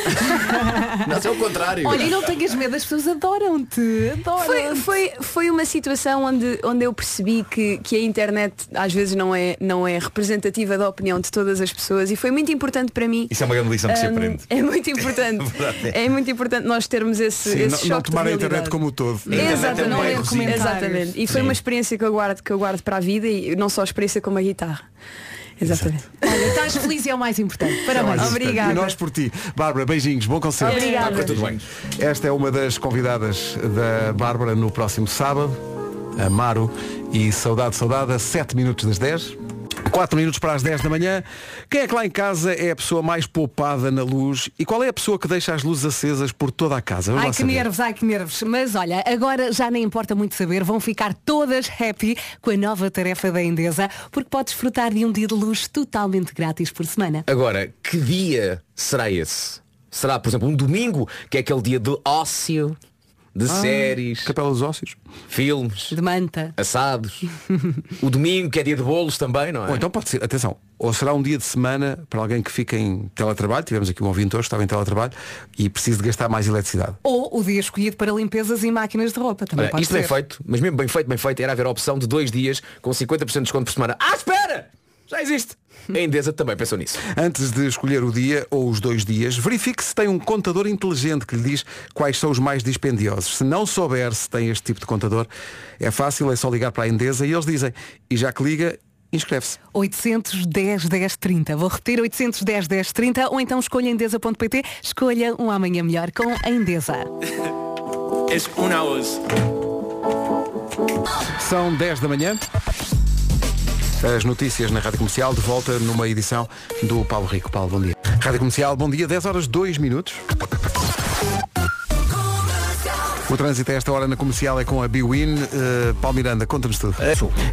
[SPEAKER 2] Não, isso é o contrário.
[SPEAKER 4] Olha, e não tenhas medo, as pessoas adoram-te. Adoram.
[SPEAKER 11] Foi, foi, foi uma situação onde, onde eu percebi que, que a internet às vezes não é, não é representativa da opinião de todas as pessoas e foi muito importante para mim.
[SPEAKER 9] Isso é uma grande lição que se
[SPEAKER 11] Ahm,
[SPEAKER 9] aprende.
[SPEAKER 11] É muito importante.
[SPEAKER 9] Verdade é.
[SPEAKER 11] é muito importante nós termos esse,
[SPEAKER 1] Sim,
[SPEAKER 11] esse
[SPEAKER 1] não- não
[SPEAKER 11] choque de
[SPEAKER 1] tomar a internet
[SPEAKER 11] realidade.
[SPEAKER 1] como o todo. A internet é um
[SPEAKER 11] Exatamente.
[SPEAKER 1] bem cozido.
[SPEAKER 11] Exatamente. E foi
[SPEAKER 1] Sim.
[SPEAKER 11] uma experiência que eu, guardo, que eu guardo para a vida e não só a experiência como a guitarra. Exatamente.
[SPEAKER 4] Olha, estás feliz e é o mais importante. Parabéns.
[SPEAKER 1] E nós por ti. Bárbara, beijinhos, bom concerto.
[SPEAKER 4] Obrigada.
[SPEAKER 2] Vai correr tudo bem.
[SPEAKER 1] Esta é uma das convidadas da Bárbara no próximo sábado. Amaro e Saudade Saudade a 7 minutos das 10. 4 minutos para as 10 da manhã. Quem é que lá em casa é a pessoa mais poupada na luz? E qual é a pessoa que deixa as luzes acesas por toda a casa? Vamos
[SPEAKER 4] Ai
[SPEAKER 1] lá
[SPEAKER 4] que
[SPEAKER 1] saber.
[SPEAKER 4] nervos, ai que nervos. Mas olha, agora já nem importa muito saber, vão ficar todas happy com a nova tarefa da Endesa, porque podes desfrutar de um dia de luz totalmente grátis por semana.
[SPEAKER 2] Agora, que dia será esse? Será, por exemplo, um domingo, que é aquele dia de ócio, de
[SPEAKER 4] Ah,
[SPEAKER 2] séries.
[SPEAKER 1] Capela dos ósseos.
[SPEAKER 2] Filmes,
[SPEAKER 4] De manta.
[SPEAKER 2] assados. o domingo, que é dia de bolos também, não é?
[SPEAKER 1] Ou então pode ser, atenção, ou será um dia de semana para alguém que fica em teletrabalho, tivemos aqui um ouvinte hoje que estava em teletrabalho e precisa de gastar mais eletricidade.
[SPEAKER 4] Ou o dia escolhido para limpezas e máquinas de roupa também
[SPEAKER 2] Olha,
[SPEAKER 4] pode
[SPEAKER 2] isto é
[SPEAKER 4] ser.
[SPEAKER 2] bem feito, mas mesmo bem feito, bem feito, era haver a opção de dois dias com 50% de desconto por semana. Ah, espera! Já existe! A Endesa também pensou nisso.
[SPEAKER 1] Antes de escolher o dia ou os dois dias, verifique se tem um contador inteligente que lhe diz quais são os mais dispendiosos. Se não souber se tem este tipo de contador, é fácil, é só ligar para a Endesa e eles dizem. E já que liga, inscreve-se.
[SPEAKER 4] 810 10 30. Vou repetir 810 10 30 ou então escolha endesa.pt, escolha um amanhã melhor com a Endesa.
[SPEAKER 13] Es una voz.
[SPEAKER 1] São 10 da manhã. As notícias na Rádio Comercial, de volta numa edição do Paulo Rico. Paulo, bom dia. Rádio Comercial, bom dia, 10 horas 2 minutos. O trânsito a esta hora na comercial é com a Biwin. Uh, Paulo Miranda, conta-nos tudo.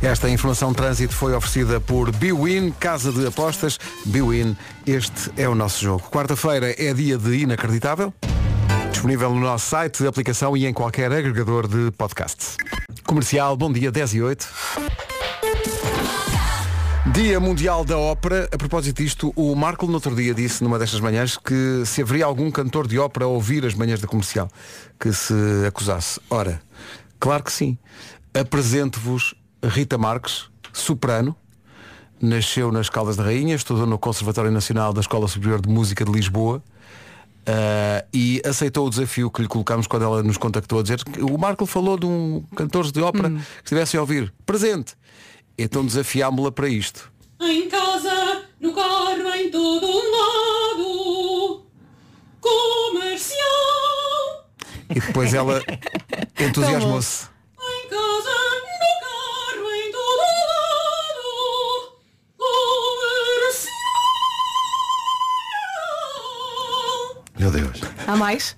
[SPEAKER 1] Esta informação de trânsito foi oferecida por Biwin, Casa de Apostas. Biwin, este é o nosso jogo. Quarta-feira é dia de inacreditável. Disponível no nosso site, aplicação e em qualquer agregador de podcast. Comercial, bom dia, 10 e 8. Dia Mundial da Ópera. A propósito disto, o Marco no outro dia disse numa destas manhãs que se haveria algum cantor de ópera a ouvir as manhãs da comercial que se acusasse. Ora, claro que sim. Apresento-vos Rita Marques, soprano. Nasceu nas Caldas da Rainha, estudou no Conservatório Nacional da Escola Superior de Música de Lisboa. ah, e aceitou o desafio que lhe colocámos quando ela nos contactou a dizer que o Marco falou de um cantor de ópera que estivesse a ouvir. Presente! Então desafiámo-la para isto.
[SPEAKER 14] Em casa, no carro, em todo um lado. Comercial.
[SPEAKER 1] E depois ela entusiasmou-se.
[SPEAKER 14] Em casa, no carro, em todo lado. Comercial.
[SPEAKER 1] Meu Deus.
[SPEAKER 4] Há mais?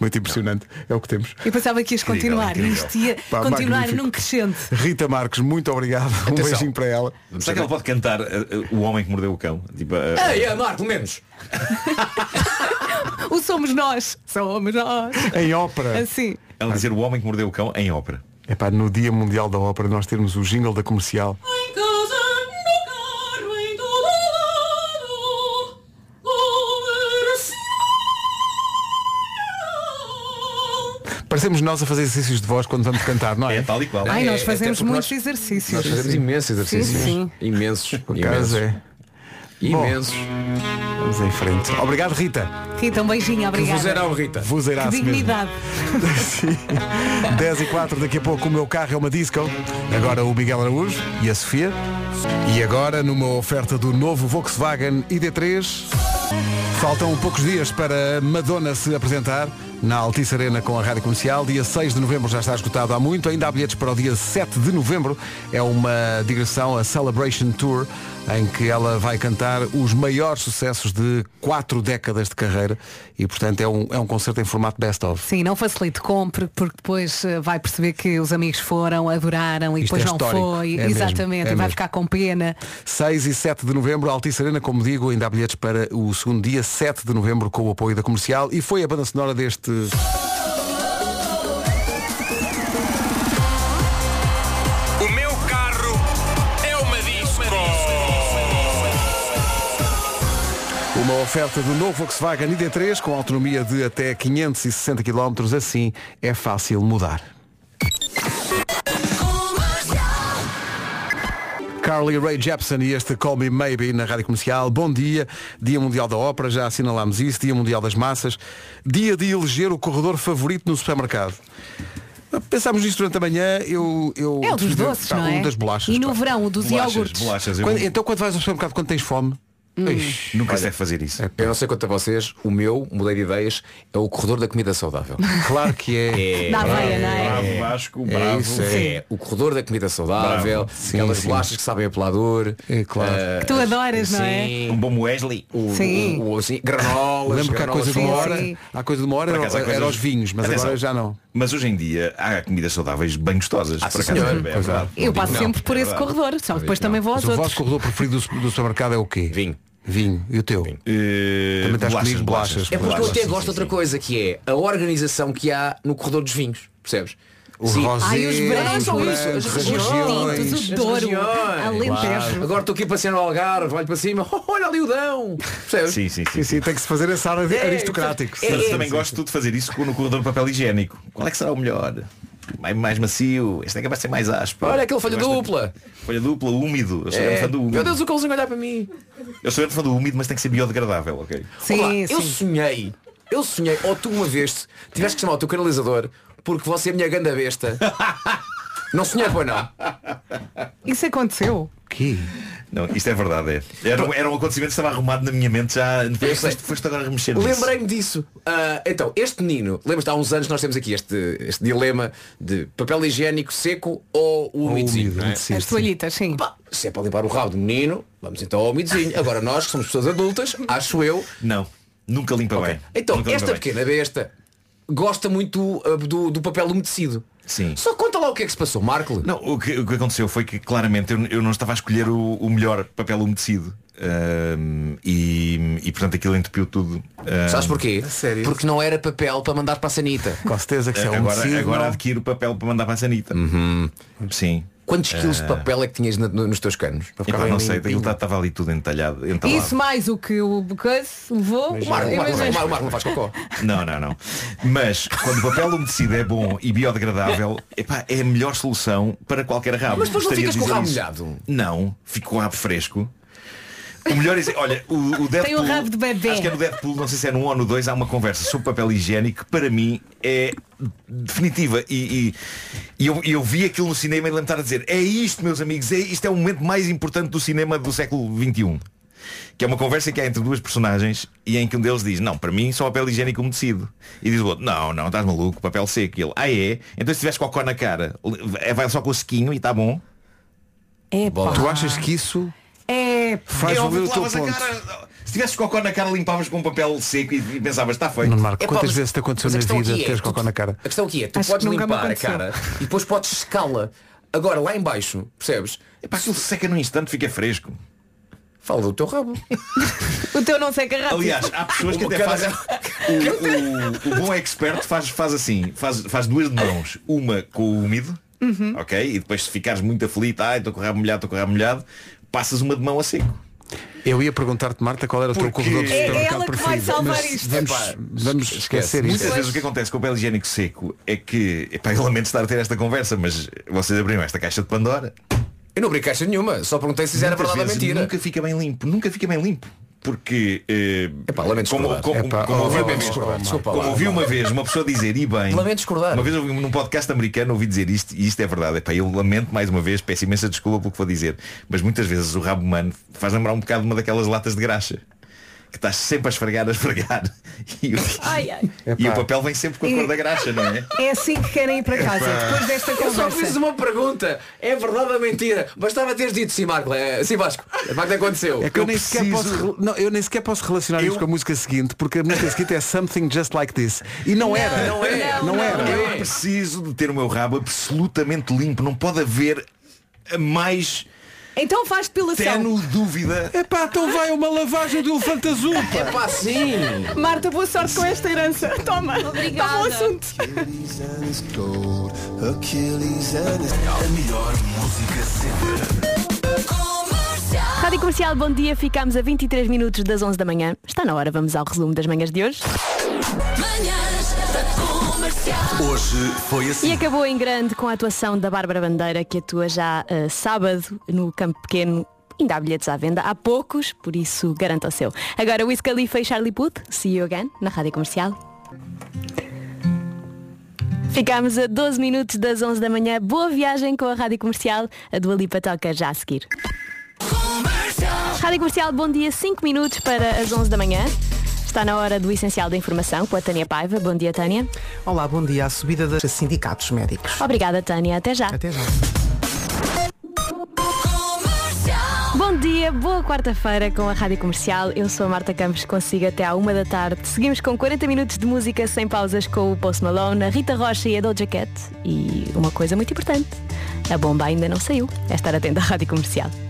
[SPEAKER 1] Muito impressionante. É o que temos.
[SPEAKER 4] Eu pensava que ias
[SPEAKER 1] Incrível,
[SPEAKER 4] continuar.
[SPEAKER 1] incrível.
[SPEAKER 4] Isto ia
[SPEAKER 1] Pá,
[SPEAKER 4] continuar
[SPEAKER 1] magnífico.
[SPEAKER 4] num crescente.
[SPEAKER 1] Rita Marques, muito obrigado. Um
[SPEAKER 9] Atenção.
[SPEAKER 1] beijinho para ela.
[SPEAKER 9] Será que ela pode cantar uh, uh, O Homem que Mordeu o Cão? Tipo, uh,
[SPEAKER 4] Ei,
[SPEAKER 2] é, Marco, menos.
[SPEAKER 4] O somos nós. Somos nós.
[SPEAKER 1] Em ópera.
[SPEAKER 4] Assim.
[SPEAKER 9] Ela dizer O Homem que Mordeu o Cão em ópera.
[SPEAKER 1] É pá, no Dia Mundial da Ópera nós termos o jingle da comercial.
[SPEAKER 14] Em casa, no carro, em todo lado. Comercial.
[SPEAKER 1] Parecemos nós a fazer exercícios de voz quando vamos cantar, não é? É
[SPEAKER 9] tal e qual.
[SPEAKER 4] Ai, nós fazemos muitos exercícios.
[SPEAKER 1] nós fazemos
[SPEAKER 2] imensos
[SPEAKER 1] exercícios.
[SPEAKER 4] Sim, sim.
[SPEAKER 2] Imensos. Por
[SPEAKER 1] acaso
[SPEAKER 2] imensos.
[SPEAKER 1] é.
[SPEAKER 2] Imensos.
[SPEAKER 1] Vamos em frente. Obrigado, Rita.
[SPEAKER 4] Rita, um beijinho, obrigada.
[SPEAKER 1] Rita. Vos é irá
[SPEAKER 4] Que dignidade.
[SPEAKER 1] 10 e 4, daqui a pouco o meu carro é uma disco. Agora o Miguel Araújo e a Sofia. E agora numa oferta do novo Volkswagen ID3. Faltam poucos dias para Madonna se apresentar na Altice Arena com a Rádio Comercial. Dia 6 de novembro já está esgotado há muito. Ainda há bilhetes para o dia 7 de novembro. É uma digressão, a Celebration Tour, em que ela vai cantar os maiores sucessos de quatro décadas de carreira. E, portanto, é um, é um concerto em formato best-of.
[SPEAKER 4] Sim, não facilite, compre, porque depois eh, vai perceber que os amigos foram, adoraram e
[SPEAKER 1] Isto
[SPEAKER 4] depois
[SPEAKER 1] é
[SPEAKER 4] não
[SPEAKER 1] histórico.
[SPEAKER 4] foi.
[SPEAKER 1] É mesmo,
[SPEAKER 4] Exatamente,
[SPEAKER 1] é
[SPEAKER 4] e vai
[SPEAKER 1] mesmo.
[SPEAKER 4] ficar com pena.
[SPEAKER 1] 6 e 7 de novembro, Altice Arena, como digo, ainda há bilhetes para o segundo dia, 7 de novembro, com o apoio da comercial. E foi a banda sonora deste.
[SPEAKER 13] O meu carro é uma disco.
[SPEAKER 1] Uma oferta do novo Volkswagen ID3 com autonomia de até 560 km. Assim é fácil mudar. Carly Ray Jepsen e este Call Me Maybe na Rádio Comercial. Bom dia, Dia Mundial da Ópera, já assinalámos isso, Dia Mundial das Massas, dia de eleger o corredor favorito no supermercado. Pensámos nisto durante a manhã, eu... eu
[SPEAKER 4] É o dos doces,
[SPEAKER 1] Pá,
[SPEAKER 4] não é?
[SPEAKER 1] Um das bolachas.
[SPEAKER 4] E no
[SPEAKER 1] pá. então,
[SPEAKER 4] verão, o dos iogurtes.
[SPEAKER 1] Quando- Então quando vais ao supermercado, quando tens fome,
[SPEAKER 4] Hum.
[SPEAKER 9] Nunca sei fazer isso.
[SPEAKER 2] Eu não sei quanto a vocês, o meu, mudei de ideias, é o corredor da comida saudável.
[SPEAKER 1] Claro que é.
[SPEAKER 2] Dá
[SPEAKER 1] Da Aveia, não é?
[SPEAKER 9] Bravo, Vasco,
[SPEAKER 2] é
[SPEAKER 9] bravo.
[SPEAKER 2] Isso, é.
[SPEAKER 9] Sim.
[SPEAKER 2] O corredor da comida saudável,
[SPEAKER 9] Bravo. Sim,
[SPEAKER 2] aquelas
[SPEAKER 9] sim.
[SPEAKER 2] bolachas que sabem apelar dor. É,
[SPEAKER 1] claro.
[SPEAKER 9] Eh,
[SPEAKER 4] Que tu adoras, não é?
[SPEAKER 2] Sim.
[SPEAKER 9] Um bom Wesley.
[SPEAKER 2] O,
[SPEAKER 4] Sim.
[SPEAKER 2] o- o- assim, granolas.
[SPEAKER 1] Lembro que há
[SPEAKER 2] granolas
[SPEAKER 1] coisa de uma
[SPEAKER 2] fritas.
[SPEAKER 1] hora, há coisa de uma hora
[SPEAKER 9] assim, Por
[SPEAKER 1] era,
[SPEAKER 9] acaso, há
[SPEAKER 1] era
[SPEAKER 9] coisas-
[SPEAKER 1] os vinhos, mas
[SPEAKER 9] Atenção.
[SPEAKER 1] agora já não.
[SPEAKER 9] Mas hoje em dia há comidas saudáveis bem gostosas.
[SPEAKER 1] Ah,
[SPEAKER 9] por
[SPEAKER 1] sim,
[SPEAKER 9] acaso,
[SPEAKER 1] senhor.
[SPEAKER 9] é
[SPEAKER 1] Pois é.
[SPEAKER 9] verdade.
[SPEAKER 4] Eu passo
[SPEAKER 9] Não,
[SPEAKER 4] sempre por
[SPEAKER 9] é
[SPEAKER 4] esse
[SPEAKER 9] verdade.
[SPEAKER 4] corredor, só depois também vou aos
[SPEAKER 1] Mas o vosso
[SPEAKER 4] outros.
[SPEAKER 1] corredor preferido do, do supermercado é o quê? Vinho. Vinho. E o teu? Vinho.
[SPEAKER 9] Eh,
[SPEAKER 1] Também estás comigo? Bolachas.
[SPEAKER 2] É porque eu
[SPEAKER 1] bolachas.
[SPEAKER 2] até gosto de outra coisa que é a organização que há no corredor dos vinhos, percebes?
[SPEAKER 1] Os
[SPEAKER 2] Sim.
[SPEAKER 1] rosés,
[SPEAKER 2] Ai, os
[SPEAKER 1] os
[SPEAKER 2] brancos, não só isso,
[SPEAKER 1] brancos,
[SPEAKER 2] as
[SPEAKER 1] as
[SPEAKER 2] regiões,
[SPEAKER 1] regiões.
[SPEAKER 2] as
[SPEAKER 1] Tintos, o
[SPEAKER 4] Douro,
[SPEAKER 2] regiões.
[SPEAKER 4] Alentejo.
[SPEAKER 2] Claro. Agora estou aqui passeando ao Algarve, olho para cima, olha ali o Dão. Percebes?
[SPEAKER 9] Sim, sim,
[SPEAKER 1] Sim, sim, tem que se fazer esse ar
[SPEAKER 2] É,
[SPEAKER 1] aristocrático.
[SPEAKER 9] Mas também gosto de fazer isso com- no corredor de papel higiênico. Qual é que será o melhor? Mais, mais macio, este é capaz de ser mais áspero.
[SPEAKER 2] Olha, aquele folha
[SPEAKER 9] Eu gosto
[SPEAKER 2] dupla.
[SPEAKER 9] de- Folha dupla, úmido. Eu sou grande
[SPEAKER 2] É.
[SPEAKER 9] fã do úmido.
[SPEAKER 2] Meu Deus, o cãozinho olhar para mim.
[SPEAKER 9] Eu sou grande fã do úmido, mas tem que ser biodegradável, ok?
[SPEAKER 2] Olá, Eu sonhei, eu sonhei, ou tu uma vez tiveste que chamar o teu canalizador porque você é a minha ganda besta. não sonhei, pois não.
[SPEAKER 4] Isso aconteceu.
[SPEAKER 1] Que?
[SPEAKER 9] Não, isto é verdade, é. Era, um- era um acontecimento que estava arrumado na minha mente já.
[SPEAKER 2] Eu
[SPEAKER 9] Depois
[SPEAKER 2] sei.
[SPEAKER 9] foste, foste agora remexer nisso.
[SPEAKER 2] Lembrei-me disso. Ah, então, este menino, lembras-te há uns anos nós temos aqui este, este dilema de papel higiênico seco ou o umidezinho. não é?
[SPEAKER 4] As toalhitas, sim.
[SPEAKER 2] Se é para limpar o rabo do menino, vamos então ao umidezinho. Agora nós que somos pessoas adultas, acho eu.
[SPEAKER 9] Não, nunca limpa bem.
[SPEAKER 2] Então,
[SPEAKER 9] Nunca limpa
[SPEAKER 2] esta
[SPEAKER 9] bem.
[SPEAKER 2] pequena besta gosta muito ah, do, do papel umedecido.
[SPEAKER 9] Sim.
[SPEAKER 2] Só conta lá o que é que se passou, Marco.
[SPEAKER 9] Não, o que, o que aconteceu foi que claramente eu, eu não estava a escolher o, o melhor papel umedecido. Ahm, e, e, portanto aquilo entupiu tudo. Ah, Ahm,
[SPEAKER 2] Sabes porquê? Porque não era papel para mandar para a sanita.
[SPEAKER 1] Com certeza
[SPEAKER 2] é
[SPEAKER 1] é
[SPEAKER 9] Eh, agora, agora adquiro papel para mandar para a sanita.
[SPEAKER 2] Uhum.
[SPEAKER 9] Sim.
[SPEAKER 2] Quantos quilos de
[SPEAKER 9] Eh,
[SPEAKER 2] papel é que tinhas na- no- nos teus canos? Para
[SPEAKER 9] epá, não sei, aquilo estava ali tudo entalhado. entalado.
[SPEAKER 4] Isso mais o que o Coice levou.
[SPEAKER 9] tá Mas- O Marco, o
[SPEAKER 4] Imagina.
[SPEAKER 9] Marco, o Marco, o Marco não faz cocó. Não, não, não. Mas quando o papel umedecido é bom e biodegradável, epá, é a melhor solução para qualquer rabo.
[SPEAKER 2] Mas depois não
[SPEAKER 9] Gostaria
[SPEAKER 2] ficas
[SPEAKER 9] de
[SPEAKER 2] com o
[SPEAKER 9] dizer
[SPEAKER 2] rabo
[SPEAKER 9] isso.
[SPEAKER 2] molhado?
[SPEAKER 9] Não, fico com o rabo fresco. O melhor é dizer, olha, o, o Deadpool,
[SPEAKER 4] Tem um rabo de bebê.
[SPEAKER 9] Acho que é no Deadpool, não sei se é no 1 ou no 2, há uma conversa sobre papel higiênico que para mim é definitiva. E, e- e eu, e eu vi aquilo no cinema e lembro-me de estar a dizer, é isto, meus amigos, é, isto é o momento mais importante do cinema do século XXI. Que é uma conversa que há entre duas personagens e em que um deles diz, não, para mim só papel higiênico umedecido. E diz o outro, não, não, estás maluco, papel seco. E ele, ah é? Então se tiveres cocó na cara, é, vai só com o sequinho e está bom.
[SPEAKER 4] É,
[SPEAKER 1] Tu achas que isso
[SPEAKER 4] é
[SPEAKER 1] faz
[SPEAKER 9] É
[SPEAKER 1] valer
[SPEAKER 9] óbvio
[SPEAKER 1] o
[SPEAKER 9] que
[SPEAKER 1] teu
[SPEAKER 9] lavas a cara.
[SPEAKER 1] ponto?
[SPEAKER 9] Se tivesses cocó na cara, limpavas com um papel seco e, e pensavas, "Tá, está feito.
[SPEAKER 1] Nuno Marco, quantas
[SPEAKER 2] É mas-
[SPEAKER 1] vezes te aconteceu
[SPEAKER 2] mas a
[SPEAKER 1] na
[SPEAKER 2] questão
[SPEAKER 1] vida
[SPEAKER 2] aqui é,
[SPEAKER 1] teres
[SPEAKER 2] tu-
[SPEAKER 1] cocó na cara?
[SPEAKER 2] A questão aqui é, tu
[SPEAKER 1] Acho que
[SPEAKER 2] podes
[SPEAKER 1] nunca me
[SPEAKER 2] limpar a
[SPEAKER 1] aconteceu.
[SPEAKER 2] cara e depois podes secá-la. Agora lá em baixo, percebes?
[SPEAKER 9] É, Epá, aquilo seca num instante, fica fresco.
[SPEAKER 2] Fala do teu rabo.
[SPEAKER 4] O teu não seca rápido.
[SPEAKER 9] Aliás, há pessoas que até fazem. O, o- o bom expert faz, faz assim, faz, faz duas de mãos. Uma com o úmido,
[SPEAKER 4] Uhum.
[SPEAKER 9] ok? E depois se ficares muito aflito, ai, estou com o rabo molhado, estou com o rabo molhado, passas uma de mão a seco.
[SPEAKER 1] Eu ia perguntar-te, Marta, qual era o teu
[SPEAKER 9] Porque-
[SPEAKER 1] corredor de
[SPEAKER 9] É
[SPEAKER 1] supermercado
[SPEAKER 9] ela que vai
[SPEAKER 1] preferido,
[SPEAKER 9] salvar
[SPEAKER 1] mas
[SPEAKER 9] isto.
[SPEAKER 1] Vamos,
[SPEAKER 9] Epá,
[SPEAKER 1] vamos esquecer
[SPEAKER 9] Muitas
[SPEAKER 1] isto.
[SPEAKER 9] vezes o que acontece com o papel higiênico seco é que, epá, eu lamento estar a ter esta conversa, mas vocês abriram esta caixa de Pandora.
[SPEAKER 2] Eu não abri caixa nenhuma, só perguntei se era
[SPEAKER 9] Muitas
[SPEAKER 2] verdade ou
[SPEAKER 9] vezes
[SPEAKER 2] mentira.
[SPEAKER 9] Nunca fica bem limpo, nunca fica bem limpo. Porque eh,
[SPEAKER 2] Epá, lamento
[SPEAKER 9] como,
[SPEAKER 2] discordar.
[SPEAKER 9] como,
[SPEAKER 2] Epá,
[SPEAKER 9] como
[SPEAKER 2] oh,
[SPEAKER 9] ouvi uma
[SPEAKER 2] lamento
[SPEAKER 9] vez,
[SPEAKER 2] discordar, desculpa
[SPEAKER 9] como
[SPEAKER 2] lá,
[SPEAKER 9] ouvi uma
[SPEAKER 2] Marco.
[SPEAKER 9] vez uma pessoa dizer e bem.
[SPEAKER 2] Lamento discordar.
[SPEAKER 9] Uma vez ouvi num podcast americano ouvi dizer isto e isto é verdade. Epá, eu lamento mais uma vez, peço imensa desculpa pelo que vou dizer. Mas muitas vezes o rabo humano faz lembrar um bocado de uma daquelas latas de graxa. Que estás sempre a esfregar, a esfregar. E, o-
[SPEAKER 4] Ai, ai.
[SPEAKER 9] e o papel vem sempre com a
[SPEAKER 4] E-
[SPEAKER 9] cor da graxa, não é?
[SPEAKER 4] É assim que querem ir para casa,
[SPEAKER 9] Epá.
[SPEAKER 4] depois desta
[SPEAKER 2] Eu
[SPEAKER 4] conversa.
[SPEAKER 2] só fiz uma pergunta. É verdade ou mentira? Bastava teres dito sim, Marco. É, sim, Vasco. Marco aconteceu.
[SPEAKER 1] É que eu, nem sequer posso, rel- não, eu nem sequer posso relacionar isto com a música seguinte, porque a música seguinte é Something Just Like This. E não, era.
[SPEAKER 9] Não
[SPEAKER 1] Não, era.
[SPEAKER 9] Eu preciso de ter o meu rabo absolutamente limpo. Não pode haver a mais
[SPEAKER 4] Então faz depilação.
[SPEAKER 9] tenue dúvida.
[SPEAKER 1] Epá, então vai uma lavagem do elefante azul. pá.
[SPEAKER 2] Epá, sim.
[SPEAKER 4] Marta, boa sorte com esta herança. Toma.
[SPEAKER 11] Obrigada.
[SPEAKER 4] Toma o assunto.
[SPEAKER 15] A melhor música sempre.
[SPEAKER 16] Rádio Comercial, bom dia. Ficámos a 23 minutos das 11 da manhã. Está na hora, vamos ao resumo das manhãs de hoje.
[SPEAKER 15] Manhãs da comercial. Hoje foi assim.
[SPEAKER 16] E acabou em grande com a atuação da Bárbara Bandeira, que atua já eh, sábado no Campo Pequeno. Ainda há bilhetes à venda, há poucos, por isso garanta o seu. Agora, Wiz Khalifa e Charlie Puth, See You Again, na Rádio Comercial. Ficámos a 12 minutos das 11 da manhã. Boa viagem com a Rádio Comercial. A Dua Lipa toca já a seguir. Rádio Comercial, bom dia, 5 minutos para as 11 da manhã. Está na hora do Essencial da Informação com a Tânia Paiva. Bom dia, Tânia.
[SPEAKER 17] Olá, bom dia. A subida dos sindicatos médicos.
[SPEAKER 16] Obrigada, Tânia. Até já.
[SPEAKER 17] Até já.
[SPEAKER 16] Bom dia, boa quarta-feira com a Rádio Comercial. Eu sou a Marta Campos, consigo até à uma da tarde. Seguimos com 40 minutos de música sem pausas com o Post Malone, a Rita Rocha e a Doja Cat. E uma coisa muito importante, a bomba ainda não saiu. É estar atento à Rádio Comercial.